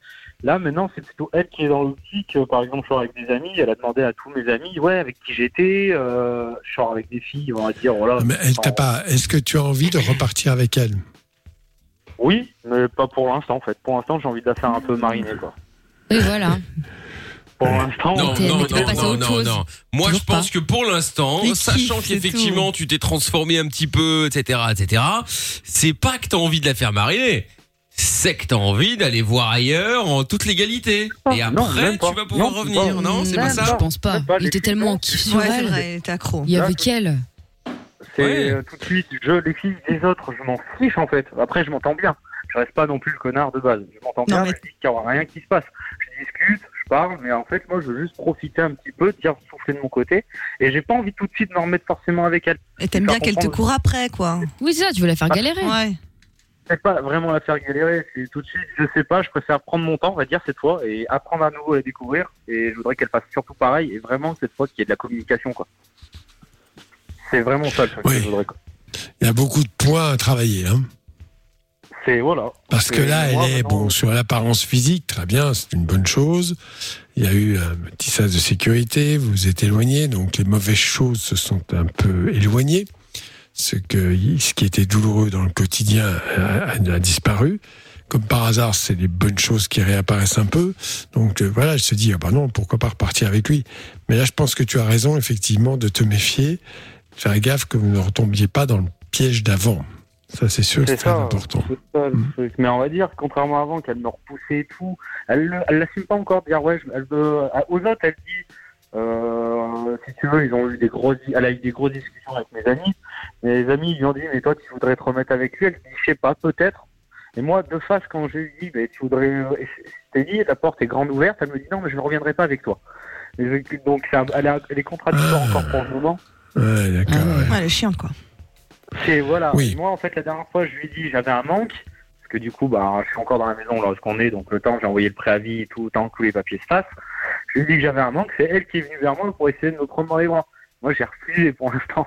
Speaker 11: là, maintenant, c'est plutôt elle qui est dans l'optique. Euh, Par exemple, je sors avec des amis, elle a demandé à tous mes amis, ouais, avec qui j'étais, euh, je sors avec des filles, on va dire, voilà. Ah,
Speaker 3: Mais elle t'a pas. Est-ce que tu as envie de repartir avec elle
Speaker 11: Oui, mais pas pour l'instant, en fait. Pour l'instant, j'ai envie de la faire un peu mariner, quoi.
Speaker 4: Oui, voilà.
Speaker 11: Pour l'instant,
Speaker 2: Non,
Speaker 4: Mais
Speaker 2: non,
Speaker 4: t'es pas
Speaker 2: non,
Speaker 4: passé à
Speaker 2: non,
Speaker 4: autre
Speaker 2: non,
Speaker 4: chose.
Speaker 2: non. Moi, je pense que pour l'instant,
Speaker 4: Les
Speaker 2: sachant
Speaker 4: kiffs, c'est
Speaker 2: qu'effectivement, tu t'es transformé un petit peu, etc., etc., c'est pas que t'as envie de la faire mariner. C'est que t'as envie d'aller voir ailleurs en toute légalité. Et
Speaker 11: Ah, Non,
Speaker 2: après,
Speaker 11: même pas.
Speaker 2: tu vas pouvoir
Speaker 11: Non,
Speaker 2: revenir,
Speaker 11: pas.
Speaker 2: non C'est pas
Speaker 11: Même
Speaker 2: ça
Speaker 4: Je pense pas.
Speaker 11: Même pas,
Speaker 4: Il
Speaker 11: j'ai
Speaker 4: était
Speaker 11: cru.
Speaker 4: tellement en kiff sur
Speaker 5: Ouais, c'est
Speaker 4: elle.
Speaker 5: vrai, t'es accro.
Speaker 4: Il y avait qu'elle.
Speaker 11: C'est
Speaker 2: Ouais.
Speaker 11: euh, tout de suite, je les filles des autres, je m'en fiche en fait. Après, je m'entends bien. Je reste pas non plus le connard de base. Je m'entends bien, je dis qu'il n'y aura rien qui se passe. Je discute, je parle, mais en fait, moi, je veux juste profiter un petit peu, dire souffler de mon côté. Et j'ai pas envie tout de suite de me remettre forcément avec elle.
Speaker 5: Et t'aimes
Speaker 11: Ça
Speaker 5: bien qu'elle te
Speaker 11: comprend-
Speaker 5: court après, quoi.
Speaker 4: Oui, c'est ça, tu veux la faire galérer.
Speaker 5: Ouais.
Speaker 11: C'est pas vraiment la faire galérer. C'est tout de suite, je sais pas, je préfère prendre mon temps, on va dire, cette fois, et apprendre à nouveau à la découvrir. Et je voudrais qu'elle fasse surtout pareil, et vraiment, cette fois, qu'il y ait de la communication, quoi. C'est vraiment ça le truc
Speaker 3: Oui.
Speaker 11: que je voudrais, quoi.
Speaker 3: Il y a beaucoup de points à travailler. Hein.
Speaker 11: C'est, voilà.
Speaker 3: Parce que
Speaker 11: C'est-
Speaker 3: là,
Speaker 11: moi,
Speaker 3: elle est
Speaker 11: maintenant,
Speaker 3: bon sur l'apparence physique, très bien, c'est une bonne chose. Il y a eu un petit sas de sécurité, vous vous êtes éloigné, donc les mauvaises choses se sont un peu éloignées. Ce, que, ce qui était douloureux dans le quotidien a, a- a disparu. Comme par hasard, c'est les bonnes choses qui réapparaissent un peu. Donc euh, voilà, je se dis, ah bah non, pourquoi pas repartir avec lui. Mais là, je pense que tu as raison, effectivement, de te méfier, faire gaffe que vous ne retombiez pas dans le piège d'avant. Ça, c'est sûr, c'est
Speaker 11: C'est
Speaker 3: très
Speaker 11: ça,
Speaker 3: important. Mm.
Speaker 11: c'est ça le truc. Mais on va dire, contrairement à avant, qu'elle me repoussait et tout, elle le- elle l'assume pas encore. de Dire, ouais, je- elle veut, à- aux autres, elle dit, euh, si tu veux, ils ont eu des grosses, elle a eu des grosses discussions avec mes amis. Mes amis, ils lui ont dit, mais toi, tu voudrais te remettre avec lui Elle dit, je sais pas, peut-être. Et moi, de face, quand je lui dis, mais tu voudrais, euh, je t'ai dit, la porte est grande ouverte, elle me dit, non, mais je ne reviendrai pas avec toi. Et je- donc, c'est un- elle, a- elle est contradictoire
Speaker 3: Ah.
Speaker 11: encore pour le moment.
Speaker 3: Ouais, d'accord.
Speaker 5: Ah, Ouais, elle est chiante, quoi.
Speaker 11: C'est voilà.
Speaker 3: Oui.
Speaker 11: Moi, en fait, la dernière fois, je lui ai dit j'avais un manque. Parce que du coup, bah, je suis encore dans la maison là où on est, donc le temps, j'ai envoyé le préavis et tout, le temps que tous les papiers se passent. Je lui ai dit que j'avais un manque. C'est elle qui est venue vers moi pour essayer de me prendre dans les bras. Moi, j'ai refusé pour l'instant.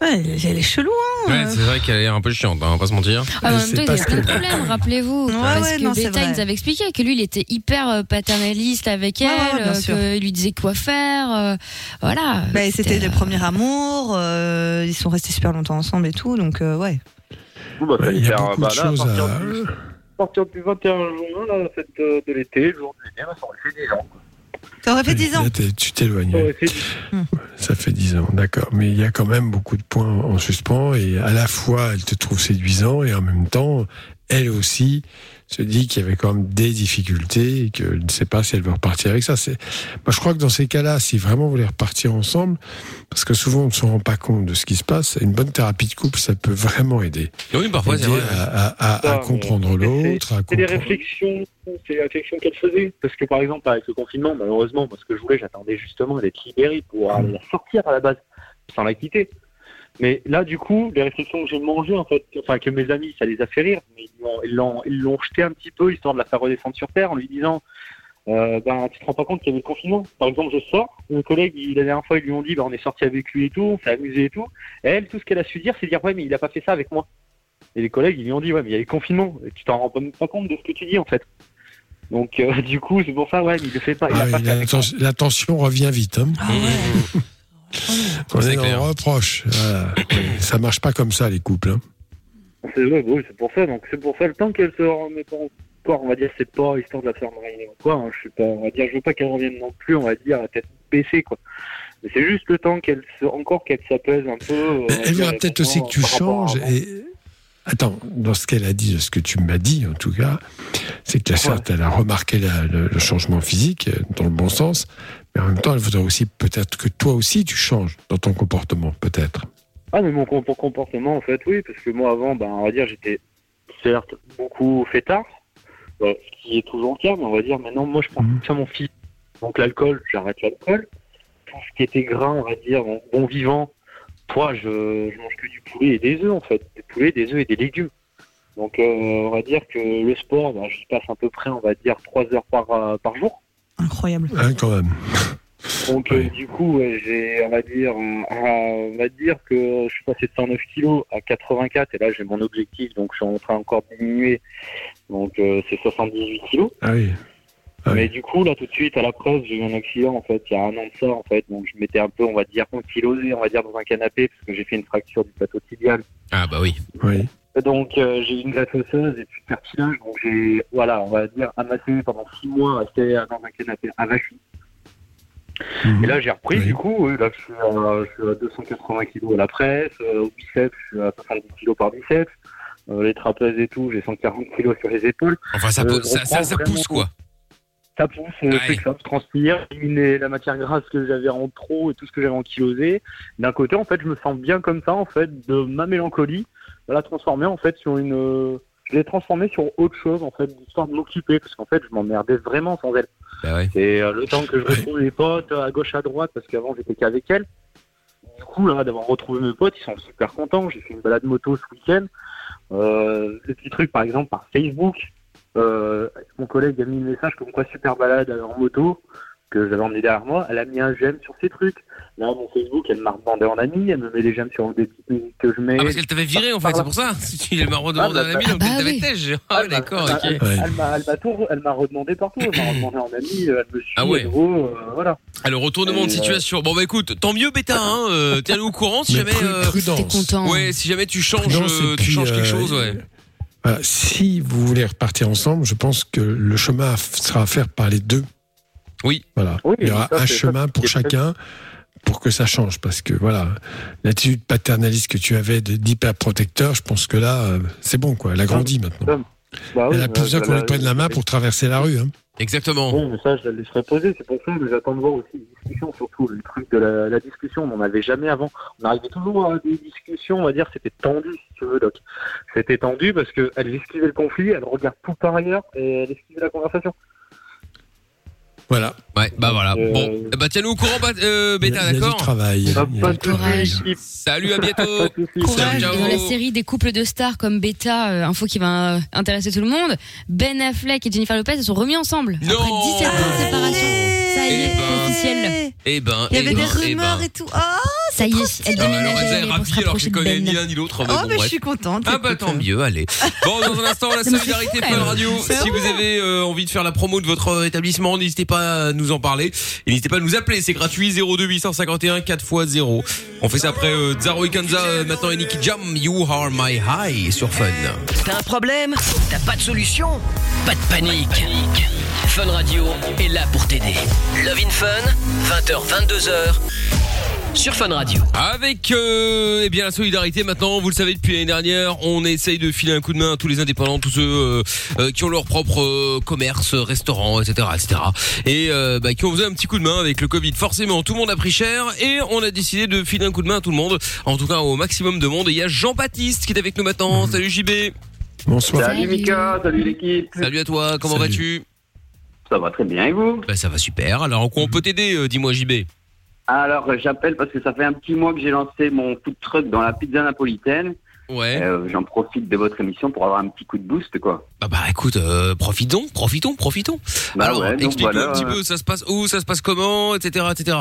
Speaker 5: Ouais, elle, elle est chelou, hein.
Speaker 2: Ouais,
Speaker 5: euh.
Speaker 2: c'est vrai qu'elle est un peu chiante, hein, on va pas se mentir.
Speaker 4: Ah, en même temps, il y a plein de problèmes, rappelez-vous. parce
Speaker 5: ouais,
Speaker 4: que
Speaker 5: non, c'est
Speaker 4: Beta, il
Speaker 5: vrai.
Speaker 4: nous avait expliqué que lui, il était hyper euh, paternaliste avec elle,
Speaker 5: ouais, bien
Speaker 4: euh,
Speaker 5: sûr.
Speaker 4: qu'il lui disait quoi faire. euh, voilà.
Speaker 5: Bah, et c'était
Speaker 4: euh,
Speaker 5: le premier amour, euh, ils sont restés super longtemps ensemble et tout, donc euh, ouais.
Speaker 11: bah,
Speaker 3: Ouais, il y a beaucoup de choses à-
Speaker 11: À
Speaker 3: [laughs]
Speaker 11: partir du 21 juin, là, la fête de, de l'été, le jour de l'été, bah, ça aurait fait 10 ans. quoi.
Speaker 5: Ça aurait fait 10 ans. Hmm.
Speaker 3: Là, t'es- tu t'éloignes.
Speaker 11: Ça aurait fait
Speaker 3: Ça fait 10 ans, d'accord. Mais il y a quand même beaucoup de points en suspens et à la fois, elle te trouve séduisant et en même temps, elle aussi se dit qu'il y avait quand même des difficultés et qu'elle ne sait pas si elle veut repartir avec ça. C'est- Moi, je crois que dans ces cas-là, si vraiment vous voulez repartir ensemble, parce que souvent on ne se rend pas compte de ce qui se passe, une bonne thérapie de couple, ça peut vraiment aider.
Speaker 2: Oui, parfois,
Speaker 3: Aider
Speaker 2: c'est vrai.
Speaker 3: À, à- à- à
Speaker 11: Ça,
Speaker 3: comprendre
Speaker 11: mais c'est-
Speaker 3: l'autre, à
Speaker 11: C'est des
Speaker 3: comprendre...
Speaker 11: réflexions, c'est des réflexions qu'elle faisait. Parce que par exemple, avec le confinement, malheureusement, moi ce que je voulais, j'attendais justement d'être libéré pour aller la sortir à la base, sans la quitter. Mais là, du coup, les réflexions que j'ai mangées, en fait, enfin que mes amis, ça les a fait rire, mais ils l'ont- ils l'ont- ils l'ont jeté un petit peu, histoire de la faire redescendre sur terre, en lui disant, euh, ben, tu te rends pas compte qu'il y avait le confinement. Par exemple, je sors, mon collègue, il, la dernière fois, ils lui ont dit, ben, on est sorti avec lui et tout, on s'est amusé et tout. Et elle, tout ce qu'elle a su dire, c'est dire, ouais, mais il a pas fait ça avec moi. Et les collègues, ils lui ont dit, ouais, mais il y a eu confinement. Et tu t'en rends même pas compte de ce que tu dis, en fait. Donc, euh, [laughs] du coup, c'est pour ça, ouais, il le fait pas. Il
Speaker 3: Ah
Speaker 11: a
Speaker 3: oui,
Speaker 11: pas fait
Speaker 3: la,
Speaker 11: avec
Speaker 3: tension- la tension revient vite. hein.
Speaker 11: Ah
Speaker 3: [laughs] On
Speaker 2: C'est
Speaker 3: est dans le
Speaker 2: clair.
Speaker 3: reproche. Voilà. ça marche pas comme ça, les couples. hein.
Speaker 11: moi. C'est ouais, bah oui, c'est pour ça. Donc, c'est pour ça, le temps qu'elle se remet pas encore, on va dire, c'est pas histoire de la faire mariner ou quoi. hein. je sais pas, on va dire, je veux pas qu'elle revienne non plus, on va dire, à tête baissée, quoi. Mais c'est juste le temps qu'elle se, encore qu'elle s'apaise un peu. euh,
Speaker 3: Mais elle verra
Speaker 11: qu'elle
Speaker 3: peut-être aussi que tu
Speaker 11: comprend par rapport à
Speaker 3: changes.
Speaker 11: avant.
Speaker 3: Et... Attends, dans ce qu'elle a dit, de ce que tu m'as dit en tout cas, c'est que certes, elle a remarqué la- le, le changement physique euh, dans le bon sens, mais en même temps, elle voudrait aussi peut-être que toi aussi tu changes dans ton comportement, peut-être.
Speaker 11: Ah, mais mon com- comportement, en fait, oui, parce que moi, avant, ben, on va dire, j'étais certes beaucoup fêtard, euh, ce qui est toujours le cas, mais on va dire, maintenant, moi, je prends ça mon fils. Donc, l'alcool, j'arrête l'alcool. Tout ce qui était gras, on va dire, donc, bon vivant, toi, je, je mange que du poulet et des œufs, en fait. Des poulets, des œufs et des légumes. Donc, euh, on va dire que le sport, ben, j'y passe à peu près, on va dire, trois heures par, euh, par jour.
Speaker 5: Incroyable.
Speaker 3: Hein, quand même.
Speaker 11: Donc euh, du coup, ouais, j'ai, on va dire, euh, on va dire que je suis passé de 109 kilos à 84 et là j'ai mon objectif, donc je suis en train encore de diminuer. Donc euh, c'est 78 kilos.
Speaker 3: Ah oui. Ah
Speaker 11: Mais du coup là tout de suite à la presse j'ai eu un accident en fait il y a un an de ça en fait donc je m'étais un peu on va dire ankylosé on va dire dans un canapé parce que j'ai fait une fracture du plateau tibial
Speaker 2: Ah bah oui.
Speaker 3: Oui.
Speaker 11: donc euh, j'ai eu une graisse osseuse et puis de cartilage donc j'ai voilà on va dire amassé pendant six mois resté dans un canapé avachi
Speaker 2: Mhm.
Speaker 11: et là, j'ai repris, du coup, oui, là, je suis, à, je suis à 280 kilos à la presse, euh, au biceps, je suis à 70 kilos par biceps, euh, les trapèzes et tout, j'ai 140 kilos sur les épaules.
Speaker 2: Enfin, ça,
Speaker 11: Euh,
Speaker 2: peut-
Speaker 11: je
Speaker 2: ça, ça-
Speaker 11: reprends
Speaker 2: ça
Speaker 11: vraiment-
Speaker 2: pousse, quoi.
Speaker 11: Ça pousse, euh, fait que ça je transpire, éliminer la matière grasse que j'avais en trop et tout ce que j'avais en kilosé. D'un côté, en fait, je me sens bien comme ça, en fait, de ma mélancolie, de la transformer, en fait, sur une... euh, Je l'ai transformée sur autre chose, en fait, histoire de m'occuper, parce qu'en fait, je m'emmerdais vraiment sans elle.
Speaker 2: Bah
Speaker 11: C'est euh, le temps que je retrouve les potes euh, à gauche, à droite, parce qu'avant j'étais qu'avec elle. Du coup, là, d'avoir retrouvé mes potes, ils sont super contents. J'ai fait une balade moto ce week-end. Euh, le petit truc, par exemple, par Facebook, euh, mon collègue a mis le message comme quoi super balade en moto, que j'avais emmené derrière moi. Elle a mis un j'aime sur ses trucs. Là, mon Facebook, elle m'a rebandé en ami. Elle me met des j'aime sur des petites musiques que je mets.
Speaker 2: Ah, parce qu'elle t'avait viré, en fait, c'est pour ça. [laughs] Il est marrant de
Speaker 11: Ah,
Speaker 2: demander à
Speaker 11: bah,
Speaker 2: un ami,
Speaker 11: bah,
Speaker 2: donc
Speaker 11: bah,
Speaker 2: elle t'avait
Speaker 11: oui.
Speaker 2: têche. Ah, d'accord, ok.
Speaker 11: Elle- elle- elle m'a- elle m'a tout- Elle m'a redemandé partout. Elle m'a redemandé en ami. Elle me suit.
Speaker 2: Ah ouais.
Speaker 11: à nouveau, euh, voilà.
Speaker 2: Alors, retournement de
Speaker 11: Et, euh,
Speaker 2: situation. Bon, bah écoute, tant mieux, Beta, hein. euh, Tiens-nous au courant si
Speaker 3: Mais
Speaker 2: jamais. euh,
Speaker 3: pru- prudence. T'es content. hein.
Speaker 2: Ouais, si jamais tu changes,
Speaker 3: Prudence,
Speaker 2: euh,
Speaker 3: et
Speaker 2: tu
Speaker 3: puis,
Speaker 2: changes quelque
Speaker 3: euh,
Speaker 2: chose, ouais.
Speaker 3: Voilà, Euh, si vous voulez repartir ensemble, je pense que le chemin à f- sera à faire par les deux.
Speaker 2: Oui.
Speaker 3: Voilà.
Speaker 2: Oui,
Speaker 3: Il y aura
Speaker 2: ça,
Speaker 3: un
Speaker 2: c'est-
Speaker 3: chemin
Speaker 2: ça,
Speaker 3: pour
Speaker 2: c'est-
Speaker 3: chacun pour que ça change. Parce que voilà,
Speaker 2: Ah
Speaker 3: l'attitude paternaliste que tu avais de- d'hyper protecteur, je pense que là, euh, c'est bon, quoi. Elle a grandi maintenant.
Speaker 11: Tom, Bah oui,
Speaker 3: Elle a plus
Speaker 11: mais
Speaker 3: besoin
Speaker 11: je
Speaker 3: qu'on
Speaker 11: la-
Speaker 3: lui prenne la main pour traverser la rue. hein.
Speaker 2: Exactement.
Speaker 11: Oui, mais ça, je la laisserai poser. C'est pour ça que j'attends de voir aussi les discussions, surtout le truc de la, la discussion. On n'en avait jamais avant. On arrivait toujours à des discussions, on va dire, c'était tendu, si tu veux, Doc. C'était tendu parce qu'elle esquivait le conflit, elle regarde tout par ailleurs et elle esquivait la conversation.
Speaker 3: Voilà.
Speaker 2: Ouais, bah voilà. Bon, Eh bah tiens-nous au courant, bah, euh, Beta, d'accord
Speaker 3: travail.
Speaker 11: Bah,
Speaker 2: Salut, à bientôt.
Speaker 4: Courage.
Speaker 2: Ciao, ciao.
Speaker 4: Et Dans la série des couples de stars comme Beta, euh, info qui va euh, intéresser tout le monde, Ben Affleck et Jennifer Lopez se sont remis ensemble après 17 ans de séparation. Ça y est, c'est officiel.
Speaker 2: ben. Eh ben,
Speaker 4: Il y
Speaker 2: eh
Speaker 4: avait
Speaker 2: ben,
Speaker 4: des
Speaker 2: eh ben.
Speaker 4: rumeurs
Speaker 5: Et tout. Oh,
Speaker 4: Ça y est, elle
Speaker 2: Ah, bah,
Speaker 4: déménage.
Speaker 2: Lorenza
Speaker 4: à
Speaker 2: est
Speaker 4: LA pour
Speaker 2: ravie
Speaker 4: se
Speaker 2: alors
Speaker 4: rapprocher
Speaker 2: qu'elle
Speaker 4: de
Speaker 2: connaît
Speaker 4: Ben.
Speaker 2: ni l'un ni l'autre.
Speaker 5: Oh,
Speaker 2: bon,
Speaker 5: mais je
Speaker 2: bref.
Speaker 5: suis contente.
Speaker 2: Ah bah tant mieux,
Speaker 5: [laughs]
Speaker 2: allez. Bon, dans un instant, la
Speaker 5: Ça me fait
Speaker 2: solidarité
Speaker 5: fou,
Speaker 2: Fun
Speaker 5: elle.
Speaker 2: Radio.
Speaker 5: C'est
Speaker 2: Si vous avez euh, envie de faire la promo de votre euh, établissement, n'hésitez pas à nous en parler. Et n'hésitez pas à nous appeler, c'est gratuit 02851 4x0. On fait ça après euh, Zaro et Kanza, euh, maintenant et Nicky Jam, You Are My High sur Fun.
Speaker 1: T'as un problème T'as pas de solution Pas de panique. Fun Radio est là pour t'aider. Love in Fun, 20h, 22h, sur Fun Radio.
Speaker 2: Avec euh, eh bien la solidarité maintenant, vous le savez depuis l'année dernière, on essaye de filer un coup de main à tous les indépendants, tous ceux euh, euh, qui ont leur propre euh, commerce, euh, restaurant, etc., etc. Et euh, bah, qui ont besoin d'un petit coup de main avec le Covid. Forcément, tout le monde a pris cher et on a décidé de filer un coup de main à tout le monde, en tout cas au maximum de monde. Et il y a Jean-Baptiste qui est avec nous maintenant. Salut JB.
Speaker 3: Bonsoir.
Speaker 2: Salut.
Speaker 11: Salut Mika, salut l'équipe.
Speaker 2: Salut à toi. Comment vas-tu
Speaker 11: Ça va très bien et vous
Speaker 2: Bah ça va super. Alors en quoi on peut t'aider euh, Dis-moi JB.
Speaker 15: Alors, euh, j'appelle parce que ça fait un petit mois que j'ai lancé mon food truck dans la pizza napolitaine. Euh,
Speaker 2: Ouais.
Speaker 11: Euh,
Speaker 15: J'en profite de votre émission pour avoir un petit coup de boost, quoi.
Speaker 2: Bah bah écoute, euh, profitons, profitons, profitons.
Speaker 15: Bah
Speaker 2: Alors
Speaker 15: ouais, donc
Speaker 2: explique-nous
Speaker 15: voilà,
Speaker 2: un petit
Speaker 15: euh.
Speaker 2: peu, ça se passe où, ça se passe comment, etc., etc.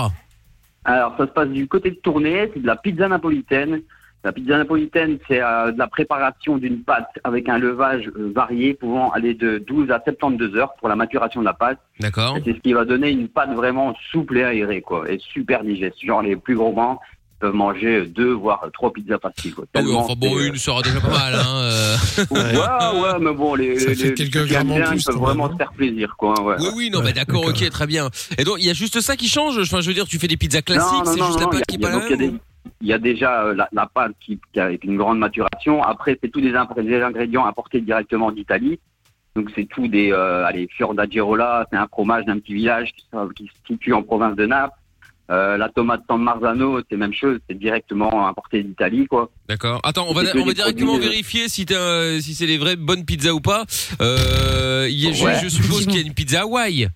Speaker 15: Alors, ça se passe du côté de Tournai, c'est de la pizza napolitaine. La pizza napolitaine, c'est euh, de la préparation d'une pâte avec un levage euh, varié pouvant aller de 12 à 72 heures pour la maturation de la pâte.
Speaker 2: D'accord.
Speaker 15: Et C'est ce qui va donner une pâte vraiment souple et aérée, quoi, et super digeste. Genre, les plus gourmands peuvent manger deux, voire trois pizzas faciles, quoi.
Speaker 2: Ah oui,
Speaker 15: Tellement
Speaker 2: enfin bon,
Speaker 15: c'est, euh,
Speaker 2: une sera déjà pas mal. Hein, euh.
Speaker 15: Ouais, ouais, mais bon, les,
Speaker 2: Ça
Speaker 15: les,
Speaker 2: fait
Speaker 15: les-
Speaker 2: quelques
Speaker 15: ceux qui aiment
Speaker 2: grammes en
Speaker 15: bien,
Speaker 2: plus,
Speaker 15: ils peuvent
Speaker 2: quand même,
Speaker 15: vraiment se faire plaisir, quoi. Ouais.
Speaker 2: Oui, oui, non, bah d'accord, ok, très bien. Et donc, il y a juste ça qui change. Enfin, je veux dire, tu fais des pizzas classiques, c'est juste la
Speaker 15: il y a-
Speaker 2: pâte qui est
Speaker 15: il y a-
Speaker 2: pas la
Speaker 15: donc, il y a
Speaker 2: même.
Speaker 15: des- Il y a déjà euh, la, la pâte qui, qui a une grande maturation. Après, c'est tous des, impré- des ingrédients apportés directement d'Italie. Donc, c'est tout des, euh, allez, fior d'Agerola, c'est un fromage d'un petit village qui, se- qui se situe en province de Naples. Euh, la tomate San Marzano, c'est même chose, c'est directement apporté d'Italie, quoi.
Speaker 2: D'accord. Attends, on va,
Speaker 15: C'est que
Speaker 2: on va
Speaker 15: des
Speaker 2: directement
Speaker 15: produits, euh,
Speaker 2: vérifier si, t'as- euh, si c'est les vraies bonnes pizzas ou pas. Euh, il y a, je-
Speaker 15: Ouais.
Speaker 2: je, suppose qu'il y a une pizza Hawaii.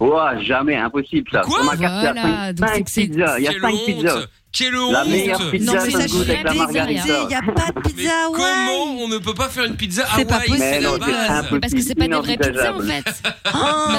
Speaker 15: Ouah, jamais, impossible, ça.
Speaker 2: Quoi
Speaker 15: Sur ma carte, il y a
Speaker 4: Voilà,
Speaker 15: cinq-
Speaker 4: donc
Speaker 15: cinq
Speaker 4: c'est que c'est-
Speaker 15: pizzas, il y a
Speaker 2: Quelle
Speaker 15: cinq
Speaker 2: honte.
Speaker 15: pizzas.
Speaker 2: Quelle
Speaker 15: La
Speaker 2: honte.
Speaker 15: meilleure pizza,
Speaker 2: Non, mais
Speaker 15: ça
Speaker 2: ça,
Speaker 15: se goûte avec la
Speaker 4: jamais
Speaker 15: margarita.
Speaker 4: arrivé, il y a
Speaker 5: Pas de pizza Hawaii.
Speaker 2: Comment on ne peut pas faire une pizza
Speaker 5: C'est
Speaker 2: Hawaii
Speaker 5: pas possible.
Speaker 2: C'est la
Speaker 15: Mais non, c'est
Speaker 2: base.
Speaker 15: impossible.
Speaker 4: Parce que c'est pas des vraies pizzas en
Speaker 15: Inenvisageable.
Speaker 4: fait. Ah.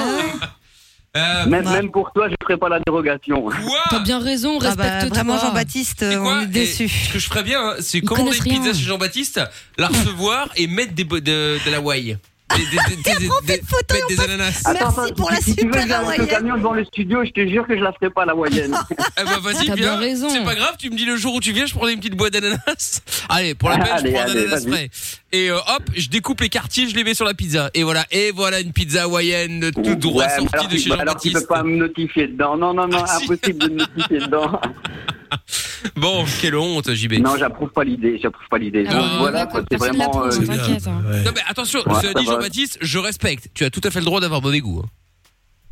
Speaker 2: Euh,
Speaker 15: même, même pour toi, je ferai pas la dérogation.
Speaker 4: T'as bien raison,
Speaker 5: Ah bah,
Speaker 4: respecte-toi.
Speaker 5: vraiment, Jean-Baptiste, euh, on est déçus.
Speaker 2: Et ce que je ferais bien, hein, c'est commander
Speaker 4: connaissent
Speaker 2: une
Speaker 4: rien.
Speaker 2: pizza chez Jean-Baptiste,
Speaker 4: [laughs]
Speaker 2: la recevoir et mettre des bo- de, de la Hawaii. Des, des, des, des, des- mettre des ananas.
Speaker 15: Attends, attends, si tu veux, j'arrête le camion devant le studio, je te jure que je la ferai pas la moyenne.
Speaker 2: Eh ben vas-y, viens. C'est pas grave, tu me dis le jour où tu viens, je prends une petite boîte d'ananas. [laughs] Allez, pour la peine,
Speaker 15: Ah, Allez,
Speaker 2: je prends un
Speaker 15: allez,
Speaker 2: ananas
Speaker 15: vas-y.
Speaker 2: frais. Et euh, hop, je découpe les quartiers, je les mets sur la pizza. Et voilà, et voilà une pizza hawaïenne tout droit
Speaker 15: Ouais, mais
Speaker 2: sortie
Speaker 15: alors,
Speaker 2: de
Speaker 15: tu-
Speaker 2: chez Ah,
Speaker 15: Alors tu
Speaker 2: Jean-Baptiste.
Speaker 15: peux pas me notifier dedans. Non, non, non, impossible de me
Speaker 2: [laughs]
Speaker 15: notifier dedans.
Speaker 2: Bon, quelle honte, JB.
Speaker 15: Non, j'approuve pas l'idée, j'approuve pas l'idée.
Speaker 2: Ah,
Speaker 15: Donc,
Speaker 2: bah,
Speaker 15: voilà,
Speaker 2: bah,
Speaker 15: quoi, c'est vraiment. euh,
Speaker 4: hein,
Speaker 2: Non mais attention,
Speaker 15: Ouais,
Speaker 2: cela
Speaker 15: ça
Speaker 2: dit
Speaker 15: va.
Speaker 2: Jean-Baptiste, je respecte. Tu as tout à fait le droit d'avoir mauvais goût. hein.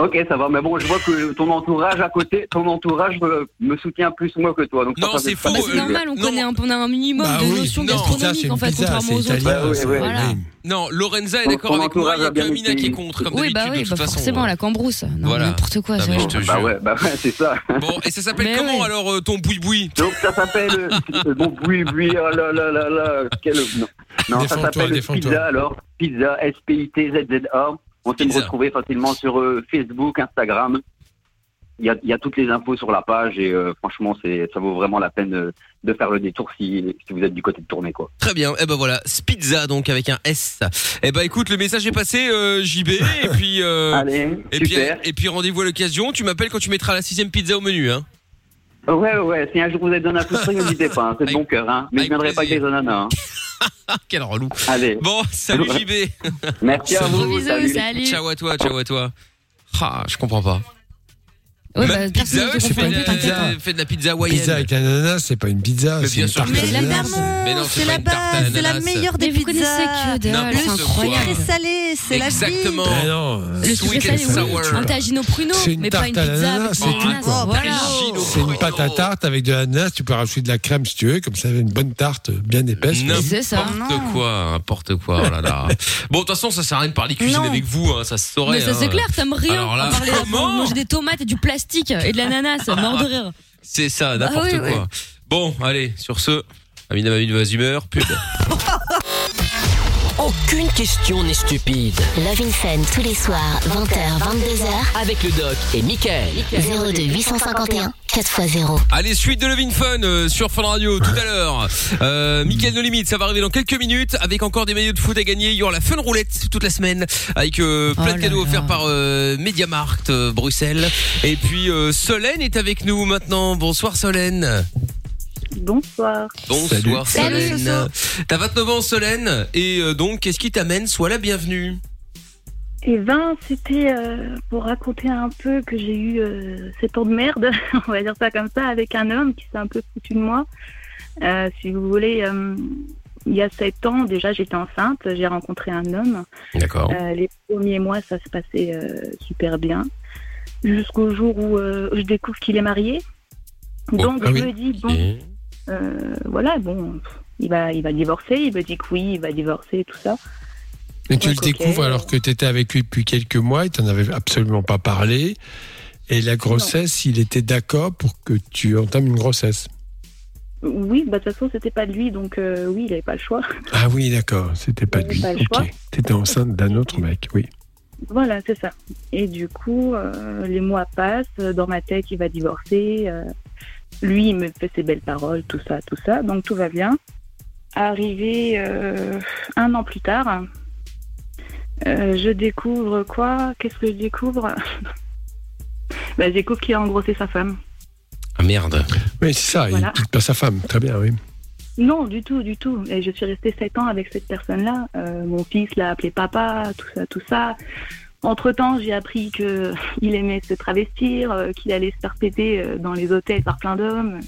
Speaker 15: Ok, ça va, mais bon, je vois que ton entourage à côté, ton entourage euh, me soutient plus moi que toi. Donc, non, c'est faux.
Speaker 4: Bah,
Speaker 2: euh,
Speaker 4: c'est normal, on connaît un, on a un minimum
Speaker 15: Bah
Speaker 4: de
Speaker 15: oui,
Speaker 4: notions
Speaker 15: non,
Speaker 4: gastronomiques en fait, contrairement aux autres. Voilà.
Speaker 2: Non, Lorenza est
Speaker 15: Ton-
Speaker 2: d'accord
Speaker 15: ton
Speaker 2: avec moi, il y a
Speaker 15: entourage a bien
Speaker 2: que Amina
Speaker 15: été-
Speaker 2: qui est contre, comme
Speaker 4: Oui,
Speaker 2: d'habitude,
Speaker 4: bah
Speaker 2: de
Speaker 4: oui,
Speaker 2: toute
Speaker 4: bah
Speaker 2: façon. euh. Ah
Speaker 4: forcément, la cambrousse. Non,
Speaker 2: Voilà.
Speaker 4: mais n'importe quoi,
Speaker 2: Non,
Speaker 4: ça.
Speaker 2: mais
Speaker 4: va.
Speaker 2: je te
Speaker 15: Bah
Speaker 2: jure.
Speaker 15: ouais, bah ouais, c'est ça.
Speaker 2: Bon, et ça s'appelle comment alors euh, ton boui-boui
Speaker 15: Donc ça s'appelle euh, euh, [laughs] bon oui oui oh là là là là quel non, non ça
Speaker 2: Défends-toi,
Speaker 15: s'appelle
Speaker 2: défends-toi.
Speaker 15: pizza alors pizza S P I T Z Z A on peut me
Speaker 2: Pizza.
Speaker 15: retrouver facilement sur euh, Facebook Instagram il y a, il y a toutes les infos sur la page et euh, franchement c'est ça vaut vraiment la peine euh, de faire le détour si, si vous êtes du côté de tournée quoi
Speaker 2: Très bien, et ben voilà, Spizza donc avec un S. Et ben écoute, le message est passé, euh, JB, et puis euh,
Speaker 15: [laughs]
Speaker 2: et puis et puis rendez-vous à l'occasion. Tu m'appelles quand tu mettras la sixième pizza au menu, hein.
Speaker 15: ouais ouais si un jour vous êtes dans un coup de stress, n'hésitez pas hein, c'est de bon cœur hein mais je viendrai pas avec des
Speaker 2: hein.
Speaker 15: ananas
Speaker 2: [laughs] Quel relou
Speaker 15: allez
Speaker 2: Bon, salut JB.
Speaker 15: [laughs] Merci à
Speaker 2: Salut.
Speaker 15: vous, Gros bisous, salut. salut.
Speaker 2: Ciao à toi, ciao à toi. Ah, je comprends pas.
Speaker 4: Ouais,
Speaker 2: Même
Speaker 4: bah, personne
Speaker 2: pizza
Speaker 4: ne
Speaker 2: Hut
Speaker 4: te
Speaker 2: fait,
Speaker 4: comprend
Speaker 2: de
Speaker 4: plus, t'inquiète,
Speaker 2: la-
Speaker 4: hein.
Speaker 2: fait de la pizza hawaïenne.
Speaker 3: Pizza avec ananas, c'est pas une pizza,
Speaker 2: Mais
Speaker 3: c'est
Speaker 2: bien
Speaker 3: une
Speaker 2: sûr
Speaker 3: tarte
Speaker 2: que c'est
Speaker 3: à
Speaker 2: une
Speaker 3: l'ananas.
Speaker 2: tarte. Mais non,
Speaker 5: C'est
Speaker 2: pas
Speaker 5: la
Speaker 2: une tarte à
Speaker 5: base, c'est la
Speaker 2: l'ananas.
Speaker 5: meilleure des
Speaker 4: Mais vous
Speaker 5: pizzas.
Speaker 4: connaissez que dalle,
Speaker 2: N'importe
Speaker 5: le
Speaker 2: c'est quoi.
Speaker 5: sucré salé, c'est la vie.
Speaker 2: Exactement.
Speaker 3: Mais non,
Speaker 4: Le sucré
Speaker 2: Sweet and
Speaker 4: salé, oui.
Speaker 2: sour.
Speaker 4: Un tagino pruno,
Speaker 3: C'est une
Speaker 4: mais pas
Speaker 3: tarte
Speaker 4: une
Speaker 3: à
Speaker 4: pizza
Speaker 3: l'ananas,
Speaker 4: avec
Speaker 3: c'est
Speaker 4: une
Speaker 3: tout,
Speaker 4: ananas.
Speaker 3: quoi.
Speaker 4: Voilà.
Speaker 3: C'est une pâte à tarte avec de l'ananas, tu peux rajouter de la crème si tu veux, comme ça, une bonne tarte bien épaisse.
Speaker 4: C'est ça.
Speaker 2: N'importe quoi, n'importe quoi. Oh là
Speaker 15: [laughs]
Speaker 2: là. Bon, de toute façon, ça sert à rien de parler cuisine
Speaker 4: Non.
Speaker 2: avec vous, hein, ça se saurait.
Speaker 4: Mais ça
Speaker 2: hein.
Speaker 4: c'est clair, t'aimes rien
Speaker 2: Alors là,
Speaker 4: à parler à
Speaker 2: comment
Speaker 4: manger des tomates et du plastique et de l'ananas, mort de rire.
Speaker 2: [laughs] C'est ça,
Speaker 4: Bah
Speaker 2: n'importe
Speaker 4: oui,
Speaker 2: quoi.
Speaker 4: oui.
Speaker 2: Bon, allez, sur ce, Amina m'a mis de mauvaise humeur, pub.
Speaker 1: Aucune question n'est stupide.
Speaker 7: Love in Fun tous les soirs, 20h, 22h.
Speaker 1: Avec le doc et Michael.
Speaker 7: 02 851 4x0.
Speaker 2: Allez, suite de Levin Fun euh, sur Fun Radio tout à l'heure. Euh, Mickaël No Limite, ça va arriver dans quelques minutes avec encore des maillots de foot à gagner. Il y aura la Fun Roulette toute la semaine avec euh, plein de cadeaux offerts par euh, Mediamarkt euh, Bruxelles. Et puis euh, Solène est avec nous maintenant. Bonsoir Solène.
Speaker 9: Bonsoir.
Speaker 2: Ah, Bonsoir
Speaker 9: Salut. Salut,
Speaker 2: Solène. T'as 29 ans Solène et euh, donc qu'est-ce qui t'amène Sois la bienvenue.
Speaker 9: Et ben, c'était euh, pour raconter un peu que j'ai eu euh, cet an de merde, [laughs] on va dire ça comme ça, avec un homme qui s'est un peu foutu de moi. Euh, si vous voulez, euh, il y a sept ans, déjà, j'étais enceinte, j'ai rencontré un homme.
Speaker 2: D'accord.
Speaker 9: Euh, les premiers mois, ça se passait euh, super bien, jusqu'au jour où euh, je découvre qu'il est marié. Donc,
Speaker 16: ah
Speaker 9: je
Speaker 16: oui.
Speaker 9: me dis, bon, euh, voilà, bon, pff, il va, il va divorcer, il me dit que oui, il va divorcer, tout ça.
Speaker 3: Et tu le
Speaker 9: Donc, ok.
Speaker 3: découvres alors que tu étais avec lui depuis quelques mois, il t'en avait absolument pas parlé. Et la grossesse, il était d'accord pour que tu entames une grossesse.
Speaker 9: Oui, bah, de toute façon, c'était pas de lui, donc euh, oui, il avait pas le choix.
Speaker 3: Ah oui, d'accord, c'était pas
Speaker 9: [laughs]
Speaker 3: [laughs]
Speaker 9: Il
Speaker 3: lui.
Speaker 9: avait pas le
Speaker 3: Ok.
Speaker 9: choix.
Speaker 3: T'étais enceinte d'un autre mec, oui.
Speaker 9: Voilà, c'est ça. Et du coup, euh, les mois passent, euh, dans ma tête, il va divorcer. euh, lui, il me fait ses belles paroles, tout ça, tout ça. Donc tout va bien. Arrivé euh, un an plus tard, euh, je découvre quoi Qu'est-ce que je découvre [laughs] bah, Je découvre qu'il a engrossé sa femme.
Speaker 2: Ah merde.
Speaker 3: Oui, c'est ça,
Speaker 9: Voilà.
Speaker 3: il quitte pas sa femme, très bien, oui.
Speaker 9: Non, du tout, du tout. Et je suis restée 7 ans avec cette personne-là. Euh, mon fils l'a appelé papa, tout ça, tout ça. Entre-temps, j'ai appris que [laughs] il aimait se travestir, euh, qu'il allait se faire péter euh, dans les hôtels par plein d'hommes.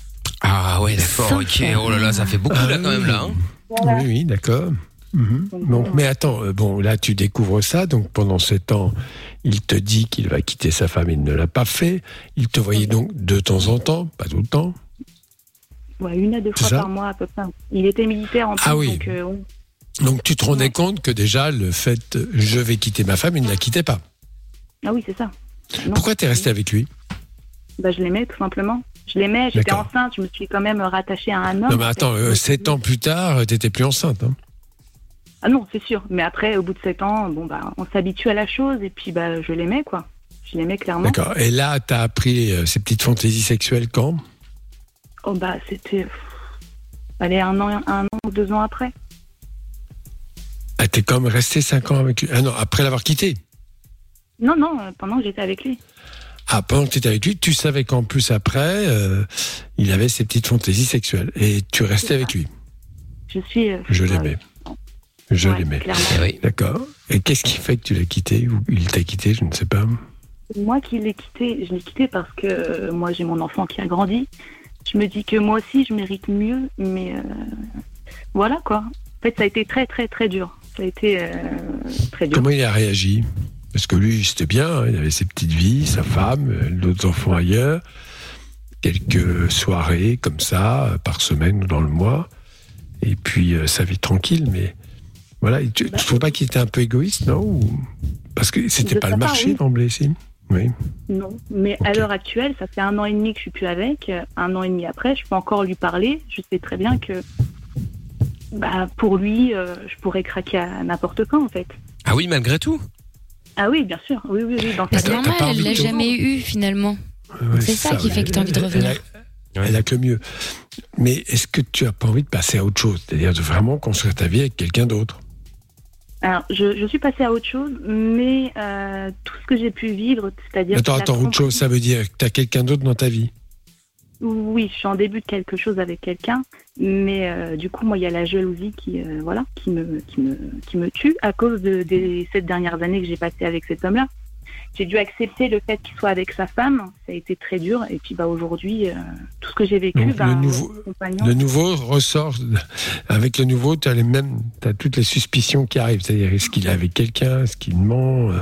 Speaker 2: Ah ouais, d'accord. Ok. Oh là là, ça fait beaucoup là quand même là. hein.
Speaker 3: Oui, oui, d'accord. Mhm. Donc, mais attends, euh, bon, là tu découvres ça, donc pendant sept ans, il te dit qu'il va quitter sa femme, il ne l'a pas fait. Il te voyait donc de temps en temps, pas tout le temps.
Speaker 9: Ouais, une à deux
Speaker 3: C'est
Speaker 9: fois
Speaker 3: ça
Speaker 9: par mois à peu près. Il était militaire en plus,
Speaker 3: Ah oui.
Speaker 9: donc euh, on-
Speaker 3: Donc tu te rendais compte que déjà le fait euh, je vais quitter ma femme, il ne la quittait pas.
Speaker 9: ah oui, c'est ça.
Speaker 3: Pourquoi t'es resté avec lui
Speaker 9: Bah, je l'aimais tout simplement. Je l'aimais. J'étais
Speaker 3: D'accord.
Speaker 9: enceinte. Je me suis quand même rattachée à un homme.
Speaker 3: Non mais attends, euh, sept ans plus tard, euh, t'étais plus enceinte. hein.
Speaker 9: Ah non, c'est sûr. Mais après, au bout de 7 ans, bon bah, on s'habitue à la chose et puis bah, je l'aimais quoi. Je l'aimais clairement.
Speaker 3: D'accord. Et là, t'as appris euh, ces petites fantaisies sexuelles quand
Speaker 9: Oh bah c'était, pff, allez un an, un an ou deux ans après.
Speaker 3: ah, T'es quand même resté cinq ans avec lui. Ah non, après l'avoir quitté.
Speaker 9: Non non, euh, pendant que j'étais avec lui.
Speaker 3: Ah, pendant que tu étais avec lui, tu savais qu'en plus après, euh, il avait ses petites fantaisies sexuelles. Et tu restais avec lui.
Speaker 9: Je suis. euh,
Speaker 3: Je l'aimais. Je l'aimais.
Speaker 9: clairement.
Speaker 3: D'accord. Et qu'est-ce qui fait que tu l'as quitté Ou il t'a quitté, je ne sais pas.
Speaker 9: Moi qui l'ai quitté, je l'ai quitté parce que euh, moi j'ai mon enfant qui a grandi. Je me dis que moi aussi je mérite mieux, mais euh, voilà quoi. En fait, ça a été très très très dur. Ça a été euh, très dur.
Speaker 3: Comment il a réagi Parce que lui, c'était bien. hein, Il avait ses petites vies, sa femme, euh, d'autres enfants ailleurs. Quelques soirées comme ça, euh, par semaine ou dans le mois. Et puis, euh, sa vie tranquille. Mais voilà. Et Tu ne trouves pas qu'il était un peu égoïste, non Ou- Parce que c'était
Speaker 9: De
Speaker 3: pas le
Speaker 9: sa part,
Speaker 3: marché
Speaker 9: oui.
Speaker 3: d'emblée, si Oui.
Speaker 9: Non, mais à l'heure actuelle, ça fait un an et demi que je suis plus avec. Euh, Un an et demi après, je peux encore lui parler. Je sais très bien que bah, pour lui, euh, je pourrais craquer à n'importe quand, en fait.
Speaker 2: Ah oui, malgré tout.
Speaker 9: Ah oui, bien sûr. Oui, oui, oui. Dans sa
Speaker 4: C'est normal, elle l'a jamais eu finalement.
Speaker 3: Ouais,
Speaker 4: C'est ça qui
Speaker 3: ouais.
Speaker 4: fait que t'as envie de
Speaker 3: Elle- elle
Speaker 4: revenir.
Speaker 3: a- Elle a que le mieux. Mais est-ce que tu as pas envie de passer à autre chose C'est-à-dire de vraiment construire ta vie avec quelqu'un d'autre
Speaker 9: Alors, je, je suis passée à autre chose, mais euh, tout ce que j'ai pu vivre, c'est-à-dire.
Speaker 3: Attends,
Speaker 9: la
Speaker 3: attends, autre chose, ça veut dire que tu as quelqu'un d'autre dans ta vie
Speaker 9: Oui, je suis en début de quelque chose avec quelqu'un, mais euh, du coup, moi, il y a la jalousie qui, euh, voilà, qui me, qui me, qui me tue à cause de, des sept dernières années que j'ai passées avec cet homme-là, j'ai dû accepter le fait qu'il soit avec sa femme. Ça a été très dur. Et puis bah, aujourd'hui, euh, tout ce que j'ai vécu,
Speaker 3: Donc,
Speaker 9: bah,
Speaker 3: le nouveau-
Speaker 9: mon compagnon,
Speaker 3: Le nouveau ressort. Avec le nouveau, tu as les mêmes, t'as toutes les suspicions qui arrivent. C'est-à-dire, est-ce qu'il est avec quelqu'un Est-ce qu'il ment Euh,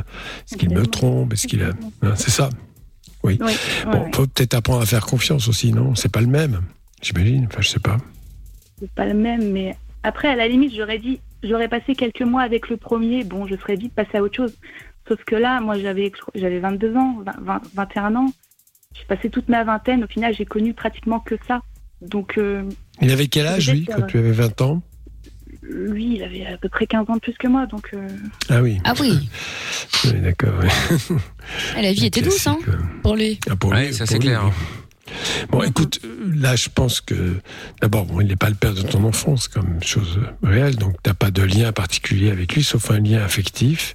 Speaker 3: Est-ce qu'il me trompe Est-ce qu'il a. hein, c'est ça Oui.
Speaker 9: Oui,
Speaker 3: bon,
Speaker 9: ouais.
Speaker 3: faut peut-être apprendre à faire confiance aussi, non C'est pas le même, j'imagine. Enfin, je sais pas.
Speaker 9: c'est pas le même. Mais après, à la limite, j'aurais dit, j'aurais passé quelques mois avec le premier. Bon, je serais vite passée à autre chose. Sauf que là, moi, j'avais, j'avais 22 ans, 20, 20, 21 ans. J'ai passé toute ma vingtaine. Au final, j'ai connu pratiquement que ça. Donc, euh,
Speaker 3: Il avait quel âge, lui,
Speaker 9: Peut-être,
Speaker 3: quand
Speaker 9: euh,
Speaker 3: tu avais 20 ans
Speaker 9: lui, il avait à peu près 15 ans de plus que moi. Donc, euh,
Speaker 3: Ah oui.
Speaker 4: Ah oui,
Speaker 3: Oui, d'accord. oui. [laughs]
Speaker 4: la vie était douce, hein,
Speaker 2: euh.
Speaker 4: pour lui.
Speaker 3: Ah, pour lui,
Speaker 2: ça
Speaker 3: pour
Speaker 2: c'est
Speaker 3: lui,
Speaker 2: clair.
Speaker 3: oui. Bon, écoute, là, je pense que d'abord, bon, il n'est pas le père de ton enfant, c'est comme chose euh, réelle, donc t'as pas de lien particulier avec lui, sauf un lien affectif.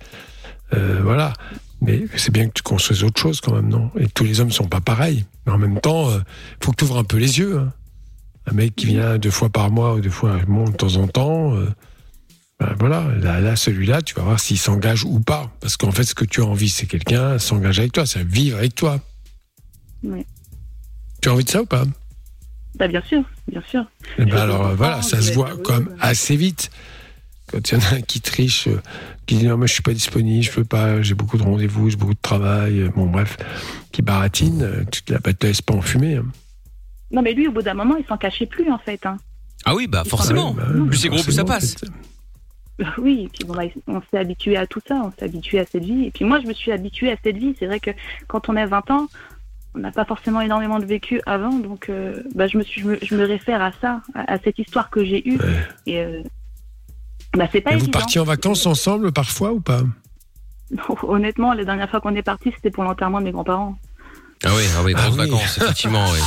Speaker 3: Euh, voilà. Mais c'est bien que tu construises autre chose quand même, non Et tous les hommes sont pas pareils. Mais en même temps, euh, faut que tu ouvres un peu les yeux. hein. Un mec qui vient deux fois par mois ou deux fois par mois de temps en temps, euh, ben voilà, là, là, celui-là, tu vas voir s'il s'engage ou pas. Parce qu'en fait, ce que tu as envie, c'est quelqu'un s'engage avec toi, c'est vivre avec toi.
Speaker 9: ouais.
Speaker 3: Tu as envie de ça ou pas
Speaker 9: Bah, bien sûr, bien sûr.
Speaker 3: Eh ben alors euh, voilà, ça se voit quand même assez vite. Quand il y en a un qui triche, euh, qui dit non, moi je suis pas disponible, je peux pas, j'ai beaucoup de rendez-vous, j'ai beaucoup de travail, euh, bon bref, qui baratine, euh, tu te la bah, te laisses pas enfumer. hein.
Speaker 9: Non, mais lui, au bout d'un moment, il s'en cachait plus, en fait. hein.
Speaker 2: Ah oui, bah forcément.
Speaker 3: Ah oui, bah oui,
Speaker 2: plus c'est gros, plus ça
Speaker 3: forcément,
Speaker 2: passe.
Speaker 9: [laughs] Oui, et puis bon, bah, on s'est habitué à tout ça, on s'est habitué à cette vie. Et puis moi, je me suis habituée à cette vie. C'est vrai que quand on a 20 ans, on n'a pas forcément énormément de vécu avant, donc euh, bah, je, me suis, je, me, je me réfère à ça, à, à cette histoire que j'ai eue. Et euh, bah, c'est pas
Speaker 3: Et vous
Speaker 9: évident.
Speaker 3: partiez en vacances ensemble parfois ou pas
Speaker 9: [laughs] Honnêtement, la dernière fois qu'on est parti, c'était pour l'enterrement de mes grands-parents.
Speaker 2: Ah oui, ah oui, grosses vacances, effectivement. Oui.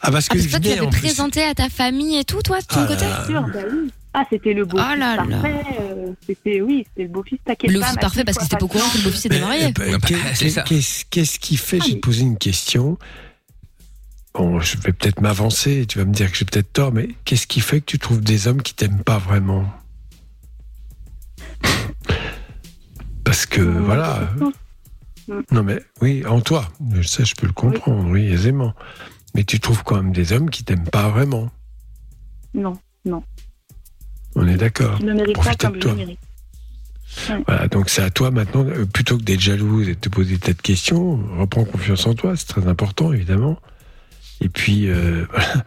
Speaker 3: Ah parce
Speaker 4: Ah, parce que toi, tu l'avais présenté à ta famille et tout, toi, de
Speaker 2: Ah
Speaker 4: ton
Speaker 2: là
Speaker 4: côté
Speaker 2: là.
Speaker 9: Sûr, bah oui. Ah, c'était le beau-fils
Speaker 4: Ah là là.
Speaker 9: parfait. euh, c'était, oui, c'était le beau-fils. T'inquiète
Speaker 4: Le
Speaker 9: pas,
Speaker 4: fils
Speaker 9: ma
Speaker 4: parfait,
Speaker 9: fille,
Speaker 4: parce que
Speaker 9: sois
Speaker 4: t'étais pas au courant que le beau-fils était marié.
Speaker 3: Euh, qu'est- Qu'est-ce qu'est-ce qui fait J'ai posé une question. Bon, je vais peut-être m'avancer, tu vas me dire que j'ai peut-être tort, mais qu'est-ce qui fait que tu trouves des hommes qui t'aiment pas vraiment Parce que voilà.
Speaker 9: Mm.
Speaker 3: Non mais oui, en toi, je sais, je peux le comprendre, oui, aisément. Mais tu trouves quand même des hommes qui t'aiment pas vraiment.
Speaker 9: Non, non.
Speaker 3: On est d'accord.
Speaker 9: Tu ne mérites pas
Speaker 3: Profite
Speaker 9: comme
Speaker 3: de
Speaker 9: je
Speaker 3: toi.
Speaker 9: le mérite.
Speaker 3: Voilà, donc c'est à toi maintenant, euh, plutôt que d'être jalouse et de te poser des tas de questions, reprends confiance en toi, c'est très important évidemment. Et puis, euh, [laughs] voilà,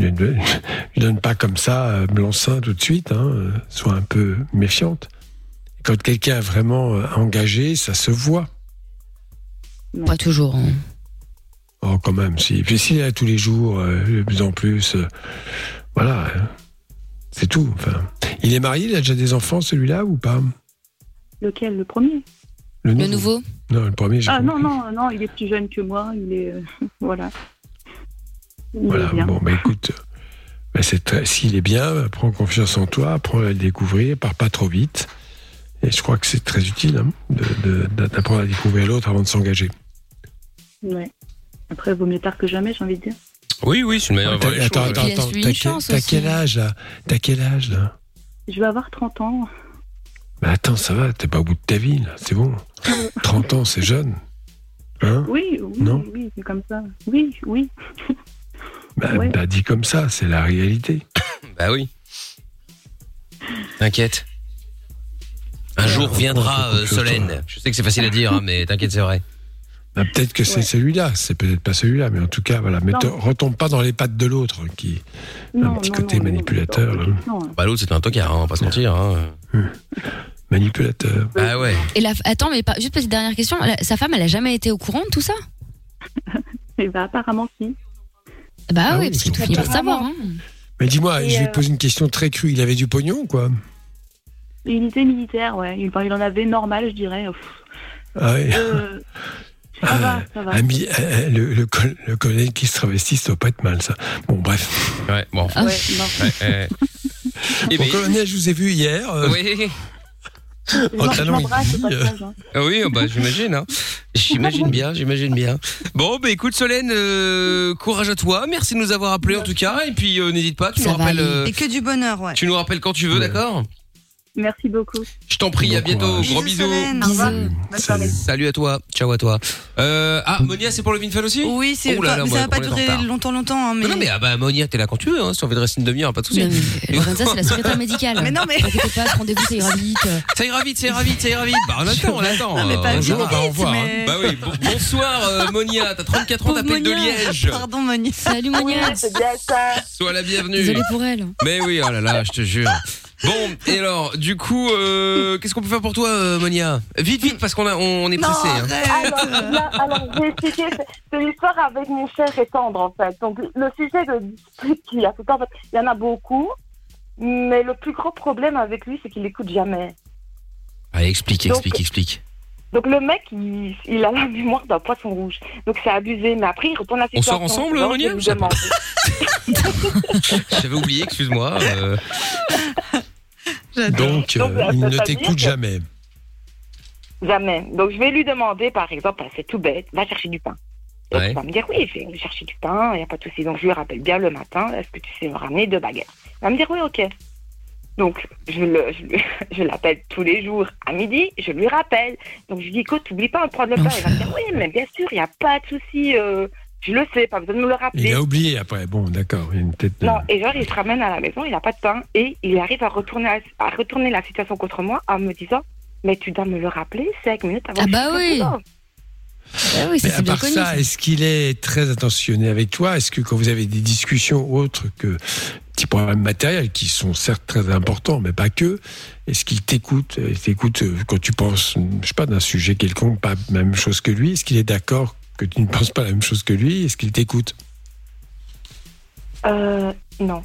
Speaker 3: ne ne- ne donne pas comme ça euh, blanc-seing tout de suite, hein, euh, sois un peu méfiante. Quand quelqu'un est vraiment euh, engagé, ça se voit.
Speaker 4: Pas toujours. hein.
Speaker 3: Oh, quand même, si. Et puis s'il est là tous les jours, euh, de plus en plus, euh, voilà, hein, c'est tout. Enfin, il est marié, il a déjà des enfants celui-là ou pas
Speaker 9: Lequel Le premier
Speaker 4: Le nouveau
Speaker 3: Non, le premier, j'ai
Speaker 9: Ah
Speaker 3: compris.
Speaker 9: non, non, non, il est plus jeune que moi, il est... euh, [laughs] voilà. Il
Speaker 3: Voilà,
Speaker 9: est bien.
Speaker 3: bon, bah écoute, bah, c'est très- s'il est bien, euh, prends confiance en toi, apprends à le découvrir, pars pas trop vite. Et je crois que c'est très utile hein, de- de- d'apprendre à découvrir l'autre avant de s'engager.
Speaker 9: Ouais. Après, vaut mieux tard que jamais, j'ai envie de dire.
Speaker 2: Oui, oui, c'est une manière.
Speaker 3: Ah, T'as-
Speaker 2: ouais,
Speaker 3: attends,
Speaker 2: je-
Speaker 3: attends,
Speaker 2: ouais.
Speaker 3: attends, t'as quel- t'as quel âge là T'as quel âge là
Speaker 9: Je vais avoir 30 ans.
Speaker 3: Bah attends, ça va, t'es pas au bout de ta vie là, c'est
Speaker 9: [laughs]
Speaker 3: bon. 30 ans, c'est jeune. Hein
Speaker 9: Oui, oui,
Speaker 3: Non.
Speaker 9: oui, c'est comme ça. Oui, oui.
Speaker 3: Bah,
Speaker 9: Ouais.
Speaker 3: bah, dit comme ça, c'est la réalité.
Speaker 2: Bah oui. T'inquiète. Un jour viendra,
Speaker 3: Ah,
Speaker 2: euh, Solène. Je sais que c'est facile à dire, hein, mais t'inquiète, c'est vrai.
Speaker 3: Bah, peut-être que c'est celui-là, c'est peut-être pas celui-là, mais en tout cas, voilà, mais
Speaker 2: Non.
Speaker 3: te- retombe pas dans les pattes de l'autre hein, qui a
Speaker 9: Non,
Speaker 3: un petit
Speaker 9: non,
Speaker 3: côté
Speaker 9: non, non,
Speaker 3: manipulateur. là.
Speaker 2: Bah l'autre, c'est un tocard, hein, on va pas se mentir. Hein.
Speaker 3: hein. Manipulateur.
Speaker 2: Bah ouais.
Speaker 4: Et la... Attends, mais pas... juste petite dernière question. la- Sa femme, elle a jamais été au courant de tout
Speaker 9: [laughs]
Speaker 4: ça
Speaker 9: Et bah, apparemment, si.
Speaker 4: Bah
Speaker 3: Ah
Speaker 4: oui,
Speaker 3: oui,
Speaker 4: parce
Speaker 3: c'est
Speaker 4: qu'il tout finit par
Speaker 9: Apparemment.
Speaker 4: savoir. hein.
Speaker 2: Hmm.
Speaker 3: Mais dis-moi,
Speaker 9: Et
Speaker 3: je vais
Speaker 9: euh,
Speaker 3: te poser une question très crue. Il avait du pognon ou quoi
Speaker 9: Il était militaire, ouais. Il, bah, il en avait normal, je dirais. Pff,
Speaker 3: Ah oui.
Speaker 9: euh, ça va, ça va.
Speaker 3: Un mi- euh, le, le, col- le colonel qui se travestit, ça doit pas être mal, ça. Bon, bref.
Speaker 2: Ouais, bon.
Speaker 9: Ah Ouais, non.
Speaker 3: [laughs]
Speaker 2: Eh
Speaker 3: Bon,
Speaker 2: ben-
Speaker 3: colonel, je vous ai vu hier. euh,
Speaker 2: Oui.
Speaker 3: en talons
Speaker 9: m'embrasse,
Speaker 3: aiguilles,
Speaker 9: au
Speaker 3: euh,
Speaker 9: passage, hein.
Speaker 2: Ah oui, bah j'imagine. Hein. J'imagine bien, j'imagine bien. Bon, bah écoute, Solène, euh, courage à toi. Merci de nous avoir appelés en tout cas. Et puis euh, n'hésite pas, tu nous rappelles. euh,
Speaker 5: Et que du bonheur, ouais.
Speaker 2: Tu nous rappelles quand tu veux, d'accord
Speaker 9: Merci beaucoup.
Speaker 2: Je t'en prie, à bientôt. Gros bisous.
Speaker 9: Au revoir. Bonne
Speaker 2: Salut. à toi. Ciao à toi. Euh, ah, Monia, c'est pour le VinFun aussi
Speaker 5: Mm. Oui, c'est
Speaker 2: Oh là
Speaker 5: pas-
Speaker 2: là,
Speaker 5: mais
Speaker 2: on
Speaker 5: ça va
Speaker 2: est
Speaker 5: pas
Speaker 2: complètement en
Speaker 5: durer
Speaker 2: retard.
Speaker 5: longtemps, longtemps. hein, mais... euh,
Speaker 2: Mais non, mais ah bah, Monia, t'es là quand tu veux. Hein, si on veut de rester une demi-heure, pas de soucis.
Speaker 4: Non,
Speaker 2: [laughs]
Speaker 4: mais Lorenza, c'est la secrétaire médicale.
Speaker 5: Mais non, mais.
Speaker 4: T'inquiète pas, ce rendez-vous, ça ira vite.
Speaker 2: Ça ira vite, ça ira vite, ça ira vite. Bah, on attend, on
Speaker 5: [laughs]
Speaker 2: attend.
Speaker 5: Non, mais pas
Speaker 2: Euh,
Speaker 5: vite,
Speaker 2: bonjour, bah, au revoir,
Speaker 5: mais-
Speaker 2: hein. Bah oui, bon- bonsoir
Speaker 5: [laughs]
Speaker 2: euh, Monia, t'as 34 ans, t'appelles de Liège.
Speaker 5: Pardon, Monia.
Speaker 4: Salut, Monia.
Speaker 9: C'est bien ça.
Speaker 2: Sois la bienvenue.
Speaker 4: Désolée pour elle.
Speaker 2: Mais oui, oh là là, je te jure. Bon, et alors, du coup, euh, qu'est-ce qu'on peut faire pour toi, euh, Monia Vite, vite, parce qu'on a- on, on est pressé. hein.
Speaker 9: Alors, euh, là, alors j'ai expliqué ce- cette histoire avec mon cher et tendre, en fait. Donc, le sujet de [laughs] dispute qu'il y a tout le temps, en fait, il y en a beaucoup. Mais le plus gros problème avec lui, c'est qu'il n'écoute jamais.
Speaker 2: Allez, explique,
Speaker 9: Donc-
Speaker 2: explique, explique.
Speaker 9: Donc, le mec, il, il a la mémoire d'un poisson rouge. Donc, c'est abusé. Mais après, il retourne à la
Speaker 2: On sort
Speaker 9: situation.
Speaker 2: ensemble,
Speaker 9: Donc,
Speaker 2: Monia
Speaker 9: il me
Speaker 2: Je sais [laughs]
Speaker 9: demande.
Speaker 2: J'avais oublié, excuse-moi. euh.
Speaker 3: Donc,
Speaker 9: Donc,
Speaker 3: euh, il
Speaker 9: ça- ça
Speaker 3: ne
Speaker 9: veut dire
Speaker 3: t'écoute
Speaker 9: que-
Speaker 3: jamais.
Speaker 9: Jamais. Donc, je vais lui demander, par exemple, bah, c'est tout bête, va chercher du pain. Et
Speaker 2: Ouais.
Speaker 9: Il va me dire, oui, je vais chercher du pain, il n'y a pas de souci. Donc, je lui rappelle bien le matin, est-ce que tu sais me ramener deux baguettes Il va me dire, oui, ok. Donc, je le- je le- [laughs] je l'appelle tous les jours à midi, je lui rappelle. Donc, je lui dis, écoute, n'oublie pas de prendre le pain. Il va me dire, oui, mais bien sûr, il n'y a pas de souci, euh, je le sais, pas besoin de me le rappeler.
Speaker 3: Il a oublié après. Bon, d'accord. Il y a une tête de-
Speaker 9: Non, et genre, il se ramène à la maison, il n'a pas de pain, et il arrive à retourner, à, à retourner la situation contre moi en me disant Mais tu dois me le rappeler cinq minutes avant
Speaker 4: Ah
Speaker 9: que
Speaker 4: bah
Speaker 9: je
Speaker 4: oui.
Speaker 9: sorte.
Speaker 4: Ah oui, ça
Speaker 3: Mais
Speaker 4: c'est
Speaker 3: à
Speaker 4: bien
Speaker 3: part
Speaker 4: connu.
Speaker 3: ça,
Speaker 4: ça.
Speaker 3: est-ce qu'il est très attentionné avec toi Est-ce que quand vous avez des discussions autres que petits problèmes matériels qui sont certes très importants, mais pas que, est-ce qu'il t'écoute Il t'écoute euh, quand tu penses, je sais pas, d'un sujet quelconque, pas la même chose que lui Est-ce qu'il est d'accord que tu ne penses pas la même chose que lui Est-ce qu'il t'écoute
Speaker 9: Euh, non.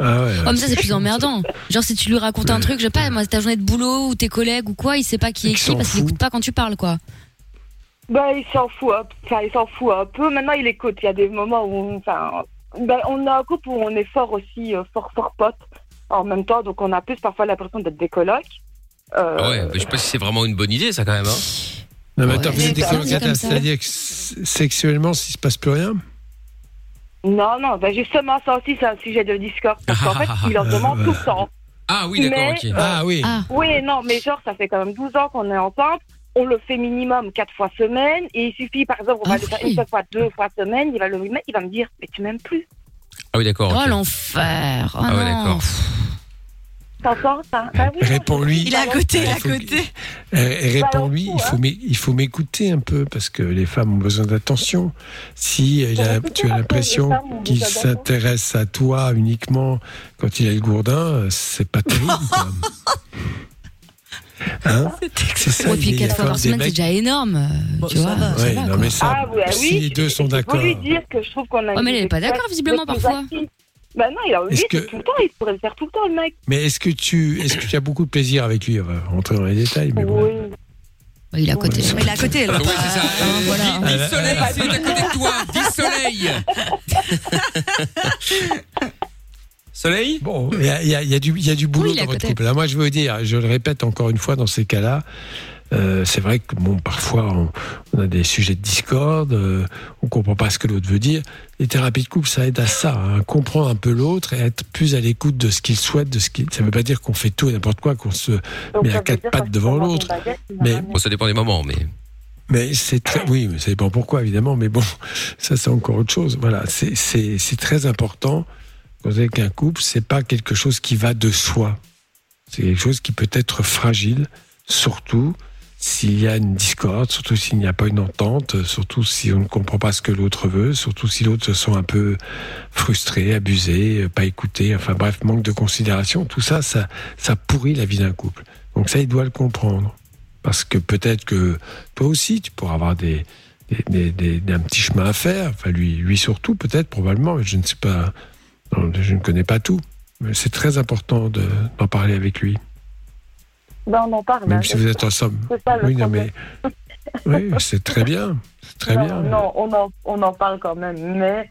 Speaker 3: Ah ouais.
Speaker 4: Oh, mais ça, c'est plus emmerdant. Genre, si tu lui racontes un truc, je sais pas, moi, c'est ta journée de boulot ou tes collègues ou quoi, il sait pas qui est qui
Speaker 3: s'en
Speaker 4: parce qu'il
Speaker 3: fout.
Speaker 4: écoute pas quand tu parles, quoi.
Speaker 9: Bah, il s'en fout, un- enfin, il s'en fout un peu. Maintenant, il écoute. Il y a des moments où, enfin, ben, on a un couple où on est fort aussi, euh, fort, fort pote en même temps. Donc, on a plus parfois l'impression d'être des colocs. Euh,
Speaker 2: Ah ouais, mais je sais pas si c'est vraiment une bonne idée, ça, quand même. hein.
Speaker 3: Non, mais attends,
Speaker 9: Ouais,
Speaker 3: vous
Speaker 9: mais
Speaker 3: êtes des
Speaker 9: ça, c'est
Speaker 3: colocataires,
Speaker 9: comme ça.
Speaker 3: c'est-à-dire que s- sexuellement, s'il se passe plus rien
Speaker 9: Non, non, ben justement, ça aussi, c'est un sujet de discorde. Parce qu'en fait, il en demande tout le temps.
Speaker 2: Ah oui, d'accord,
Speaker 9: Mais,
Speaker 2: ok.
Speaker 9: euh,
Speaker 3: Ah oui.
Speaker 9: Oui, non, mais genre, ça fait quand même 12 ans qu'on est ensemble. On le fait minimum 4 fois semaine. Et il suffit, par exemple, on va
Speaker 4: Ah
Speaker 9: le faire
Speaker 4: oui.
Speaker 9: une seule fois, deux fois semaine. Il va le remettre, il va me dire, mais tu m'aimes plus.
Speaker 2: Ah oui, d'accord. ok.
Speaker 4: Oh, l'enfer. Oh,
Speaker 2: Ah ouais,
Speaker 4: non.
Speaker 2: d'accord.
Speaker 9: T'entends ça Ben oui,
Speaker 3: Réponds-lui.
Speaker 5: Il est à côté, il est à
Speaker 3: Il faut-
Speaker 5: côté.
Speaker 3: Et- Et
Speaker 9: Pas
Speaker 3: réponds-lui,
Speaker 9: leur
Speaker 3: il
Speaker 9: coup,
Speaker 3: faut
Speaker 9: hein.
Speaker 3: m'é- il faut m'écouter un peu parce que les femmes ont besoin d'attention. Si il a-
Speaker 9: écoutez,
Speaker 3: tu as
Speaker 9: après,
Speaker 3: l'impression
Speaker 9: les femmes ont
Speaker 3: qu'il
Speaker 9: besoin d'attention.
Speaker 3: s'intéresse à toi uniquement quand il a le gourdin, euh, c'est pas
Speaker 4: [laughs]
Speaker 3: terrible. quoi. Hein C'est ça.
Speaker 4: Ouais,
Speaker 3: il
Speaker 4: puis
Speaker 3: y a
Speaker 4: 4 fois
Speaker 3: encore
Speaker 4: par
Speaker 3: des
Speaker 4: semaine, c'est
Speaker 3: mecs-
Speaker 4: déjà énorme. euh,
Speaker 5: Bon,
Speaker 4: tu
Speaker 5: ça
Speaker 4: vois.
Speaker 5: va.
Speaker 4: ça
Speaker 3: Ouais,
Speaker 4: va,
Speaker 3: non,
Speaker 4: quoi.
Speaker 3: mais ça,
Speaker 9: Ah oui, ah
Speaker 3: si
Speaker 9: oui.
Speaker 3: les deux sont
Speaker 9: Faut
Speaker 3: d'accord.
Speaker 9: lui dire que je trouve qu'on
Speaker 4: Ouais,
Speaker 9: a.
Speaker 4: mais elle
Speaker 9: une
Speaker 4: est pas
Speaker 9: espèce
Speaker 4: d'accord, visiblement,
Speaker 9: de plus
Speaker 4: parfois.
Speaker 9: active. Bah non, il a
Speaker 3: Est-ce
Speaker 9: envie
Speaker 3: que-
Speaker 9: tout le temps, il pourrait le faire tout le temps, le mec.
Speaker 3: Mais est-ce que tu, est-ce que tu as beaucoup de plaisir avec lui On va rentrer dans les détails, mais bon.
Speaker 9: Oui.
Speaker 4: Ouais, Bah, Il est à côté.
Speaker 5: Mais il est à côté, elle.
Speaker 2: Ah oui,
Speaker 5: pas-
Speaker 2: c'est ça.
Speaker 5: hein, voilà.
Speaker 2: Dis, dis soleil, c'est à côté de toi. Dis soleil. soleil
Speaker 3: Bon, il y, a- il y a- il y a du- il y a du boulot
Speaker 4: Oui, il est à
Speaker 3: dans votre
Speaker 4: côté.
Speaker 3: couple. Alors moi, je veux dire, je le répète encore une fois, dans ces cas-là, euh, c'est vrai que bon, parfois, on, on a des sujets de discorde, euh, on comprend pas ce que l'autre veut dire. Les thérapies de couple, ça aide à ça, hein, comprendre un peu l'autre et être plus à l'écoute de ce qu'il souhaite, de ce qu'il. Ça veut pas dire qu'on fait tout et n'importe quoi, qu'on se
Speaker 9: Donc,
Speaker 3: met
Speaker 9: ça
Speaker 3: à
Speaker 9: veut
Speaker 3: quatre
Speaker 9: dire
Speaker 3: pattes
Speaker 9: quand
Speaker 3: devant
Speaker 9: il va
Speaker 3: l'autre.
Speaker 9: dans une baguette, il va
Speaker 3: Mais
Speaker 9: ramener-
Speaker 2: Bon, ça dépend des moments, mais.
Speaker 3: mais c'est très, oui, mais ça dépend pourquoi évidemment. Mais bon, [laughs] ça c'est encore autre chose. Voilà, c'est- c'est c'est très important. Quand vous êtes avec un couple, c'est pas quelque chose qui va de soi. C'est quelque chose qui peut être fragile, surtout s'il y a une discorde, surtout s'il n'y a pas une entente, surtout si on ne comprend pas ce que l'autre veut, surtout si l'autre se sent un peu frustré, abusé, euh, pas écouté. Enfin bref, manque de considération. Tout ça, ça, ça pourrit la vie d'un couple. Donc ça, il doit le comprendre. Parce que peut-être que toi aussi, tu pourras avoir des, des, des- des- des- un petit chemin à faire. Enfin, lui, lui surtout, peut-être, probablement. mais Je ne sais pas. non, je ne connais pas tout. Mais c'est très important de- d'en parler avec lui,
Speaker 9: Ben, on en parle. hein.
Speaker 3: même si vous êtes ensemble.
Speaker 9: C'est ça, le
Speaker 3: Oui, non,
Speaker 9: problème.
Speaker 3: mais. [laughs] Oui, c'est très bien. C'est très
Speaker 9: non,
Speaker 3: bien.
Speaker 9: non, on en, on en parle quand même, mais.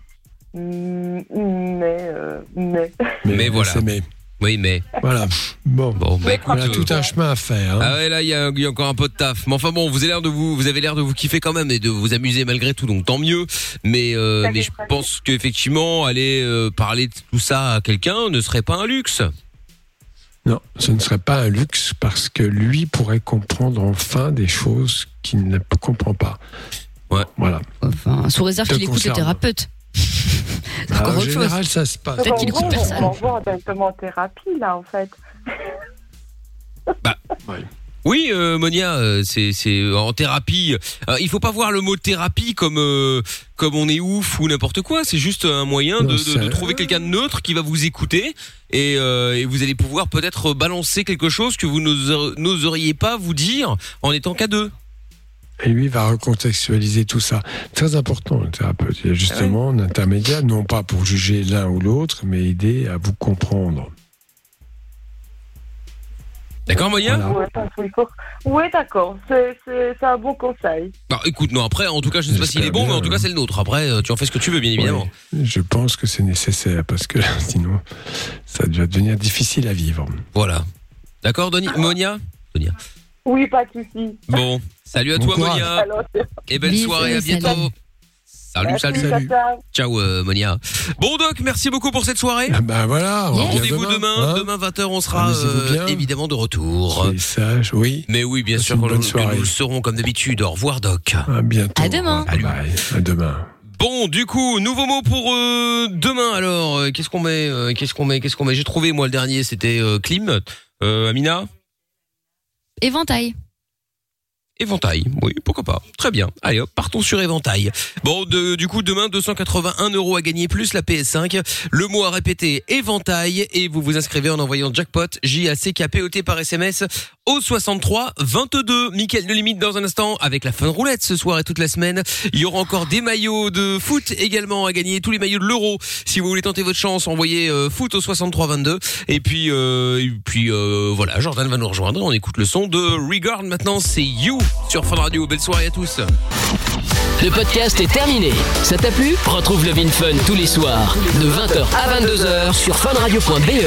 Speaker 9: mm, Mais. euh, mais.
Speaker 2: Mais voilà.
Speaker 3: c'est- mais-
Speaker 2: Oui, mais.
Speaker 3: voilà. Bon.
Speaker 2: Bon, bah écoute.
Speaker 3: On a
Speaker 2: euh,
Speaker 3: tout un chemin à faire. hein.
Speaker 2: Ah ouais là il y, a il y a encore un peu de taf. Mais enfin bon, vous avez l'air de vous vous avez l'air de vous kiffer quand même et de vous amuser malgré tout donc tant mieux. Mais euh,
Speaker 9: Ça fait
Speaker 2: mais je
Speaker 9: plaisir.
Speaker 2: pense qu'effectivement aller euh, parler de tout ça à quelqu'un ne serait pas un luxe.
Speaker 3: Non, ce ne serait pas un luxe parce que lui pourrait comprendre enfin des choses qu'il ne comprend pas.
Speaker 2: Ouais.
Speaker 3: Voilà.
Speaker 4: Enfin, sous réserve qu'il écoute le thérapeute.
Speaker 3: Bah,
Speaker 4: encore
Speaker 3: en
Speaker 4: autre chose.
Speaker 3: général, ça se passe.
Speaker 4: Peut-être qu'il écoute personne.
Speaker 9: On va voir directement en thérapie, là, en fait.
Speaker 2: Oui, euh, Monia, euh, c'est c'est euh, en thérapie. Euh, il faut pas voir le mot thérapie comme euh, comme on est ouf ou n'importe quoi. C'est juste un moyen de, de- de trouver quelqu'un de neutre qui va vous écouter et, euh, et vous allez pouvoir peut-être balancer quelque chose que vous n'oser- n'oseriez pas vous dire en étant qu'à deux.
Speaker 3: Et lui va recontextualiser tout ça. Très important, le thérapeute. Il y a justement un intermédiaire, non pas pour juger l'un ou l'autre, mais aider à vous comprendre.
Speaker 2: D'accord, Monia
Speaker 9: Ouais, t'as fait le cours. Ouais, d'accord. C'est- C'est c'est un bon conseil.
Speaker 2: Bah écoute, non. Après, en tout cas, je ne sais pas s'il est bon, mais en tout cas, c'est le nôtre. Après, euh, tu en fais ce que tu veux, bien évidemment.
Speaker 3: Je pense que c'est nécessaire parce que [laughs] sinon, ça va devenir difficile à vivre.
Speaker 2: Voilà. D'accord, Doni- Monia.
Speaker 9: Oui, pas de souci.
Speaker 2: Bon, salut à
Speaker 3: Bon
Speaker 2: toi,
Speaker 3: courage.
Speaker 2: Monia. Et belle
Speaker 9: Bisous,
Speaker 2: soirée, à
Speaker 9: salut.
Speaker 2: bientôt. Salut, salut.
Speaker 9: Salut, ciao.
Speaker 2: Ciao, euh, Monia. Bon, Doc, merci beaucoup pour cette soirée.
Speaker 3: Ben voilà, on revient
Speaker 2: Rendez-vous demain. Demain, 20h, on sera
Speaker 3: Amusez-vous
Speaker 2: euh,
Speaker 3: bien.
Speaker 2: évidemment de retour.
Speaker 3: C'est sage, oui.
Speaker 2: Mais oui, bien
Speaker 3: Passez
Speaker 2: sûr,
Speaker 3: une
Speaker 2: que
Speaker 3: bonne
Speaker 2: nous, que
Speaker 3: soirée.
Speaker 2: nous le serons comme d'habitude. Au revoir, Doc.
Speaker 3: À bientôt.
Speaker 4: À demain.
Speaker 3: Bye bye. À demain.
Speaker 2: Bon, du coup, nouveau mot pour euh, demain. Alors, euh, qu'est-ce qu'on met euh, Qu'est-ce qu'on met Qu'est-ce qu'on met J'ai trouvé, moi, le dernier, c'était euh, Clim. Euh, Amina
Speaker 4: Éventail.
Speaker 2: Éventail, oui, pourquoi pas. Très bien. Allez, hop, partons sur éventail. Bon, de- du coup, demain, 281 euros à gagner, plus la PS5. Le mot à répéter, éventail, et vous vous inscrivez en envoyant jackpot, J-A-C-K-P-O-T par SMS, au 63 22. Mickaël de Limite dans un instant, avec la fun roulette ce soir et toute la semaine. Il y aura encore des maillots de foot également à gagner, tous les maillots de l'euro. Si vous voulez tenter votre chance, envoyez euh, foot au 63 22. Et puis, euh, et puis euh, voilà, Jordan va nous rejoindre. On écoute le son de Regard maintenant, c'est You sur Fun Radio. Belle soirée à tous.
Speaker 1: Le podcast est terminé. Ça t'a plu E Retrouve le Vin Fun tous les soirs de 20h à 22h sur funradio.be.